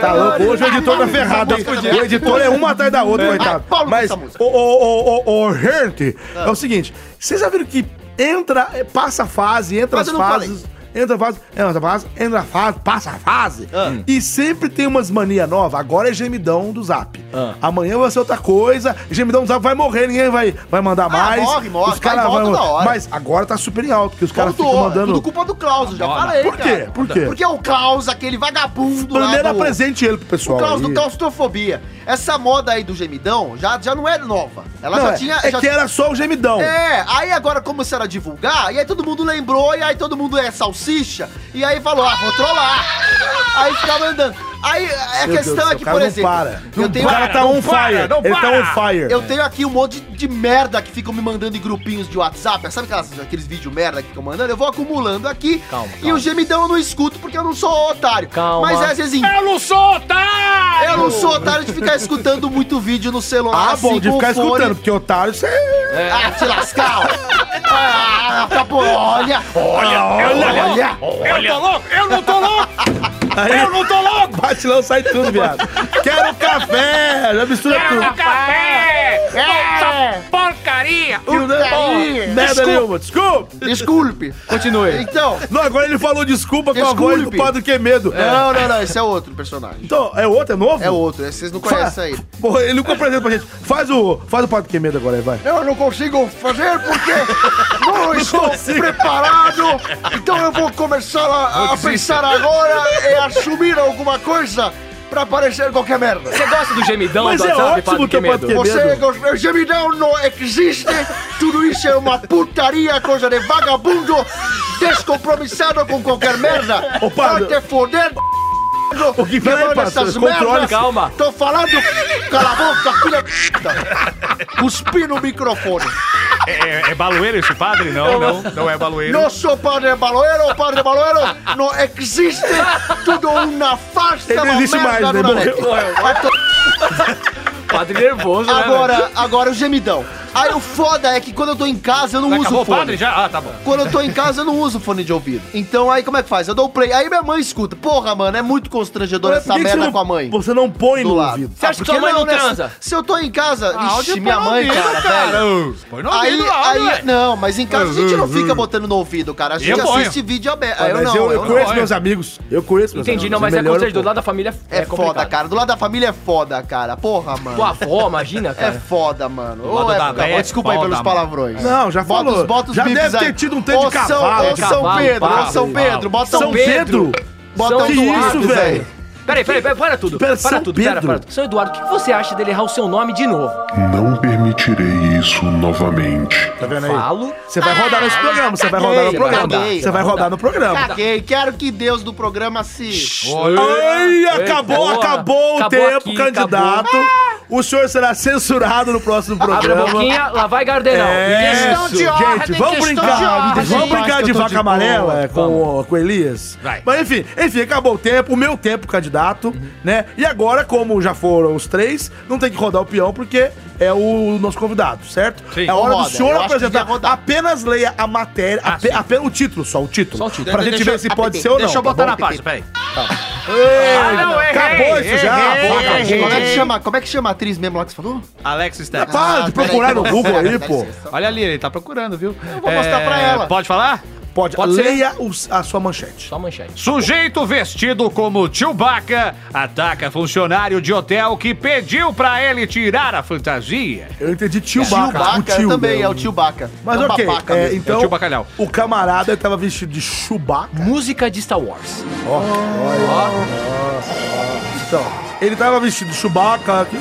Speaker 5: Tá louco. Hoje o editor tá ferrado, hein? O editor é uma atrás da outra, coitado. Mas, ô, ô, ô, ô, ô, gente, é o seguinte. Vocês já viram que entra, passa a fase, entra
Speaker 1: Mas
Speaker 5: as
Speaker 1: eu não
Speaker 5: fases. entra fase, é, entra fase, entra fase, passa a fase.
Speaker 1: Ah.
Speaker 5: E sempre tem umas mania nova. Agora é gemidão do Zap.
Speaker 1: Ah.
Speaker 5: Amanhã vai ser outra coisa. Gemidão do Zap vai morrer, ninguém vai, vai mandar mais.
Speaker 1: Ah, morre, morre,
Speaker 5: Os caras
Speaker 1: cai e
Speaker 5: vão.
Speaker 1: volta da hora.
Speaker 5: Mas agora tá super em alto, porque os caras ficam
Speaker 1: Voltou, é
Speaker 5: mandando.
Speaker 1: Tudo culpa do Klaus, eu já
Speaker 5: Bola.
Speaker 1: falei.
Speaker 5: Por quê?
Speaker 1: cara.
Speaker 5: Por quê?
Speaker 1: Porque é o Klaus, aquele vagabundo. lá
Speaker 5: Primeiro
Speaker 1: do-
Speaker 5: apresente ele pro
Speaker 1: O
Speaker 5: pessoal.
Speaker 1: Klaus
Speaker 5: aí.
Speaker 1: do claustrofobia. Essa moda aí do gemidão já, já não era nova. Ela
Speaker 5: Não,
Speaker 1: já
Speaker 5: é-
Speaker 1: tinha.
Speaker 5: é
Speaker 1: já-
Speaker 5: que era só o gemidão.
Speaker 1: É, aí agora começaram a divulgar, e aí todo mundo lembrou, e aí todo mundo é salsicha, e aí falou, ah, vou trollar. Aí ficava andando. Aí a
Speaker 5: Meu Deus do
Speaker 1: questão
Speaker 5: céu,
Speaker 1: é
Speaker 5: o
Speaker 1: que,
Speaker 5: cara
Speaker 1: por
Speaker 5: não
Speaker 1: exemplo. um
Speaker 5: para. tá Não para, não para, não para.
Speaker 1: Eu tenho aqui um monte de merda que ficam me mandando em grupinhos de WhatsApp. Sabe aquelas- aqueles vídeos merda que ficam mandando? Eu vou acumulando aqui. Calma, E o gemidão eu não escuto porque eu não sou otário. Calma. Mas às vezes. Eu não sou otário! Eu não sou otário de ficar escutando muito vídeo no celular.
Speaker 5: Ah, bom,
Speaker 1: assim,
Speaker 5: de
Speaker 1: com
Speaker 5: ficar
Speaker 1: o fone.
Speaker 5: escutando, porque otário você.
Speaker 1: Ah, te lascar! ah, capô, olha! Ah,
Speaker 5: Olha,
Speaker 1: olha,
Speaker 5: olha,
Speaker 1: olha.
Speaker 5: tô louco, eu não tô louco! eu não tô louco! Bate lá, sai tudo, viado. Quero café! Já mistura tudo.
Speaker 9: café!
Speaker 12: É!
Speaker 9: Essa porcaria!
Speaker 5: Pô, Merda nenhuma, desculpa!
Speaker 1: Desculpe!
Speaker 5: Continue.
Speaker 1: Então.
Speaker 5: Não, agora ele falou desculpa com a
Speaker 1: Desculpe.
Speaker 5: voz do Padre Quemedo.
Speaker 1: Não, não, não, esse é outro personagem.
Speaker 5: Então, é outro? É novo?
Speaker 1: É outro, esse vocês não conhecem aí.
Speaker 5: Porra, ele nunca apresenta pra gente. Faz o, faz o Padre Quemedo agora aí, vai.
Speaker 11: Eu não consigo fazer porque não estou preparado. Então eu vou começar a, a
Speaker 1: Não existe.
Speaker 11: pensar agora e assumir alguma coisa pra parecer qualquer merda.
Speaker 4: Você gosta do gemidão
Speaker 11: Mas
Speaker 4: do
Speaker 11: é
Speaker 4: WhatsApp,
Speaker 11: ótimo
Speaker 4: Padre
Speaker 11: teu
Speaker 4: Quemedo?
Speaker 11: Você gosta... Gemidão não existe. Tudo isso é uma putaria, coisa de vagabundo descompromissado com qualquer merda.
Speaker 5: Ô, padre.
Speaker 11: Vai te foder...
Speaker 5: O que peraí,
Speaker 11: levando
Speaker 5: pastor,
Speaker 11: essas
Speaker 5: controle,
Speaker 11: merdas.
Speaker 5: calma.
Speaker 11: Tô falando... Cala a boca, filha da puta. Cuspi no microfone.
Speaker 3: É, é, é baloeiro esse padre? Não, não, não é baloeiro.
Speaker 11: Não sou padre baloeiro, padre baloeiro não existe. Tudo uma farsa,
Speaker 1: Ele não existe mais, né? Morreu.
Speaker 4: Padre nervoso, né?
Speaker 1: Agora, agora o gemidão. Aí o foda é que quando eu tô em casa eu não uso
Speaker 7: Acabou o
Speaker 1: fone.
Speaker 7: padre já? Ah, tá bom.
Speaker 1: Quando eu tô em casa eu não uso fone de ouvido. Então aí como é que faz? Eu dou o play. Aí minha mãe escuta. Porra, mano, é muito constrangedor
Speaker 5: Mas por
Speaker 1: essa
Speaker 5: que que você
Speaker 1: merda
Speaker 5: não-
Speaker 1: com a mãe.
Speaker 5: Você não põe
Speaker 1: Do
Speaker 5: no
Speaker 1: lado.
Speaker 5: ouvido.
Speaker 1: Você acha que a mãe não transa? Se eu tô em casa,
Speaker 5: Ah,
Speaker 1: ixi,
Speaker 5: áudio
Speaker 1: minha
Speaker 5: põe no
Speaker 1: mãe,
Speaker 5: ouvido,
Speaker 1: cara,
Speaker 5: cara.
Speaker 1: velho.
Speaker 5: Põe
Speaker 7: no ouvido lá,
Speaker 1: aí,
Speaker 7: ué.
Speaker 1: Não, mas em casa a gente não
Speaker 5: Eu
Speaker 1: fica botando no ouvido, cara. A gente
Speaker 5: ponho.
Speaker 1: assiste vídeo aberto. Ah,
Speaker 5: Ah,
Speaker 1: Eu
Speaker 5: mas
Speaker 1: não,
Speaker 5: eu, eu
Speaker 1: não.
Speaker 5: conheço meus amigos. Eu conheço meus
Speaker 4: Entendi, não,
Speaker 5: amigos. um
Speaker 4: mas é
Speaker 5: melhor eu
Speaker 4: constrangedor. Do
Speaker 5: pôr.
Speaker 4: lado da família
Speaker 1: É,
Speaker 4: é,
Speaker 1: foda,
Speaker 4: complicado.
Speaker 1: cara. Do lado da família é foda, cara. Porra, mano.
Speaker 4: Tua avó, imagina, cara.
Speaker 1: É foda, mano.
Speaker 4: Do
Speaker 1: Ô,
Speaker 4: lado da
Speaker 1: época,
Speaker 4: véia
Speaker 1: ó,
Speaker 4: é
Speaker 1: desculpa aí
Speaker 4: foda,
Speaker 1: pelos
Speaker 4: mano.
Speaker 1: palavrões.
Speaker 5: Não, já
Speaker 1: Bota os-
Speaker 5: falou.
Speaker 1: Bota os
Speaker 5: Já
Speaker 1: bips
Speaker 5: deve
Speaker 1: aí.
Speaker 5: ter tido um tanto de
Speaker 1: Ô, São-
Speaker 5: cavalo.
Speaker 1: Ô, São
Speaker 5: Cavalo,
Speaker 1: Pedro, ô,
Speaker 5: pau,
Speaker 1: São
Speaker 5: pau.
Speaker 1: Pedro, bota
Speaker 5: São
Speaker 1: um
Speaker 5: Pedro?
Speaker 1: Bota
Speaker 4: São
Speaker 1: um
Speaker 4: Eduardo,
Speaker 5: isso, velho?
Speaker 4: Peraí, peraí, peraí, para tudo.
Speaker 5: Pera,
Speaker 4: Para
Speaker 5: São
Speaker 4: tudo, pera,
Speaker 5: Pedro.
Speaker 4: para tudo. São Eduardo, o que você acha dele errar o seu nome de novo?
Speaker 6: Não permitirei isso novamente.
Speaker 5: Tá vendo aí?
Speaker 4: Falo.
Speaker 5: Você vai rodar nesse programa, você vai
Speaker 1: caguei,
Speaker 5: rodar no programa.
Speaker 1: caguei.
Speaker 5: Você vai rodar no programa.
Speaker 1: Caguei, quero que Deus do programa se.
Speaker 5: Ai, acabou,
Speaker 1: boa.
Speaker 5: acabou o
Speaker 1: Acabou
Speaker 5: tempo,
Speaker 1: aqui,
Speaker 5: candidato. O senhor será censurado no próximo
Speaker 4: Abre a
Speaker 5: programa.
Speaker 4: boquinha, lá vai Gardenal.
Speaker 5: É,
Speaker 4: Questão de
Speaker 5: isso,
Speaker 4: ordem,
Speaker 5: gente, vamos
Speaker 4: questão
Speaker 5: brincar,
Speaker 4: de ordem.
Speaker 5: vamos brincar de
Speaker 4: Eu tô
Speaker 5: vaca
Speaker 4: de boa.
Speaker 5: amarela é, com, o- com o Elias.
Speaker 4: Vai.
Speaker 5: Mas enfim, enfim, acabou o tempo, o meu tempo, candidato, né? E agora, como já foram os três, não tem que rodar o peão porque é o nosso convidado, certo?
Speaker 1: Sim.
Speaker 5: É hora
Speaker 1: Roda,
Speaker 5: do senhor
Speaker 1: eu acho que
Speaker 5: apresentar.
Speaker 1: devia rodar.
Speaker 5: Apenas leia a matéria, ape- apenas o título, só o título. Pra gente ver se pode ser ou não.
Speaker 7: Deixa eu
Speaker 5: tá
Speaker 7: botar
Speaker 5: bom?
Speaker 7: na página, peraí.
Speaker 5: Ei,
Speaker 7: Ah, não, errei,
Speaker 5: acabou isso já.
Speaker 7: errei,
Speaker 5: acabou, acabou.
Speaker 1: Como é, que chama, como é que chama a atriz mesmo lá que você falou?
Speaker 7: Alex Steps.
Speaker 1: Ah,
Speaker 5: Para de procurar no Google aí, pô.
Speaker 7: Olha ali, ele tá procurando, viu? Eu
Speaker 1: vou mostrar pra ela.
Speaker 7: Pode falar?
Speaker 5: Pode,
Speaker 7: Pode ser?
Speaker 5: leia os- a sua manchete.
Speaker 4: Só manchete.
Speaker 7: Sujeito vestido como Chewbacca ataca funcionário de hotel que pediu pra ele tirar a fantasia.
Speaker 5: Eu entendi tio Baca.
Speaker 1: Chewbacca também, é o tio Baca.
Speaker 5: Mas
Speaker 1: é um
Speaker 5: ok,
Speaker 1: babaca
Speaker 5: é,
Speaker 1: mesmo.
Speaker 5: então
Speaker 7: É o tio Bacalhau.
Speaker 5: o camarada tava vestido de Chewbacca.
Speaker 4: Música de Star Wars.
Speaker 5: Ó, Então, ele tava vestido de Chewbacca. que-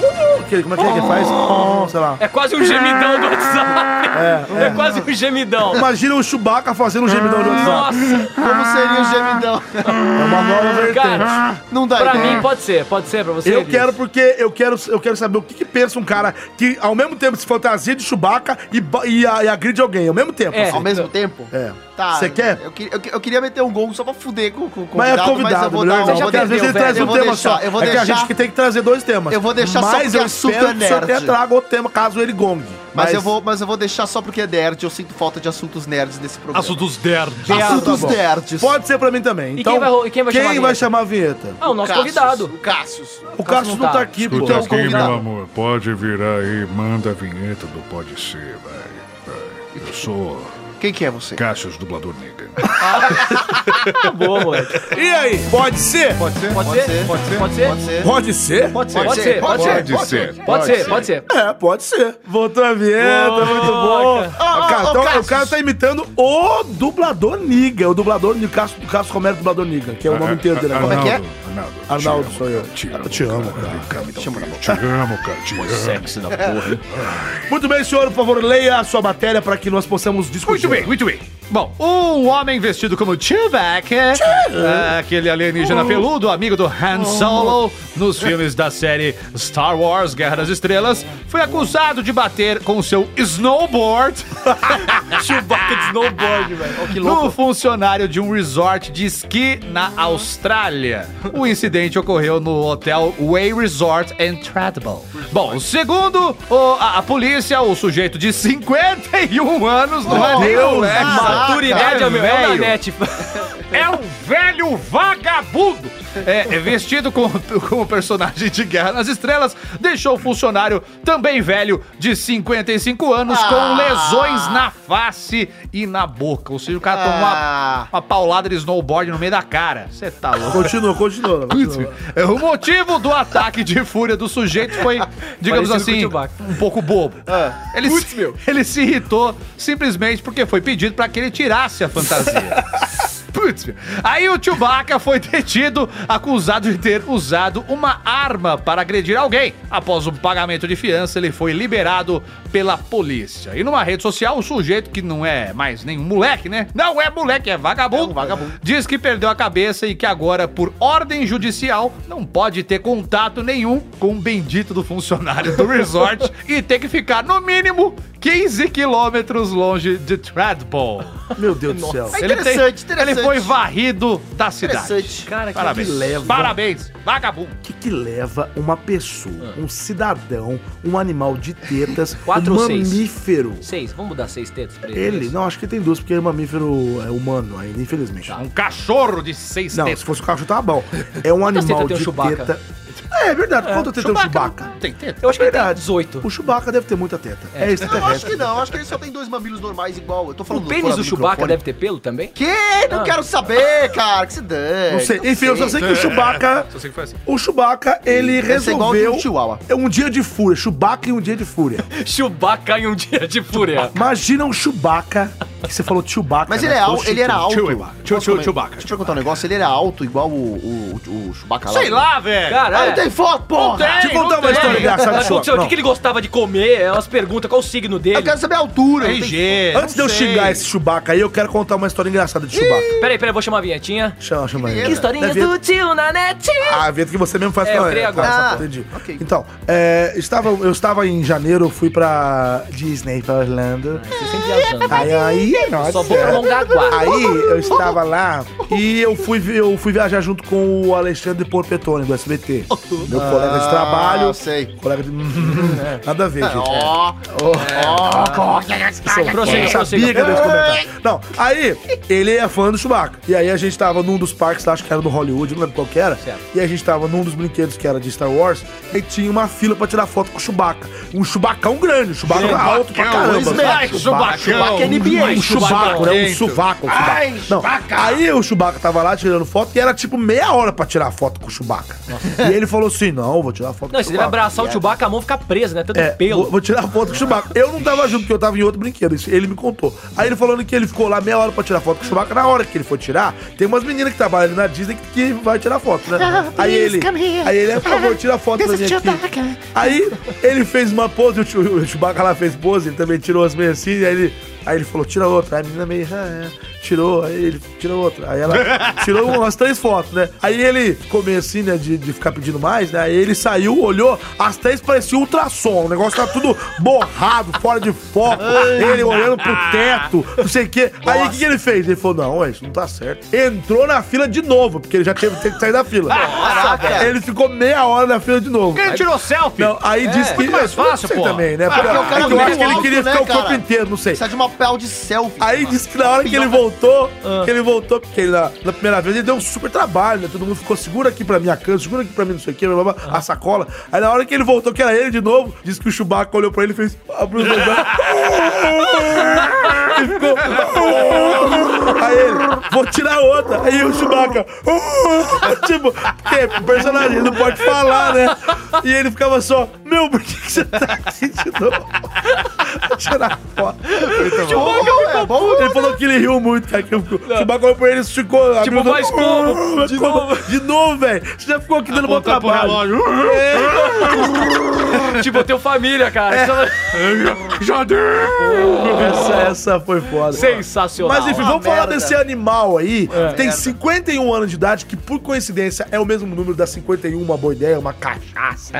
Speaker 5: que- como é que é que ele faz? Oh, sei lá.
Speaker 4: É quase um gemidão do WhatsApp. É,
Speaker 5: É, é.
Speaker 4: quase um gemidão.
Speaker 5: Imagina o Chewbacca fazendo um gemidão do WhatsApp.
Speaker 4: Nossa,
Speaker 1: Como
Speaker 5: ah,
Speaker 1: seria o gemidão?
Speaker 5: É uma nova vertente.
Speaker 4: cara.
Speaker 1: Não É. dá
Speaker 4: Pra
Speaker 1: ideia.
Speaker 4: mim pode ser, pode ser pra você.
Speaker 5: Eu
Speaker 4: Elias?
Speaker 5: quero porque eu quero, eu quero saber o que, que pensa um cara que ao mesmo tempo se fantasia de Chewbacca e, ba- e, a- e agride alguém ao mesmo tempo. assim.
Speaker 4: É.
Speaker 1: Ao mesmo tempo?
Speaker 5: É.
Speaker 1: Tá.
Speaker 5: Você quer?
Speaker 1: Eu, que- eu que- eu queria meter um gol só pra fuder com, com o
Speaker 5: Mas é
Speaker 1: convidado,
Speaker 5: convidado,
Speaker 1: eu vou
Speaker 5: melhor
Speaker 1: dar
Speaker 5: não,
Speaker 1: uma-
Speaker 5: porque às vezes ele
Speaker 1: velho,
Speaker 5: traz
Speaker 1: eu
Speaker 5: um
Speaker 1: vou
Speaker 5: tema
Speaker 1: deixar,
Speaker 5: só.
Speaker 1: Eu vou
Speaker 5: é
Speaker 1: deixar,
Speaker 5: que a gente que tem que trazer dois temas.
Speaker 1: Eu vou deixar só
Speaker 5: mas
Speaker 1: porque
Speaker 5: eu
Speaker 1: o assunto
Speaker 5: espero
Speaker 1: é
Speaker 5: que o senhor
Speaker 1: nerd.
Speaker 5: até traga o tema caso ele gongue.
Speaker 1: Mas, eu vou, mas eu vou deixar só porque é nerd. Eu sinto falta de assuntos nerds nesse programa.
Speaker 7: Assuntos nerds.
Speaker 4: tá
Speaker 1: Assuntos
Speaker 5: bom.
Speaker 1: nerds.
Speaker 5: Pode ser pra mim também.
Speaker 4: E
Speaker 5: Então,
Speaker 4: quem vai ro- e quem vai chamar a vinheta?
Speaker 5: chamar a vinheta?
Speaker 4: Ah, o nosso
Speaker 1: Cassius,
Speaker 4: convidado.
Speaker 1: O Cassius.
Speaker 5: O Cássio não tá aqui, pô.
Speaker 8: Escuta
Speaker 1: Então,
Speaker 8: aqui,
Speaker 1: convidado.
Speaker 8: meu amor. Pode virar aí, manda a vinheta do Pode Ser, vai. vai. Eu sou
Speaker 1: Quem que é você?
Speaker 13: Cassius, dublador negro.
Speaker 4: Tá bom, moleque.
Speaker 5: E aí, pode ser? Pode ser?
Speaker 4: Pode ser? Pode ser? Pode ser?
Speaker 5: Pode ser?
Speaker 4: Pode ser? Pode ser? Pode ser?
Speaker 13: Pode ser.
Speaker 4: Pode ser? Pode ser?
Speaker 5: É, pode ser. Voltou a vinheta, muito bom.
Speaker 4: Ah,
Speaker 5: o, cara, tá- o cara tá imitando o dublador Niga, o dublador do Cássio, do Cássio Romero, dublador Niga, que é o nome inteiro
Speaker 8: ah,
Speaker 5: dele agora.
Speaker 8: é
Speaker 13: Arnaldo, Arnaldo, te
Speaker 5: Arnaldo,
Speaker 13: amo,
Speaker 5: sou eu.
Speaker 13: cara, Te amo,
Speaker 5: Te amo, cara.
Speaker 13: cara. Te amo, cara. Te amo, cara. Te amo.
Speaker 4: Sexy da porra, hein?
Speaker 5: Muito bem, senhor, por favor, leia a sua matéria para que nós possamos discutir.
Speaker 8: Muito bem, muito bem. Bom, um homem vestido como Chewbacca, é, aquele alienígena peludo, amigo do Han Solo, nos filmes da série Star Wars Guerra das Estrelas, foi acusado de bater com seu snowboard
Speaker 4: Chewbacca de snowboard, velho. Ó, que
Speaker 8: no funcionário de um resort de esqui na Austrália. O incidente ocorreu no hotel Way Resort and Tradable. Bom, segundo o- a, a polícia, o sujeito de 51 anos não é nem
Speaker 4: Deus,
Speaker 8: moleque,
Speaker 4: maturidade é
Speaker 8: é
Speaker 4: o meu. É o da
Speaker 8: velho.
Speaker 4: net.
Speaker 8: É um velho vagabundo! É, é vestido como, como personagem de Guerra nas Estrelas, deixou o funcionário, também velho, de 55 anos, com lesões na face e na boca. Ou seja, o cara tomou uma, uma paulada de snowboard no meio da cara. Você tá louco?
Speaker 5: Continua, continua. continua.
Speaker 8: É, O motivo do ataque de fúria do sujeito foi,
Speaker 4: Parecido com
Speaker 8: digamos
Speaker 4: o
Speaker 8: assim,
Speaker 4: Chewbacca.
Speaker 8: um pouco bobo. Ele, se, ele se irritou simplesmente porque foi pedido pra que ele tirasse a fantasia. Putz, meu. Aí o Chewbacca foi detido, acusado de ter usado uma arma para agredir alguém. Após o pagamento de fiança, ele foi liberado pela polícia. E numa rede social, o sujeito, que não é mais nenhum moleque, né? Não é moleque, é vagabundo. Diz que perdeu a cabeça e que agora, por ordem judicial, não pode ter contato nenhum com o bendito do funcionário do resort e ter que ficar, no mínimo, 15 quilômetros longe de Treadball.
Speaker 5: Meu Deus do céu.
Speaker 1: É
Speaker 8: Ele tem-
Speaker 1: interessante, interessante.
Speaker 8: Ele foi varrido da cidade.
Speaker 1: Interessante.
Speaker 4: Cara, que
Speaker 8: Parabéns.
Speaker 5: leva.
Speaker 8: Parabéns, vagabundo.
Speaker 5: O que, que leva uma pessoa, um cidadão, um animal de tetas,
Speaker 4: Quatro
Speaker 5: um
Speaker 4: ou seis?
Speaker 5: mamífero?
Speaker 4: Seis, vamos mudar seis tetas pra ele.
Speaker 5: Ele? Não, acho que tem duas, porque é mamífero é humano ainda, infelizmente.
Speaker 1: Tá.
Speaker 8: Um cachorro de seis
Speaker 5: Não,
Speaker 8: tetas.
Speaker 5: se fosse o cachorro, tava bom. É um
Speaker 4: Quantas
Speaker 5: animal
Speaker 4: tetas
Speaker 5: de
Speaker 4: tem o Chewbacca?
Speaker 5: teta. É, é verdade. Quanto teta tem o
Speaker 8: Chewbacca
Speaker 5: Chewbacca?
Speaker 8: não Tem teta?
Speaker 4: Eu acho que ele tem
Speaker 5: Verdade.
Speaker 4: 18.
Speaker 5: O Chewbacca deve ter muita teta. É, isso
Speaker 1: Eu acho
Speaker 5: extraterrestre.
Speaker 1: que não, acho que ele só tem dois mamilos normais igual. Eu tô falando
Speaker 4: O pênis do Chewbacca deve ter pelo também?
Speaker 1: Que? Não quero saber, cara. Que se dane.
Speaker 5: Não sei. Enfim, eu só
Speaker 1: É.
Speaker 5: sei que o Chewbacca.
Speaker 8: Só sei que foi assim.
Speaker 5: O Chewbacca, ele
Speaker 1: Deve ser igual
Speaker 5: resolveu.
Speaker 1: de um chihuahua.
Speaker 5: É um dia de fúria. Chewbacca e um dia de fúria.
Speaker 4: Chewbacca em um dia de fúria.
Speaker 5: Imagina um Chewbacca. Que você falou Chewbacca.
Speaker 1: Mas
Speaker 5: né?
Speaker 1: ele, é,
Speaker 5: Falou
Speaker 1: al- ele era
Speaker 5: Chewie.
Speaker 1: alto.
Speaker 5: Chewbacca.
Speaker 1: Posso comer? Deixa eu te perguntar um negócio. Ele era alto igual o, o, o Chewbacca lá?
Speaker 8: Sei lá, velho.
Speaker 1: Ah, não
Speaker 4: Cara,
Speaker 1: tem
Speaker 4: é.
Speaker 1: foto, porra!
Speaker 5: Deixa eu contar
Speaker 8: não
Speaker 5: uma história
Speaker 8: tem.
Speaker 5: engraçada
Speaker 4: Mas,
Speaker 5: sua.
Speaker 4: pô, senhor, O
Speaker 5: Não.
Speaker 4: que que ele gostava de comer? É umas perguntas, qual o signo
Speaker 1: Eu
Speaker 4: dele?
Speaker 1: quero saber a altura. não tem-
Speaker 8: RG.
Speaker 5: Antes de eu xingar esse Chewbacca aí, eu quero contar uma história engraçada de Chewbacca.
Speaker 4: Peraí, peraí, vou chamar a vinhetinha.
Speaker 5: Chama, chama aí.
Speaker 4: Historinhas
Speaker 5: Deve-
Speaker 4: do tio na net.
Speaker 5: Ah, evento que você mesmo faz
Speaker 4: É, eu criei
Speaker 5: tá,
Speaker 4: agora.
Speaker 5: tá,
Speaker 1: Ah,
Speaker 5: entendi.
Speaker 1: ok.
Speaker 5: Então, é, estava, eu estava em janeiro, fui pra Disney, pra Orlando.
Speaker 1: É,
Speaker 4: Você sempre viajando.
Speaker 5: Aí, aí,
Speaker 4: Só
Speaker 5: nossa.
Speaker 4: vou prolongar a guarda.
Speaker 5: Aí eu estava lá e eu fui, vi- eu fui viajar junto com o Alexandre Porpetone, do SBT. Meu colega de trabalho.
Speaker 1: Ah, sei.
Speaker 5: Colega de. Nada a ver, gente.
Speaker 1: Ó,
Speaker 4: Prossiga,
Speaker 5: sabia que
Speaker 4: prossiga.
Speaker 5: eu ia comentar. Não, aí, ele é fã do Chewbacca. E aí a gente tava num dos parques lá, acho que era do Hollywood, não lembro qual que era.
Speaker 4: Certo.
Speaker 5: E a gente tava num dos brinquedos que era de Star Wars. E tinha uma fila pra tirar foto com o Chewbacca. Um Chewbacão grande, um Chewbacca alto pra caramba.
Speaker 8: Vai,
Speaker 5: sabe?
Speaker 7: um
Speaker 8: Chewbacca.
Speaker 5: Chewbacca é
Speaker 8: Vai,
Speaker 5: NBA. Um Chewbacca,
Speaker 8: Chewbacca.
Speaker 5: né? Um sovaco. um Chewbacca.
Speaker 14: Ai,
Speaker 5: Não,
Speaker 14: Chewbacca.
Speaker 5: aí o Chewbacca tava lá tirando foto e era tipo meia hora pra tirar foto com o Chewbacca. E ele falou assim, não, vou tirar foto
Speaker 4: Não,
Speaker 5: com o
Speaker 4: você deve
Speaker 5: Chewbacca.
Speaker 4: abraçar o Chewbacca, a mão fica presa, né? Tanto
Speaker 5: É, Vou,
Speaker 4: pelo.
Speaker 5: vou tirar foto com o Chewbacca. Eu não tava junto, porque eu tava em outro brinquedo. isso ele me contou. Aí ele falando que ele ficou lá meia hora pra tirar foto com o Chewbacca. Na hora que ele for tirar, tem umas meninas que trabalham ali na Disney que, que vai tirar foto, né? aí ele. Aí ele, por favor, tira foto pra mim aqui. Aí ele fez uma pose, o Chew- o Chewbacca lá fez pose, ele também tirou as meias assim, aí ele. Aí ele falou, tira outra. Aí a menina meio, ah, é. tirou, aí ele tirou outra. Aí ela tirou umas três fotos, né? Aí ele ficou meio assim, né, de, de ficar pedindo mais, né? Aí ele saiu, olhou, as três pareciam ultrassom. O negócio tava tudo borrado, fora de foco. ele olhando pro teto, não sei o quê. Aí o que, que ele fez? Ele falou, não, ué, isso não tá certo. Entrou na fila de novo, porque ele já teve teve que sair da fila. ele ficou meia hora na fila de novo.
Speaker 8: Ele tirou selfie.
Speaker 5: Não, aí disse que.
Speaker 8: muito mais fácil,
Speaker 5: Não sei
Speaker 8: pô.
Speaker 5: também, né? Porque
Speaker 1: porque o cara
Speaker 5: é que eu
Speaker 1: é
Speaker 5: acho que ele
Speaker 1: alto,
Speaker 5: queria
Speaker 1: né,
Speaker 5: ficar o corpo
Speaker 1: cara?
Speaker 5: inteiro, não sei.
Speaker 1: Precisa é de uma pele de selfie.
Speaker 5: Aí disse que na hora que ele voltou, que ele voltou, porque ele, na, na primeira vez ele deu um super trabalho, né? Todo mundo ficou segura aqui pra minha cama, segura aqui pra mim, não sei o que, blá, blá, blá, a sacola. Aí na hora que ele voltou, que era ele de novo, disse que o Chewbacca olhou pra ele e fez. abriu os olhos. e ficou. "Oh." Aí ele, vou tirar outra. Aí o Chewbacca, tipo, porque o personagem não pode falar, né? E ele ficava só, meu, por que, que você tá aqui de novo? Vou tirar foto.
Speaker 1: Muito
Speaker 5: é bom. Ele falou que ele riu muito, cara. Que o Chewbacca olhou pra ele, esticou. abriu o olho,
Speaker 7: mas como?
Speaker 5: De novo, de novo, velho. Você já ficou aqui dando bom
Speaker 7: Apontou pro
Speaker 5: trabalho.
Speaker 7: relógio.
Speaker 4: tipo, eu tenho família, cara.
Speaker 5: É. Já deu! Essa, essa foi foda.
Speaker 4: Sensacional.
Speaker 5: Mas enfim, vamos
Speaker 4: Uma
Speaker 5: falar
Speaker 4: merda.
Speaker 5: desse animal aí.
Speaker 4: É.
Speaker 5: que Tem
Speaker 4: Merda.
Speaker 5: 51 anos de idade, que por coincidência é o mesmo número da 51, uma boa ideia, uma cachaça.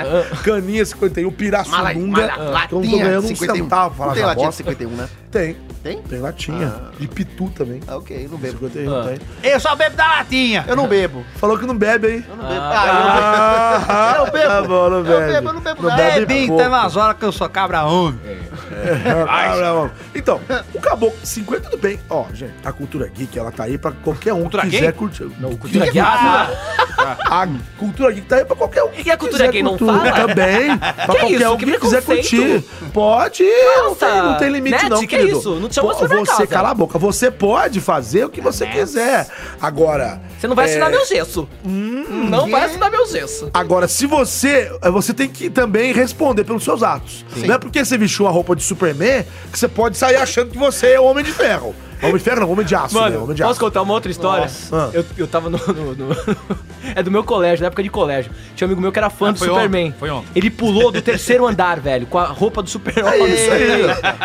Speaker 5: Caninha 51, pirassununga.
Speaker 1: Mala- mala-
Speaker 5: então eu tô
Speaker 1: latinha
Speaker 5: ganhando um
Speaker 1: 51.
Speaker 5: centavo pra
Speaker 1: Não
Speaker 5: falar
Speaker 1: tem
Speaker 5: essa
Speaker 1: latinha de
Speaker 5: bosta.
Speaker 1: 51, né?
Speaker 5: Tem.
Speaker 1: Tem?
Speaker 5: Tem latinha. De pitu também.
Speaker 1: Ah, ok, não bebo.
Speaker 5: 51 tem.
Speaker 7: Eu só bebo da latinha.
Speaker 1: Eu não bebo.
Speaker 5: Falou que não bebe, hein?
Speaker 1: Eu não bebo. Ah, eu não bebo.
Speaker 5: Tá bom, não
Speaker 1: Eu
Speaker 5: bebe.
Speaker 1: bebo, eu não bebo
Speaker 5: Não
Speaker 1: nada.
Speaker 5: bebe
Speaker 7: Bebinho,
Speaker 8: é
Speaker 5: pouco.
Speaker 7: tem umas horas que eu sou cabra homem.
Speaker 5: Ah, não. Então, o caboclo 50 do bem. Ó, gente, a cultura geek, ela tá aí pra qualquer um que
Speaker 7: Cultura
Speaker 5: quiser
Speaker 7: geek?
Speaker 5: curtir.
Speaker 4: Cultura
Speaker 5: Que-
Speaker 4: geek. Ah,
Speaker 5: A cultura geek tá aí pra qualquer um.
Speaker 4: E que a cultura
Speaker 5: quiser
Speaker 4: geek não
Speaker 5: cultura
Speaker 4: fala?
Speaker 5: Também. Pra
Speaker 4: Que
Speaker 5: qualquer
Speaker 4: isso?
Speaker 5: um que,
Speaker 4: Que
Speaker 5: quiser curtir.
Speaker 4: preconceito.
Speaker 5: Pode. não,
Speaker 4: Nossa,
Speaker 5: tem, não tem limite,
Speaker 4: Ned,
Speaker 5: não.
Speaker 4: que é
Speaker 5: querido.
Speaker 4: isso? Não te chamou
Speaker 5: Pô,
Speaker 4: pra minha
Speaker 5: Você,
Speaker 4: casa. Ah,
Speaker 5: cala a boca. Você pode fazer o que você quiser. Agora.
Speaker 4: Você não vai
Speaker 5: é, Hum,
Speaker 4: assinar meu gesso. não vai assinar meu gesso.
Speaker 5: Agora, se você. eh, Você tem que também responder pelos seus atos. Não é porque você vestiu a roupa de Superman que você pode sair achando que você é o Homem de Ferro. Homem de Ferro não, Homem de Aço, né?
Speaker 4: Mano,
Speaker 5: Homem de
Speaker 4: posso
Speaker 5: Aço.
Speaker 4: contar uma outra história?
Speaker 5: Ah.
Speaker 4: Eu, eu tava no, no- no- É do meu colégio, da época de colégio. Tinha um amigo meu que era fã
Speaker 7: Ah,
Speaker 4: do
Speaker 7: foi
Speaker 4: Superman.
Speaker 7: ontem, foi ontem.
Speaker 4: Ele pulou do terceiro andar, velho, com a roupa do Superman.
Speaker 5: É isso aí.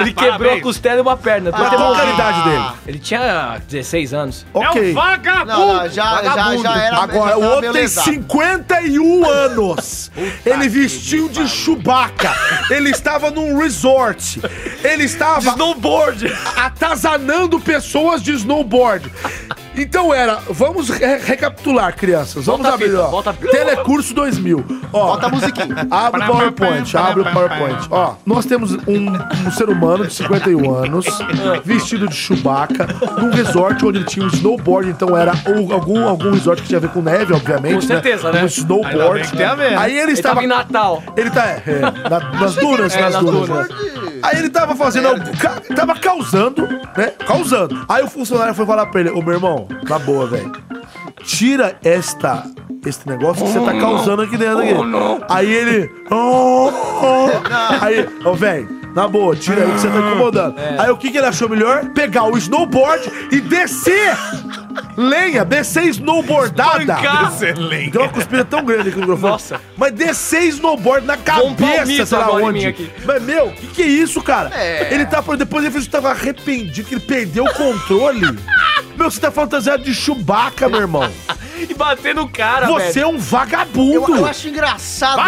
Speaker 4: Ele quebrou a
Speaker 7: Parabéns.
Speaker 4: costela e uma perna.
Speaker 5: Mas qual que era a
Speaker 4: Ah,
Speaker 5: idade dele?
Speaker 4: Ele tinha 16 anos.
Speaker 5: Ok.
Speaker 7: vagabundo!
Speaker 1: Não, não, já, já, já
Speaker 5: Agora,
Speaker 1: era. já tá
Speaker 5: o
Speaker 1: tava
Speaker 5: outro
Speaker 1: meio
Speaker 5: tem
Speaker 1: lesado.
Speaker 5: 51 anos. ele vestiu de Chewbacca. ele estava num resort. Ele estava. snowboard! Atazanando pessoas de snowboard. Então era, vamos re- recapitular, crianças. Vamos
Speaker 4: Volta a
Speaker 5: abrir,
Speaker 4: fita,
Speaker 5: ó.
Speaker 4: volta a fita.
Speaker 5: Telecurso 2000. Ó,
Speaker 1: Bota a musiquinha.
Speaker 5: Abre o PowerPoint, abre o PowerPoint. Ó, nós temos um, um ser humano de 51 anos, vestido de Chewbacca, num resort onde ele tinha um snowboard, então era o- algum, algum resort que tinha a ver com neve, obviamente.
Speaker 4: Com certeza,
Speaker 5: Um
Speaker 4: né?
Speaker 7: Ainda bem
Speaker 5: snowboard.
Speaker 7: que tem a ver, né?
Speaker 5: Aí ele
Speaker 4: Ele
Speaker 5: estava.
Speaker 4: tava em Natal.
Speaker 5: Ele tá. É, é, na- nas dunas,
Speaker 4: é,
Speaker 5: nas
Speaker 4: nas
Speaker 5: dunas.
Speaker 4: dunas.
Speaker 5: né? Aí ele tava fazendo. algo- ca- Tava causando, né? Causando. Aí o funcionário foi falar pra ele: Ô meu irmão, na boa, velho. Tira esta. Esse negócio que você tá causando aqui dentro. Aqui. Aí ele. "Oh, oh." Aí, ô velho. Na boa, tira aí que você tá incomodando. Aí o que, que ele achou melhor? Pegar o snowboard e descer! Lenha, descer snowboardada!
Speaker 8: Excelente.
Speaker 5: Deu Então é uma cuspida tão grande aqui no microfone.
Speaker 4: Nossa.
Speaker 5: Mas descer snowboard na
Speaker 4: um palmito
Speaker 5: cabeça, sei lá
Speaker 4: agora em mim
Speaker 5: onde.
Speaker 4: aqui.
Speaker 5: Mas, meu, que que é isso, cara?
Speaker 1: É.
Speaker 5: Ele tá... Depois ele fez tava arrependido, que ele perdeu o controle. meu, você tá fantasiado de Chewbacca, meu irmão.
Speaker 4: E bater no cara,
Speaker 5: você
Speaker 4: velho.
Speaker 5: é um
Speaker 1: Eu,
Speaker 5: vagabundo.
Speaker 1: eu acho engraçado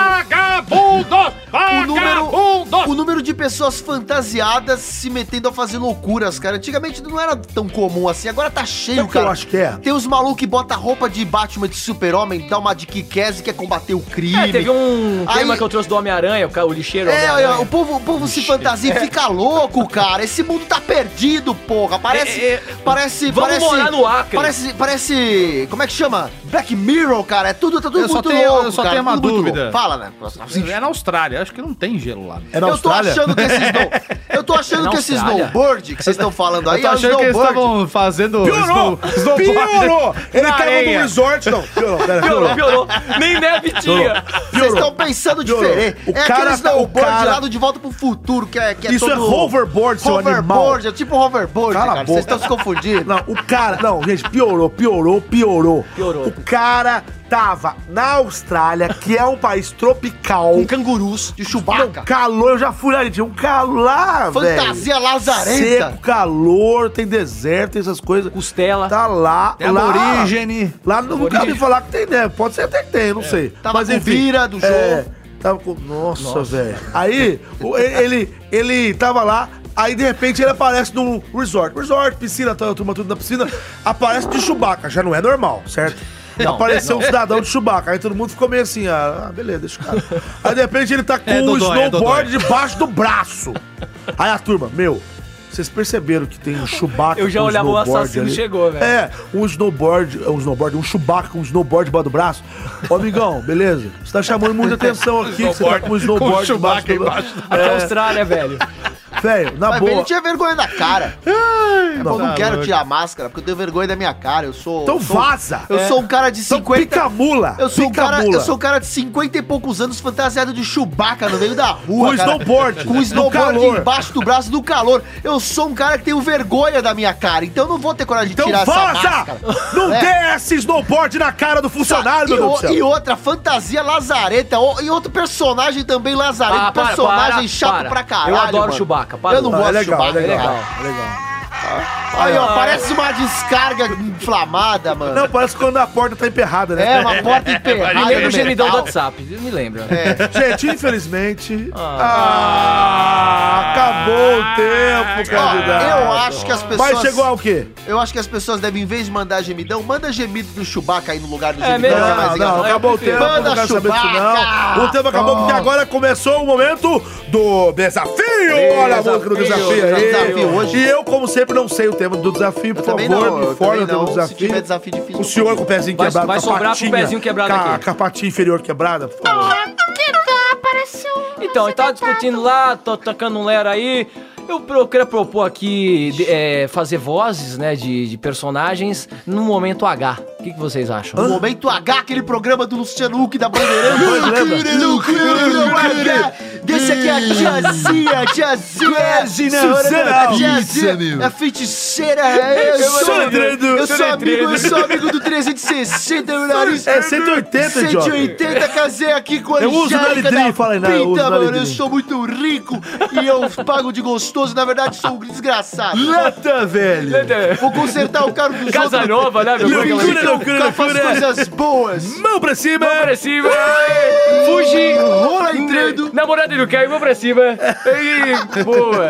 Speaker 7: Vagabundo!
Speaker 1: o número,
Speaker 7: Vagabundo!
Speaker 1: o número de pessoas fantasiadas se metendo a fazer loucuras, cara. Antigamente não era tão comum assim, agora tá cheio,
Speaker 5: Sabe o que
Speaker 1: cara.
Speaker 5: eu acho que é?
Speaker 1: Tem os malucos que botam roupa de Batman de super-homem, dá uma de Kikese, quer combater o crime.
Speaker 4: É, teve um né?
Speaker 1: Aí-
Speaker 4: tema que eu trouxe do Homem-Aranha, o ca- o lixeiro.
Speaker 1: É,
Speaker 4: Homem-Aranha.
Speaker 1: o povo, o povo se fantasia
Speaker 4: é.
Speaker 1: e fica louco, cara. Esse mundo tá perdido, porra. Parece.
Speaker 4: É, é,
Speaker 1: parece.
Speaker 4: vamos
Speaker 1: parece,
Speaker 4: morar no Acre.
Speaker 1: Parece. Parece. Como é que chama? Black Mirror, cara. É tudo, tá tudo
Speaker 7: Eu só
Speaker 1: muito
Speaker 7: tenho-
Speaker 1: louco.
Speaker 7: eu só
Speaker 1: cara.
Speaker 7: tenho uma
Speaker 1: Tudo muito
Speaker 7: dúvida.
Speaker 1: louco. Fala, né?
Speaker 7: É na Austrália, acho que não tem gelo lá.
Speaker 5: É na
Speaker 1: Eu tô
Speaker 5: Austrália?
Speaker 1: achando que esse snow... Eu tô achando
Speaker 4: Na
Speaker 1: que esse
Speaker 4: Austrália?
Speaker 1: snowboard que vocês estão falando aí
Speaker 7: Eu tô
Speaker 1: é um
Speaker 7: Tá achando que eles
Speaker 1: snowboard.
Speaker 7: estavam fazendo
Speaker 5: Piorou!
Speaker 7: snow- snowboard.
Speaker 5: Piorou! Ele
Speaker 7: na
Speaker 5: tava
Speaker 7: areia.
Speaker 5: num resort, não. Piorou, pera, piorou.
Speaker 4: Piorou, piorou. Nem neve tinha.
Speaker 1: Vocês estão pensando
Speaker 5: Piorou.
Speaker 1: diferente.
Speaker 5: O
Speaker 1: é aquele
Speaker 5: cara- tá- o
Speaker 1: snowboard
Speaker 5: cara-
Speaker 1: lá do De Volta pro Futuro, que é, que é
Speaker 5: Isso é
Speaker 1: todo-
Speaker 5: hoverboard, seu animal.
Speaker 1: Hoverboard, é tipo hoverboard,
Speaker 5: Cala a
Speaker 1: cara. Vocês
Speaker 5: boca.
Speaker 1: estão se confundindo.
Speaker 5: Não, o cara. Não, gente, piorou, piorou, piorou.
Speaker 4: Piorou.
Speaker 5: O cara tava na Austrália, que é um país tropical.
Speaker 1: Com cangurus de Chewbacca.
Speaker 5: Não, calor, eu já fui lá, gente. Um calor lá, velho.
Speaker 1: Fantasia lazarenta.
Speaker 5: Seco, calor, tem deserto, tem essas coisas.
Speaker 4: Costela.
Speaker 5: Tá lá,
Speaker 7: É
Speaker 5: lá.
Speaker 7: aborígene.
Speaker 5: Lá não nunca
Speaker 4: Aborígene.
Speaker 5: me falar que tem neve. Pode ser até que tem, não sei.
Speaker 1: Tava com vira do
Speaker 5: É,
Speaker 1: jogo.
Speaker 5: tava com. Nossa, velho. Aí, o- ele, ele tava lá. Aí, de repente, ele aparece num resort. Resort, piscina, tá, turma tudo na piscina. Aparece de Chewbacca. Já não é normal, certo? Apareceu um cidadão de Chewbacca. Aí todo mundo ficou meio assim, ah, beleza, deixa o cara. Aí, de repente, ele tá com
Speaker 7: É
Speaker 5: o
Speaker 7: Dodói, é
Speaker 5: snowboard debaixo do braço. Aí a turma, meu, vocês perceberam que tem um Chewbacca
Speaker 4: Eu já
Speaker 5: com
Speaker 4: olhava o
Speaker 5: snowboard
Speaker 4: assassino
Speaker 5: ali?
Speaker 4: chegou, velho.
Speaker 5: É, um snowboard, um snowboard, um Chewbacca com um snowboard debaixo do braço. Ô, amigão, beleza? Você tá chamando muita atenção aqui, que você tá com um snowboard
Speaker 7: com o Chewbacca
Speaker 5: debaixo do braço.
Speaker 4: Até a Austrália, velho.
Speaker 5: Velho, na
Speaker 1: Mas ele
Speaker 5: boa. Tá
Speaker 1: tinha vergonha na cara. É bom, eu não quero tirar a máscara, porque eu tenho vergonha da minha cara. Eu sou.
Speaker 5: Então
Speaker 1: eu sou-
Speaker 5: vaza!
Speaker 1: Eu
Speaker 5: É.
Speaker 1: sou um cara de
Speaker 5: Então
Speaker 1: 50.
Speaker 5: pica a mula,
Speaker 1: Eu sou, um
Speaker 5: pica a
Speaker 1: cara,
Speaker 5: mula.
Speaker 1: eu sou um cara de 50 e poucos anos fantasiado de Chewbacca no meio da rua.
Speaker 5: Com
Speaker 1: cara.
Speaker 5: snowboard.
Speaker 1: Com
Speaker 5: No
Speaker 1: snowboard
Speaker 5: calor.
Speaker 1: embaixo do braço do calor. Eu sou um cara que tenho vergonha da minha cara, então eu não vou ter coragem de
Speaker 5: Então
Speaker 1: tirar essa
Speaker 5: vaza!
Speaker 1: máscara.
Speaker 5: Não
Speaker 1: É.
Speaker 5: dê esse snowboard na cara do funcionário,
Speaker 1: e,
Speaker 5: meu Deus
Speaker 1: o-
Speaker 5: do céu.
Speaker 1: e outra, fantasia lazareta. o- e outro personagem também lazareta.
Speaker 4: Ah, para,
Speaker 1: personagem
Speaker 4: para,
Speaker 1: chato
Speaker 4: para.
Speaker 1: pra caralho.
Speaker 4: Eu adoro
Speaker 1: mano.
Speaker 4: Chewbacca, para.
Speaker 1: Eu não
Speaker 4: Ah, é
Speaker 1: gosto de
Speaker 4: legal,
Speaker 1: Chewbacca.
Speaker 4: é legal,
Speaker 1: cara. Aí, ó, parece uma descarga inflamada, mano.
Speaker 5: Ah. Não, parece quando a porta tá emperrada, né?
Speaker 1: É, uma porta emperrada.
Speaker 5: é
Speaker 4: Me lembra o gemidão do
Speaker 1: metal.
Speaker 4: WhatsApp, me lembra.
Speaker 1: tá
Speaker 5: Gente, infelizmente. Ah, acabou o tempo, candidato.
Speaker 1: Eu acho que as pessoas.
Speaker 5: Mas chegou ao quê?
Speaker 1: Eu acho que as pessoas devem, em vez de mandar gemidão, manda gemido do Chewbacca aí no lugar do
Speaker 4: É
Speaker 1: gemidão.
Speaker 4: melhor,
Speaker 1: que
Speaker 5: Não,
Speaker 1: mais
Speaker 5: não,
Speaker 1: engraçado.
Speaker 5: acabou o tempo, não
Speaker 1: Manda
Speaker 5: quero saber disso
Speaker 1: Chewbacca!
Speaker 5: não. O tempo acabou porque agora começou o momento do desafio. Olha a música do desafio aí.
Speaker 1: desafio hoje.
Speaker 5: E eu, como sempre, não sei o tema do desafio, por
Speaker 1: também
Speaker 5: favor,
Speaker 1: não, eu
Speaker 5: me informe o
Speaker 1: também
Speaker 5: tema do
Speaker 1: não. Se tiver
Speaker 5: desafio.
Speaker 1: desafio difícil,
Speaker 5: O senhor com o pezinho
Speaker 4: Vai-
Speaker 5: quebrado,
Speaker 4: vai
Speaker 5: com a
Speaker 4: sobrar pro
Speaker 5: patinha-
Speaker 4: pezinho
Speaker 5: com
Speaker 4: quebrado
Speaker 5: a-
Speaker 4: aqui.
Speaker 5: Com a patinha inferior quebrada, por favor.
Speaker 4: Então, ele tava discutindo lá, tô tocando um lero aí. Eu, pro- eu queria propor aqui de- é, fazer vozes, né, de, de personagens no momento H. O que, que vocês acham?
Speaker 1: No momento H, aquele programa do Luciano Huck da
Speaker 5: Lembra?
Speaker 1: Bandeirante. Desse aqui é a tiazinha, tiazinha.
Speaker 5: Suzana
Speaker 1: A
Speaker 5: Alves,
Speaker 1: tiazinha, a né? feiticeira. é, Eu sou
Speaker 5: Soletrando,
Speaker 1: eu sou
Speaker 5: soletrando.
Speaker 1: amigo, eu sou amigo do 360, meu nariz.
Speaker 5: É 180, Jorge.
Speaker 1: 180, casei aqui com a
Speaker 5: Eu uso
Speaker 1: Angélica
Speaker 5: Nalidrim,
Speaker 1: da
Speaker 5: fala aí, não, eu uso
Speaker 1: Pinta, mano, eu
Speaker 5: Nalidrim.
Speaker 1: sou muito rico e eu pago de gostoso. Na verdade, sou um desgraçado.
Speaker 5: Lata, velho.
Speaker 1: Vou consertar o carro dos outros.
Speaker 4: Casanova, né,
Speaker 5: Loucura,
Speaker 4: meu? Como é que ela-
Speaker 5: loucura,
Speaker 1: Eu faço
Speaker 5: loucura.
Speaker 1: coisas boas.
Speaker 5: Mão pra cima.
Speaker 4: Vamos pra cima! Fugir!
Speaker 5: Hum,
Speaker 1: Rola entrando.
Speaker 4: Namorado do Caio, vamos pra cima! Ei, boa!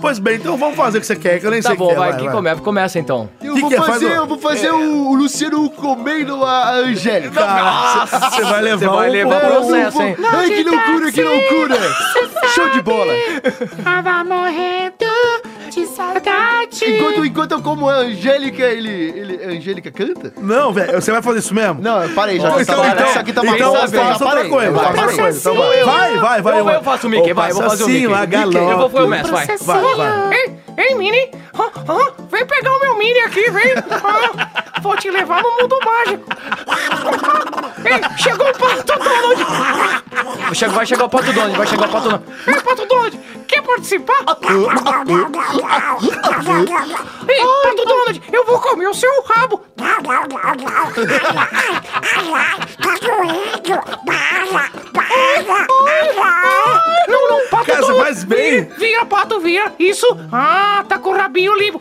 Speaker 5: Pois bem, então vamos fazer o que você quer, que eu nem
Speaker 4: Tá
Speaker 5: sei o
Speaker 4: bom,
Speaker 5: que é,
Speaker 4: vai, quem começa? Começa então.
Speaker 1: Eu
Speaker 5: Que
Speaker 1: vou
Speaker 5: que é? Faz
Speaker 1: fazer,
Speaker 5: o-
Speaker 1: eu vou fazer o, o Luciano comendo a a Angélica.
Speaker 5: Nossa, você vai levar
Speaker 4: Você vai
Speaker 5: um
Speaker 4: levar
Speaker 5: ponto.
Speaker 1: Eu
Speaker 4: processo,
Speaker 1: vou-
Speaker 4: hein?
Speaker 1: Ai, que loucura, que loucura! Show de bola!
Speaker 12: Tava morrendo de saudade.
Speaker 1: Enquanto, enquanto eu como a Angélica, ele. ele a Angélica canta?
Speaker 5: Não, velho, você vai fazer isso mesmo?
Speaker 1: Não, eu parei já.
Speaker 5: Então,
Speaker 1: que tá
Speaker 5: então,
Speaker 1: bom. Isso aqui tá
Speaker 5: então,
Speaker 1: bom,
Speaker 5: eu
Speaker 1: sabe?
Speaker 5: faço
Speaker 1: Já
Speaker 5: outra
Speaker 1: parei,
Speaker 5: coisa,
Speaker 1: já
Speaker 5: faço outra
Speaker 1: parei.
Speaker 5: coisa. Então vai, vai, vai, vai.
Speaker 4: Eu- eu faço o Mickey, vai, eu vou fazer o
Speaker 5: Sim,
Speaker 4: Mickey.
Speaker 5: a galope.
Speaker 4: Eu vou- eu começo, vai.
Speaker 5: Vai, vai.
Speaker 12: Ei, ei, Mini. Ah, ah, vem pegar o meu Mini aqui, vem. Ah, vou te levar no mundo mágico. Ei, chegou o Pato Donald.
Speaker 4: Chega- Vai chegar o Pato Donald, vai chegar o Pato Donald.
Speaker 12: Ei, Pato Donald, quer participar? Ei, Pato Donald, eu vou comer o seu rabo. Não, não, Pato
Speaker 5: Cara, você
Speaker 12: Donald.
Speaker 5: faz bem.
Speaker 12: Vira, Pato, vira. Isso. Ah, tá com o rabinho limpo.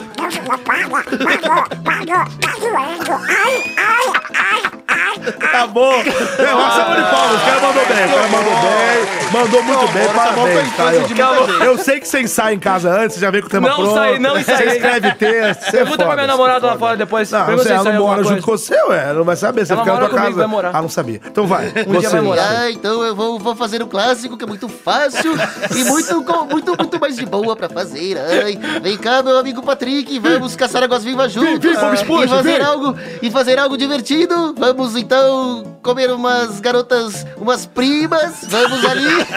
Speaker 5: Tá bom. É, uma salva de palmas. O cara mandou bem, o cara mandou bem. Mandou muito
Speaker 4: tá
Speaker 5: bem, parabéns, Caio. Eu sei que você ensaia em casa antes, você já vem com o tema
Speaker 4: Não
Speaker 5: pronto.
Speaker 4: ensaiei, não ensaiei.
Speaker 5: Você escreve texto, você é
Speaker 4: Pergunta
Speaker 5: foda,
Speaker 4: pra minha
Speaker 5: você é
Speaker 4: namorada lá
Speaker 5: foda.
Speaker 4: fora depois.
Speaker 5: Não,
Speaker 4: pergunta
Speaker 5: você,
Speaker 4: se
Speaker 5: ela
Speaker 4: saiu
Speaker 5: não
Speaker 4: alguma
Speaker 5: mora junto com
Speaker 4: coisa.
Speaker 5: você, ué. Ela Não vai saber, você
Speaker 4: Ela
Speaker 5: fica na
Speaker 4: mora
Speaker 5: tua
Speaker 4: comigo,
Speaker 5: casa.
Speaker 4: vai morar.
Speaker 5: Ah, não sabia. Então vai.
Speaker 4: Um dia vai morar.
Speaker 1: Ah, então eu vou, vou fazer um clássico que é muito fácil e muito, co- muito, muito mais de boa pra fazer. Ai, vem cá, meu amigo Patrick, vamos caçar águas vivas juntos.
Speaker 5: vem, Bob Esponja,
Speaker 1: e fazer
Speaker 5: vem.
Speaker 1: algo E fazer algo divertido. Vamos então comer umas garotas, umas primas. Vamos ali.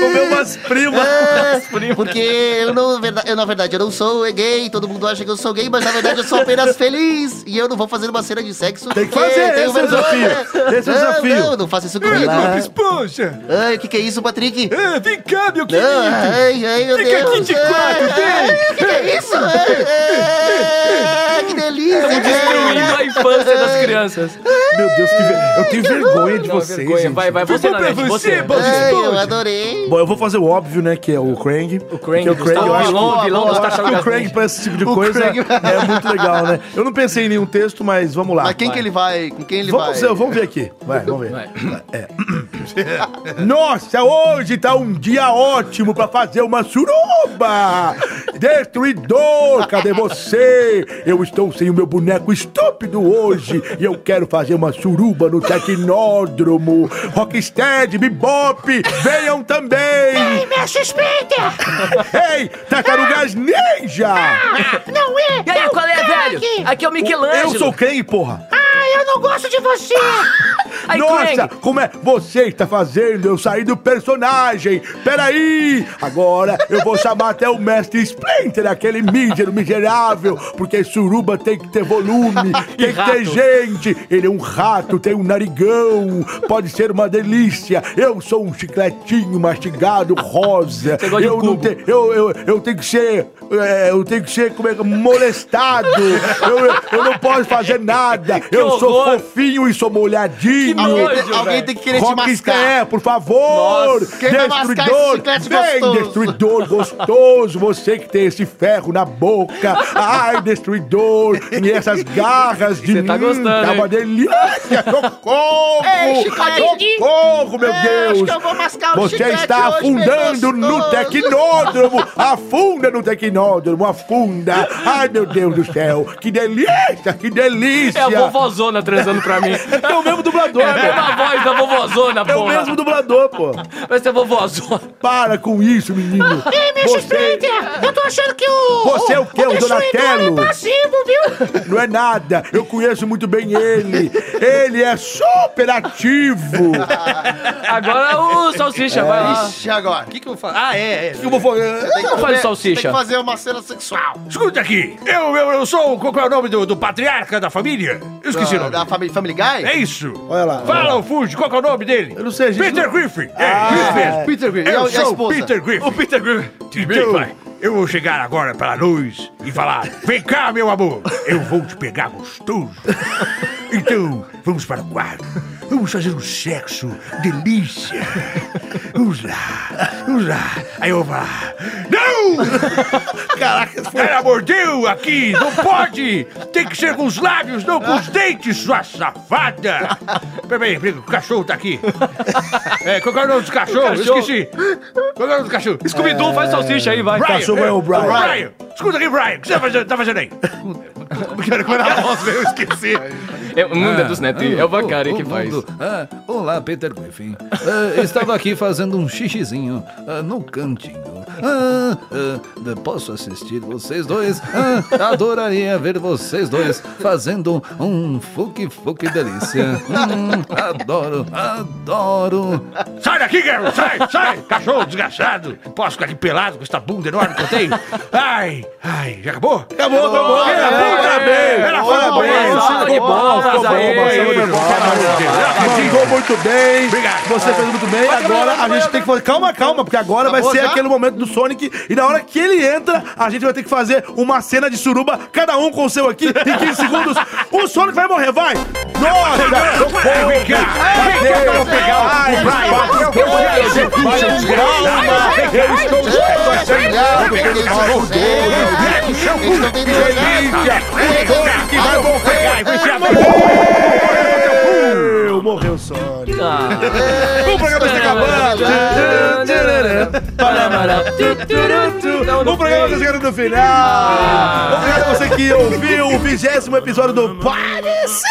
Speaker 5: Comeu umas primas.
Speaker 1: É, porque eu não, verda- eu, na verdade, eu não sou é gay, todo mundo acha que eu sou gay, mas na verdade eu sou apenas feliz. E eu não vou fazer uma cena de sexo.
Speaker 5: Tem que
Speaker 1: porque
Speaker 5: fazer,
Speaker 1: tenho
Speaker 5: esse é o
Speaker 1: vergonha.
Speaker 5: desafio, esse é o
Speaker 1: Não,
Speaker 5: desafio.
Speaker 1: Não, não faça isso comigo.
Speaker 7: Esponja!
Speaker 1: Ai, o que, que é isso, Patrick?
Speaker 7: Vem cá, meu
Speaker 1: Não, ai, ai, meu
Speaker 7: Fica aqui
Speaker 1: Deus.
Speaker 7: de
Speaker 1: ai,
Speaker 7: quatro,
Speaker 1: ai, O que, que é isso? Ai, ai, que delícia.
Speaker 4: Destruindo a infância das crianças.
Speaker 5: Meu Deus, que ver... eu tenho vergonha de
Speaker 4: Não,
Speaker 5: vocês.
Speaker 4: vergonha.
Speaker 5: gente.
Speaker 4: Vai, vai, você,
Speaker 7: Vou pra
Speaker 5: tá-
Speaker 4: Nanete, você.
Speaker 7: você, Bob
Speaker 1: Ai, eu
Speaker 7: Esponja!
Speaker 1: adorei.
Speaker 5: Bom, eu vou fazer o óbvio, né? Que é o Krang.
Speaker 4: O Krang,
Speaker 5: que é o Krang,
Speaker 4: Gustavo
Speaker 5: eu acho
Speaker 4: Vilão,
Speaker 5: que, eu
Speaker 4: vilão das
Speaker 5: acho que o
Speaker 4: Tartarugas
Speaker 5: Krang
Speaker 4: Ninja.
Speaker 5: pra esse tipo de coisa
Speaker 1: Krang.
Speaker 5: é muito legal, né? Eu não pensei em nenhum texto, mas vamos lá.
Speaker 1: Mas quem que ele vai? Com quem ele
Speaker 5: Vamos,
Speaker 1: vai?
Speaker 5: ver, vamos ver aqui. Vai, vamos ver.
Speaker 4: Vai.
Speaker 5: É. Nossa, hoje tá um dia ótimo pra fazer uma suruba! Destruidor, cadê você? Eu estou sem o meu boneco estúpido hoje e eu quero fazer uma suruba no tecnódromo. Rockstead, Bebop, venham também!
Speaker 12: Ei, minha suspeita.
Speaker 5: Ei, tartarugas ninja!
Speaker 12: Não é.
Speaker 4: E aí,
Speaker 12: o
Speaker 4: qual é,
Speaker 12: Craig.
Speaker 4: velho? Aqui é o Michelangelo.
Speaker 5: Eu sou quem, porra?
Speaker 12: Ah, eu não gosto de você.
Speaker 4: Aí,
Speaker 5: Nossa,
Speaker 4: Clang.
Speaker 5: como é? Você está fazendo eu sair do personagem. Peraí! Agora eu vou chamar até o mestre Splinter, aquele mísero miserável, porque suruba tem que ter volume, tem que ter
Speaker 15: rato.
Speaker 5: gente. Ele é um rato, tem um narigão, pode ser uma delícia. Eu sou um chicletinho mastigado rosa.
Speaker 15: Você gosta de
Speaker 5: eu não
Speaker 15: cubo.
Speaker 5: tenho, eu, eu, eu tenho que ser, é, eu tenho que ser como é, que- molestado. eu, eu- eu não posso fazer nada. eu sou
Speaker 15: horror.
Speaker 5: fofinho e sou molhadinho.
Speaker 1: Alguém tem- alguém tem que querer te
Speaker 5: Rock
Speaker 1: mascar.
Speaker 5: É, por favor.
Speaker 1: Nossa, quem vai mascar esse chiclete
Speaker 5: Vem,
Speaker 1: gostoso?
Speaker 5: destruidor gostoso. Você que tem esse ferro na boca. Ai, destruidor. E essas garras de Você
Speaker 4: tá gostando,
Speaker 5: Tá
Speaker 4: hein?
Speaker 5: uma delícia. Socorro.
Speaker 12: Ei, chicletinho.
Speaker 5: Socorro, meu
Speaker 12: É,
Speaker 5: Deus.
Speaker 12: acho que eu vou mascar um
Speaker 5: Você
Speaker 12: chiclete
Speaker 5: está
Speaker 12: hoje, bem
Speaker 5: afundando no
Speaker 12: gostoso.
Speaker 5: tecnódromo. Afunda no tecnódromo. Afunda. Ai, meu Deus do céu. Que delícia, que delícia.
Speaker 4: É a vovozona transando pra mim.
Speaker 5: É o mesmo dublador,
Speaker 4: É a mesma voz da vovozona,
Speaker 5: É o
Speaker 4: porra.
Speaker 5: mesmo dublador, pô.
Speaker 4: Vai ser vovozona.
Speaker 5: Para com isso, menino.
Speaker 12: Ei, meu
Speaker 5: Você
Speaker 12: Splinter, eu tô achando que o.
Speaker 5: Você é o quê? O
Speaker 12: destruidor
Speaker 5: Donatello?
Speaker 12: é passivo, viu?
Speaker 5: não é nada. Eu conheço muito bem ele. Ele é super ativo.
Speaker 4: Agora o
Speaker 5: É.
Speaker 4: Salsicha, vai lá.
Speaker 1: Ixi, agora.
Speaker 8: O que, que eu vou falar? Ah, é, é.
Speaker 5: O que eu vou fazer?
Speaker 1: Tem que
Speaker 8: Não
Speaker 1: fazer-
Speaker 8: fale salsicha.
Speaker 1: Tem que fazer uma cena sexual.
Speaker 8: Escuta aqui, eu, eu, eu sou. o- Qual é o nome do, do patriarca da família? Eu esqueci
Speaker 1: Da-
Speaker 8: o nome.
Speaker 1: Da família Family Guy?
Speaker 8: É isso.
Speaker 5: Olha lá.
Speaker 8: Fala, o Fuji, qual que é o nome dele? Eu
Speaker 5: não sei, gente.
Speaker 8: Peter Griffin.
Speaker 1: Ah,
Speaker 8: é, isso
Speaker 1: é.
Speaker 8: mesmo.
Speaker 1: Peter Griffin. E a-
Speaker 8: Eu
Speaker 1: e a
Speaker 8: sou
Speaker 1: esposa?
Speaker 8: Peter Griffin. O Peter Griffin.
Speaker 15: bem,
Speaker 8: Então,
Speaker 15: pai?
Speaker 8: eu vou chegar agora pela luz e falar, vem cá, meu amor, eu vou te pegar gostoso. Então, vamos para o quarto. Vamos fazer um sexo delícia. Vamos lá, vamos lá. Aí eu vou falar, não! Caraca, ela mordeu aqui, não pode! Tem que ser com os lábios, não com os dentes, sua safada! Peraí, peraí, o cachorro tá aqui. É, qual é o nome dos cachorros?
Speaker 4: cachorro.
Speaker 8: Esqueci. Qual é o nome do cachorro?
Speaker 4: Scooby-Doo, faz salsicha aí, vai.
Speaker 8: Brian.
Speaker 5: Cachorro é o Brian.
Speaker 8: Brian, escuta aqui, Brian, o que você tá fazendo, tá fazendo aí? Como que era como era a voz, velho? Eu esqueci.
Speaker 4: É o
Speaker 5: Ah,
Speaker 4: mundo dos netos, é o Bacari que faz.
Speaker 7: Ah, olá, Peter Griffin. Ah, estava aqui fazendo um xixizinho ah, no cantinho. Ah, ah, posso assistir vocês dois? Ah, adoraria ver vocês dois fazendo um fuque-fuque delícia. Hum, adoro, adoro.
Speaker 8: Sai daqui, garoto! Sai, sai! Cachorro desgraçado! Posso ficar aqui pelado com essa bunda enorme que eu tenho? Ai, ai, já acabou? Acabou,
Speaker 5: acabou.
Speaker 8: Era
Speaker 5: Acabou,
Speaker 8: bom,
Speaker 5: parabéns.
Speaker 8: Era bom,
Speaker 5: Parabéns.
Speaker 8: Salva de palmas
Speaker 5: Ficou bom,
Speaker 8: aí.
Speaker 5: parceiro, muito bom. Mandou muito bem.
Speaker 8: Obrigado.
Speaker 5: Você fez muito bem. Agora a gente tem que fazer. Calma, calma, porque agora vai
Speaker 1: Acabou
Speaker 5: ser
Speaker 1: já?
Speaker 5: aquele momento do Sonic. E na hora que ele entra, a gente vai ter que fazer uma cena de suruba, cada um com o seu aqui, em 15 segundos. O Sonic vai morrer, vai! Nossa! socorro,
Speaker 8: Vem cá,
Speaker 5: cadê?
Speaker 8: vem cá pra eu pegar o
Speaker 5: Ai,
Speaker 8: Brian.
Speaker 5: vai,
Speaker 8: Eu vou pegar esse bicho desgraçado.
Speaker 5: Calma, eu estou
Speaker 8: Vai,
Speaker 5: sendo
Speaker 8: vai,
Speaker 5: sangrado
Speaker 8: vai,
Speaker 5: pelo
Speaker 8: vai,
Speaker 5: cachorro
Speaker 8: vai,
Speaker 5: doido. Delícia! Que vai morrer! Morreu, morreu o Sonic. O programa está acabando. O Um programa está chegando no final. Obrigado a você que ouviu o vigésimo episódio do Parecer.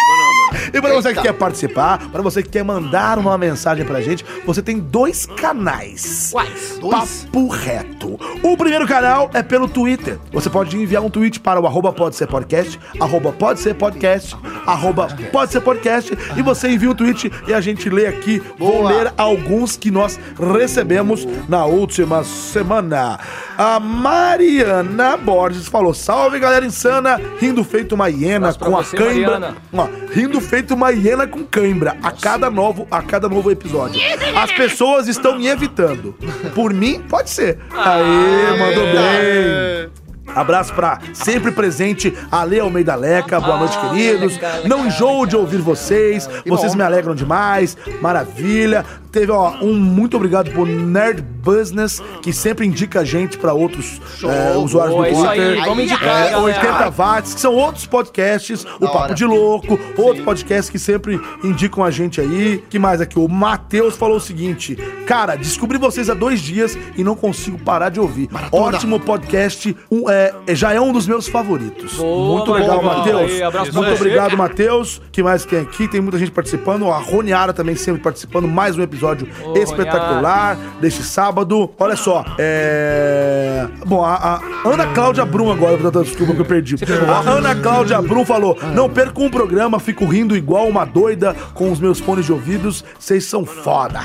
Speaker 5: E para você que quer participar, para você que quer mandar uma mensagem pra gente, você tem dois canais.
Speaker 4: Quais?
Speaker 5: Papo reto. O primeiro canal é pelo Twitter. Você pode enviar um tweet para o arroba pode ser podcast, arroba pode ser podcast, arroba pode ser podcast, e você envia o tweet e a gente lê aqui. Vou ler alguns que nós recebemos na última semana. A Mariana Borges falou: salve galera insana, rindo feito uma hiena
Speaker 4: Abraço pra
Speaker 5: com a
Speaker 4: você,
Speaker 5: cãibra.
Speaker 4: Mariana.
Speaker 5: Ó, rindo feito uma hiena com cãibra a cada novo, a cada novo episódio. As pessoas estão me evitando. Por mim, pode ser. Aê, mandou bem. Abraço pra sempre presente Ale Almeida Leca. Boa noite, queridos. Não enjoo de ouvir vocês. Vocês me alegram demais. Maravilha. Teve ó, um muito obrigado pro Nerd Business, que sempre indica a gente pra outros eh, usuários do
Speaker 4: Boa, é isso
Speaker 5: Twitter.
Speaker 4: aí. Vamos indicar,
Speaker 5: É,
Speaker 4: galera.
Speaker 5: 80 Watts, que são outros podcasts, o Papo de Louco, outro podcast que sempre indicam a gente aí. Que mais aqui? O Matheus falou o seguinte: Cara, descobri vocês há dois dias e não consigo parar de ouvir. Ótimo podcast, um, é, já é um dos meus favoritos. Muito
Speaker 4: Matheus.
Speaker 5: legal, Matheus.
Speaker 4: Aí, abraço pra
Speaker 5: Muito
Speaker 4: você.
Speaker 5: obrigado, Matheus. que mais tem aqui? Tem muita gente participando. A Roniara também sempre participando. Mais um episódio episódio espetacular deste sábado. Olha só, é. Bom, a, a Ana Cláudia Brum agora, vou dar desculpa que eu perdi. A Ana Cláudia Brum falou: Não perco um programa, fico rindo igual uma doida com os meus fones de ouvidos, vocês são foda.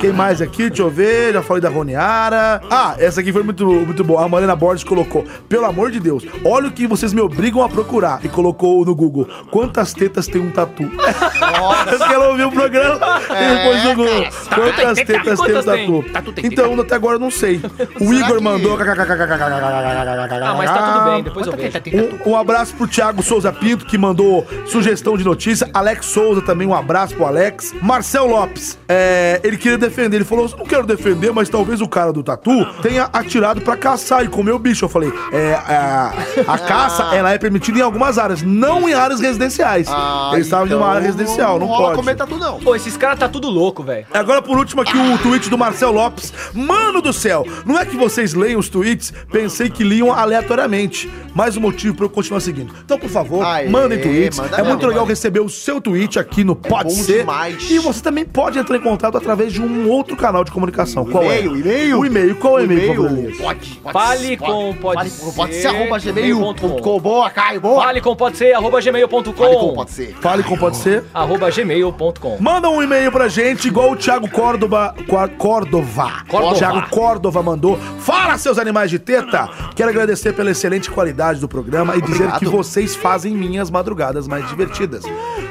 Speaker 5: Quem mais aqui? Deixa eu ver, já falei da Roniara. Ah, essa aqui foi muito, muito boa. A Marina Borges colocou: Pelo amor de Deus, olha o que vocês me obrigam a procurar. E colocou no Google: Quantas tetas tem um tatu? Nossa. que ela ouviu o programa e depois no Google: Quantas tetas tem um tatu? Então, até agora eu não sei. O Igor mandou. Ah,
Speaker 4: mas tá tudo bem, depois eu vejo.
Speaker 5: Um, um abraço pro Thiago Souza Pinto, que mandou sugestão de notícia. Alex Souza também, um abraço pro Alex. Marcel Lopes, é, ele queria defender. Ele falou: não quero defender, mas talvez o cara do tatu tenha atirado pra caçar e comer o bicho. Eu falei: é, a, a caça, ela é permitida em algumas áreas, não em áreas residenciais. ele estava em uma área
Speaker 1: então
Speaker 5: residencial, não, pode.
Speaker 4: tatu, não. Pô, esses caras tá tudo louco, velho.
Speaker 5: É Agora, por último, aqui o tweet do Marcel Lopes. Mano do céu, não é que vocês leiam os tweets, pensei que liam aleatoriamente. Mais um motivo pra eu continuar seguindo. Então, por favor, mandem tweets.
Speaker 1: manda
Speaker 5: é
Speaker 1: mesmo, É
Speaker 5: muito legal receber o seu tweet aqui no Pode
Speaker 1: bom
Speaker 5: Ser.
Speaker 1: demais.
Speaker 5: E você também pode entrar em contato através de um outro canal de comunicação. Qual
Speaker 1: e-mail,
Speaker 5: é?
Speaker 1: e-mail?
Speaker 5: O e-mail. Qual é o e-mail,
Speaker 1: E-mail.
Speaker 5: Cavalieri?
Speaker 1: Pode,
Speaker 4: Fale com pode,
Speaker 1: pode
Speaker 4: ser.
Speaker 1: Pode ser arroba gmail.com.
Speaker 4: Boa, Caio, boa. Fale com pode ser arroba gmail.com. Fale com pode
Speaker 1: ser.
Speaker 5: Fale com pode ser.
Speaker 4: Arroba gmail.com.
Speaker 5: Manda um e-mail pra gente, igual o Thiago Córdoba. Cor- Córdova.
Speaker 4: Córdova.
Speaker 5: Thiago Córdova mandou. Fala, seus animais de teta! Quero agradecer pela excelente qualidade do programa e dizer que vocês fazem minhas madrugadas mais divertidas.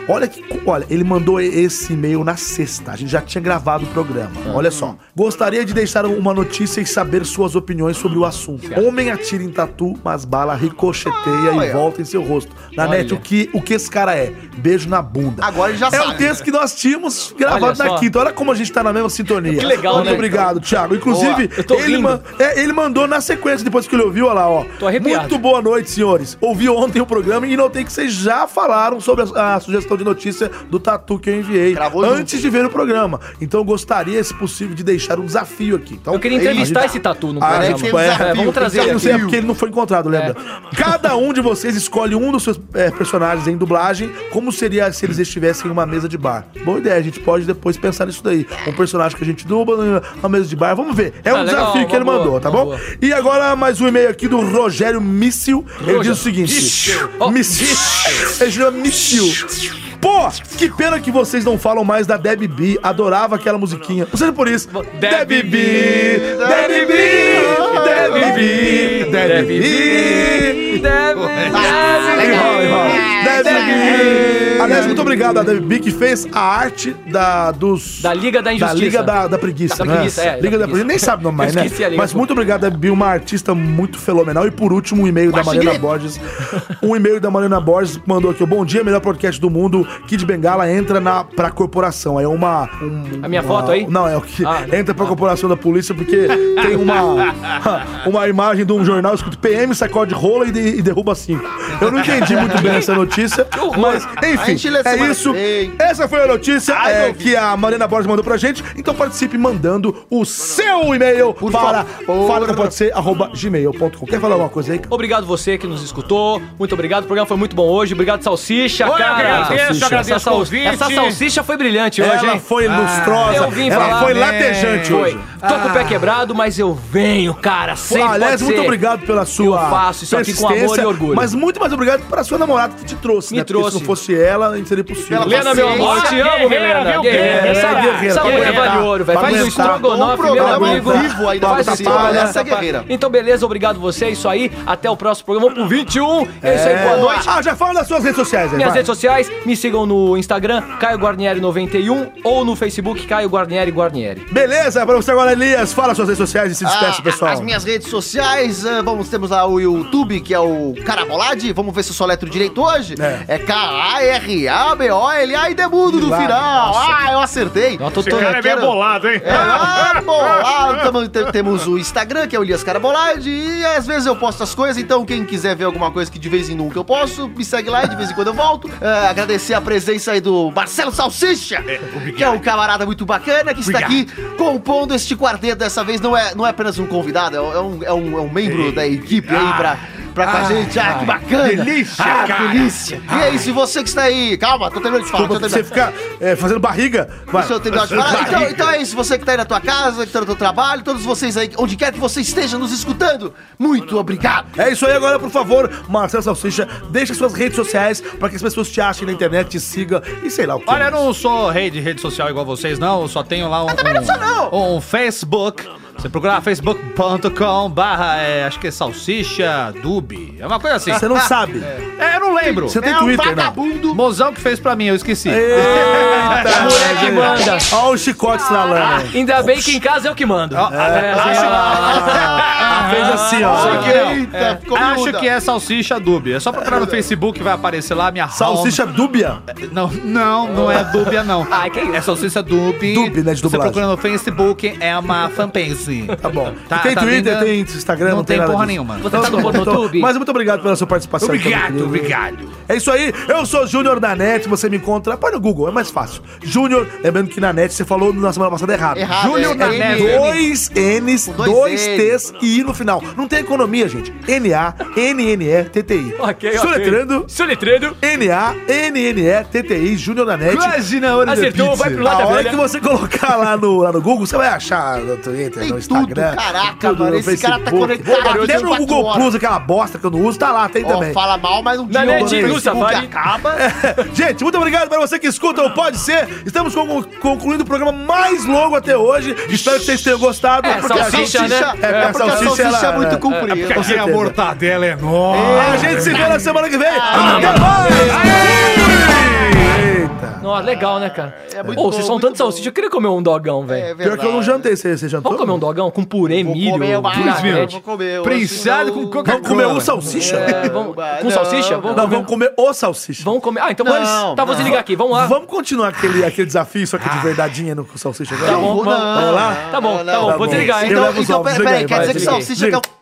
Speaker 5: Olha que. co- Olha, ele mandou esse e-mail na sexta. A gente já tinha gravado o programa.
Speaker 1: Ah.
Speaker 5: Olha só. Gostaria de deixar uma notícia e saber suas opiniões sobre o assunto. Homem atira em tatu, mas bala ricocheteia e volta em seu rosto. Na
Speaker 1: Olha.
Speaker 5: net, o que, o que esse cara é? Beijo na bunda.
Speaker 1: Agora ele já
Speaker 5: é
Speaker 1: sabe.
Speaker 5: o texto que nós tínhamos
Speaker 1: Olha
Speaker 5: gravado
Speaker 1: só.
Speaker 5: na quinta. Olha como a gente tá na mesma sintonia.
Speaker 1: Que legal,
Speaker 5: Muito
Speaker 1: né?
Speaker 5: obrigado, Thiago. Inclusive,
Speaker 1: Boa. Eu tô
Speaker 5: ele,
Speaker 1: rindo.
Speaker 5: man- é, ele mandou na sequência, depois que ele ouviu, olha lá, ó. Tô
Speaker 1: arrepiado.
Speaker 5: Muito boa noite, senhores. Ouvi ontem o programa e notei que vocês já falaram sobre a, a sugestão de notícia do tatu que eu enviei antes de ver o programa. Então eu gostaria, se possível, de deixar um desafio aqui. Então,
Speaker 4: Eu queria
Speaker 5: é isso.
Speaker 4: entrevistar
Speaker 5: A gente-
Speaker 4: esse tatu no
Speaker 5: Ah,
Speaker 4: programa.
Speaker 5: gente, é,
Speaker 4: É, vamos trazer
Speaker 5: Eu não
Speaker 4: aqui.
Speaker 5: sei, é porque ele não foi encontrado,
Speaker 1: É.
Speaker 5: lembra? Cada um de vocês escolhe um dos seus é, personagens em dublagem, como seria se eles estivessem em uma mesa de bar. Boa ideia, a gente pode depois pensar nisso daí. Um personagem que a gente dubla na mesa de bar, vamos ver. É um
Speaker 1: Ah, legal,
Speaker 5: desafio que
Speaker 1: uma
Speaker 5: ele
Speaker 1: boa,
Speaker 5: mandou, tá
Speaker 1: uma
Speaker 5: bom?
Speaker 1: boa.
Speaker 5: E agora mais um e-mail aqui do Rogério Míssil. Ele diz o seguinte:
Speaker 1: Míssil.
Speaker 5: Míssil. Ele chama Míssil. Pô, que pena que vocês não falam mais da Debbie B. Adorava aquela musiquinha. Não seja por isso. Debbie B. Debbie B. Debbie B. Debbie B. Debbie B. Aliás, muito obrigado a Debbie B que fez a arte da, dos, da Liga da
Speaker 4: Injustiça.
Speaker 5: Da Liga da, da Preguiça.
Speaker 4: Da
Speaker 5: né?
Speaker 4: preguiça, é, da
Speaker 5: Liga da,
Speaker 4: preguiça.
Speaker 5: Preguiça. Nem sabe o nome mais,
Speaker 4: Eu
Speaker 5: né?
Speaker 4: esqueci a liga,
Speaker 5: Mas
Speaker 4: pô.
Speaker 5: muito obrigado, Debbie B, uma artista muito fenomenal. E por último, um e-mail da
Speaker 1: Mas
Speaker 5: Mariana
Speaker 1: grita.
Speaker 5: Borges. Um e-mail da Mariana Borges mandou aqui: ó, Bom dia, melhor podcast do mundo. Kid Bengala entra na, pra corporação. Aí É uma. um-
Speaker 4: A minha
Speaker 5: uma-
Speaker 4: foto aí?
Speaker 5: Não, é o que.
Speaker 4: Ah.
Speaker 5: entra pra corporação da polícia porque tem uma. uma imagem de um jornal escrito PM, sacode rola e, de- e derruba cinco. Eu não entendi muito bem essa notícia. Mas,
Speaker 1: A gente
Speaker 5: enfim,
Speaker 1: lê
Speaker 5: é
Speaker 1: semana
Speaker 5: isso.
Speaker 1: que vem.
Speaker 5: Essa foi a notícia é, que a Mariana Borges mandou pra gente. Então participe mandando o seu e-mail para falacompodser.gmail.com. Quer falar alguma coisa aí?
Speaker 4: Obrigado você que nos escutou. Muito obrigado. O programa foi muito bom hoje. Obrigado, Salsicha,
Speaker 7: Olha,
Speaker 4: cara.
Speaker 7: agradeço,
Speaker 4: Salsicha.
Speaker 7: agradeço
Speaker 4: essa,
Speaker 7: o
Speaker 4: sal-
Speaker 7: convite.
Speaker 4: essa salsicha foi brilhante hoje,
Speaker 5: Ela
Speaker 4: hein?
Speaker 5: foi lustrosa,
Speaker 4: Ah, Eu vim
Speaker 5: ela
Speaker 4: falar
Speaker 5: foi
Speaker 4: bem.
Speaker 5: latejante
Speaker 4: Foi.
Speaker 5: hoje.
Speaker 4: Tô com o pé quebrado, mas eu venho, cara. Sempre
Speaker 5: Ah, aliás,
Speaker 4: pode
Speaker 5: muito
Speaker 4: ser.
Speaker 5: obrigado pela sua
Speaker 4: Eu faço isso aqui com amor
Speaker 5: persistência,
Speaker 4: e orgulho.
Speaker 5: Mas muito mais obrigado pela sua namorada que te trouxe,
Speaker 4: Me
Speaker 5: né? Porque se
Speaker 4: trouxe.
Speaker 5: não fosse ela, não seria possível.
Speaker 4: Lena, meu amor, eu te amo,
Speaker 5: Guerreira,
Speaker 4: Helena.
Speaker 5: viu,
Speaker 4: Guerreira.
Speaker 5: guerreira,
Speaker 4: Essa,
Speaker 5: guerreira,
Speaker 4: essa
Speaker 5: pra
Speaker 4: mulher vale
Speaker 5: aguentar,
Speaker 4: ouro, velho.
Speaker 5: pra
Speaker 4: Faz um
Speaker 5: aguentar.
Speaker 4: estrogonofe,
Speaker 5: Um programa
Speaker 4: amigo.
Speaker 5: vivo ainda
Speaker 4: Faz
Speaker 5: pra
Speaker 4: esse
Speaker 5: cima, essa
Speaker 4: estrogonofe,
Speaker 5: é
Speaker 4: rapaz.
Speaker 5: guerreira.
Speaker 4: Então, beleza, obrigado você. É isso aí. Até o próximo programa pro 21. É isso aí, boa noite.
Speaker 5: Ah, já fala das suas redes sociais aí.
Speaker 4: Minhas
Speaker 5: vai.
Speaker 4: redes sociais, me sigam no Instagram, Caio Guarnieri91 ou no Facebook, Caio Guarnieri Guarnieri.
Speaker 5: Beleza, pra você agora, Elias, fala suas redes sociais e se despeça,
Speaker 1: Ah,
Speaker 5: pessoal.
Speaker 1: As minhas redes sociais, ah, vamos, temos lá o YouTube, que é o Carabolade. Vamos ver se eu soletro direito hoje. É, K-A-R-A-B-O-L-A e demudo no
Speaker 2: Milagre,
Speaker 1: final.
Speaker 2: nossa.
Speaker 1: Ah, eu acertei.
Speaker 2: Esse cara é meio bolado, hein?
Speaker 1: É, ah, bolado. Tamo- te- Temos o Instagram, que é o Elias Carabolade. E às vezes eu posto as coisas, então quem quiser ver alguma coisa que de vez em nunca eu posso, me segue lá e de vez em quando eu volto. Ah, agradecer a presença aí do Marcelo Salsicha, que é um camarada muito bacana, que está aqui
Speaker 2: Obrigado.
Speaker 1: compondo é este quarteto dessa vez não é, não é apenas um convidado, é um, é um, é um membro da um equipe aí pra pra com a gente. Ah, que bacana.
Speaker 5: delícia,
Speaker 1: ah,
Speaker 5: cara.
Speaker 1: delícia. E é isso, e você que está aí. Calma, tô terminando de falar.
Speaker 5: Desculpa, você fica é, fazendo barriga. Vai.
Speaker 1: Deixa eu terminar de falar. Então, então é isso, você que tá aí na tua casa, que tá no teu trabalho, todos vocês aí, onde quer que você esteja nos escutando, muito obrigado.
Speaker 5: É isso aí, agora, por favor, Marcelo Salsicha, deixa suas redes sociais pra que as pessoas te achem na internet, te sigam e sei lá o que.
Speaker 7: Olha, eu não sou rei de rede social igual vocês, não. Eu só tenho lá um. Eu também não sou, não! Um Facebook. Você procura lá facebook.com barra, é, acho que é salsicha dub. É uma coisa assim.
Speaker 5: Você não sabe.
Speaker 7: É, eu não lembro.
Speaker 5: Você tem
Speaker 7: é
Speaker 5: Twitter, não?
Speaker 7: vagabundo. Mozão que fez pra mim, eu esqueci.
Speaker 5: Eita,
Speaker 4: moleque manda.
Speaker 5: Olha o chicote estralando. aí.
Speaker 4: Ainda bem que em casa é o que mando. É,
Speaker 5: acho-
Speaker 4: Ah,
Speaker 5: Fez assim, ó.
Speaker 7: Só que não.
Speaker 1: Eita,
Speaker 7: É,
Speaker 1: ficou
Speaker 7: acho
Speaker 1: miúda.
Speaker 7: que é salsicha dúbia. É só procurar no Facebook, vai aparecer lá a minha
Speaker 5: Salsicha dúbia?
Speaker 7: home. Não, não, não é dúbia, não.
Speaker 4: Ai, que isso?
Speaker 7: É salsicha dúbia.
Speaker 5: Dúbia, né, de
Speaker 7: Você
Speaker 5: dublagem.
Speaker 7: procura no Facebook, é uma fanpage.
Speaker 5: Tá bom.
Speaker 7: Tá,
Speaker 5: tem
Speaker 7: tá
Speaker 5: Twitter,
Speaker 7: vendo?
Speaker 5: tem Instagram,
Speaker 7: Não
Speaker 5: não,
Speaker 7: tem
Speaker 5: nada
Speaker 7: porra
Speaker 5: disso.
Speaker 7: nenhuma.
Speaker 5: Então,
Speaker 4: Você tá no
Speaker 5: então,
Speaker 4: Pornotube?
Speaker 5: Mas muito obrigado pela sua participação.
Speaker 8: Obrigado,
Speaker 5: querido.
Speaker 8: obrigado.
Speaker 5: É isso aí. Eu sou o Júnior da NET. Você me encontra. Põe no Google, é mais fácil. Júnior, lembrando que na NET você falou na semana passada errado.
Speaker 1: Errado,
Speaker 5: Júnior
Speaker 1: é
Speaker 5: da
Speaker 1: N.
Speaker 5: NET. Dois N's,
Speaker 1: Com dois
Speaker 5: dois, T's e I no final. Não tem economia, gente. N-A, N-N-E, T-T-I.
Speaker 4: Ok, ok.
Speaker 5: Soletrando.
Speaker 4: Soletrando.
Speaker 5: N-A, N-N-E, T-T-I, Júnior da NET.
Speaker 7: Quase na hora
Speaker 4: Acertou,
Speaker 7: da pizza.
Speaker 4: vai pro lado
Speaker 5: A
Speaker 4: da
Speaker 5: hora
Speaker 4: velha.
Speaker 5: que você colocar lá no, lá no Google, você vai achar no Twitter,
Speaker 1: Tem
Speaker 5: no Instagram.
Speaker 1: tudo, caraca, mano,
Speaker 5: no
Speaker 1: esse cara tá
Speaker 5: Facebook.
Speaker 1: conectado
Speaker 5: Até no
Speaker 1: 24
Speaker 5: Google
Speaker 1: horas.
Speaker 5: Plus, aquela bosta que eu não uso, tá lá, tem
Speaker 1: Ó,
Speaker 5: também.
Speaker 1: fala mal, mas um dia
Speaker 4: Na
Speaker 1: eu
Speaker 4: net,
Speaker 1: mando
Speaker 4: no
Speaker 1: Facebook,
Speaker 4: Safari.
Speaker 1: acaba.
Speaker 5: Gente, muito obrigado para você que escuta o Pode Ser. Estamos con- concluindo o programa mais longo até hoje. Espero que vocês tenham gostado.
Speaker 4: É,
Speaker 5: porque a
Speaker 4: salsicha,
Speaker 5: gente-
Speaker 4: né?
Speaker 5: É,
Speaker 1: É, porque a salsicha é muito comprida.
Speaker 5: porque a
Speaker 7: mortadela é enorme.
Speaker 5: né? A gente se vê na semana que vem. Até mais! Eita.
Speaker 4: Nossa, legal, né, cara? É
Speaker 1: muito
Speaker 4: Ô,
Speaker 1: bom,
Speaker 4: vocês são
Speaker 1: muito
Speaker 4: tanto salsicha, eu queria comer um dogão,
Speaker 1: É
Speaker 4: velho.
Speaker 5: Pior que eu não
Speaker 1: verdade.
Speaker 5: jantei, você você jantou?
Speaker 4: Vamos comer um dogão com purê,
Speaker 1: Vou
Speaker 4: milho,
Speaker 1: comer uma-
Speaker 4: vinagrete.
Speaker 1: Vou comer.
Speaker 7: Prensado
Speaker 1: senão-
Speaker 7: com coca
Speaker 5: Vamos comer um salsicha?
Speaker 4: É, vamos- com
Speaker 1: Não,
Speaker 4: salsicha?
Speaker 1: não,
Speaker 4: Vamos
Speaker 5: Não,
Speaker 4: comer-
Speaker 5: vamos comer o salsicha.
Speaker 4: Vamos comer. Ah, então
Speaker 1: Não,
Speaker 4: vamos. Tá, vou
Speaker 1: não.
Speaker 4: desligar aqui. Vamos lá. Ah.
Speaker 5: Vamos continuar aquele, aquele desafio, só que de verdadeinha no, com salsicha agora?
Speaker 4: Tá bom,
Speaker 1: Não,
Speaker 4: vamos.
Speaker 1: não,
Speaker 5: lá?
Speaker 4: Tá bom,
Speaker 1: não,
Speaker 4: tá
Speaker 1: não,
Speaker 4: bom.
Speaker 1: tá
Speaker 4: Vou
Speaker 1: bom.
Speaker 4: desligar, hein?
Speaker 5: Eu
Speaker 1: Então,
Speaker 5: levo os
Speaker 1: então
Speaker 5: ovos,
Speaker 1: peraí,
Speaker 5: liga aí,
Speaker 1: quer
Speaker 5: vai,
Speaker 1: dizer que
Speaker 5: liga aí.
Speaker 1: salsicha que é o
Speaker 5: Liga.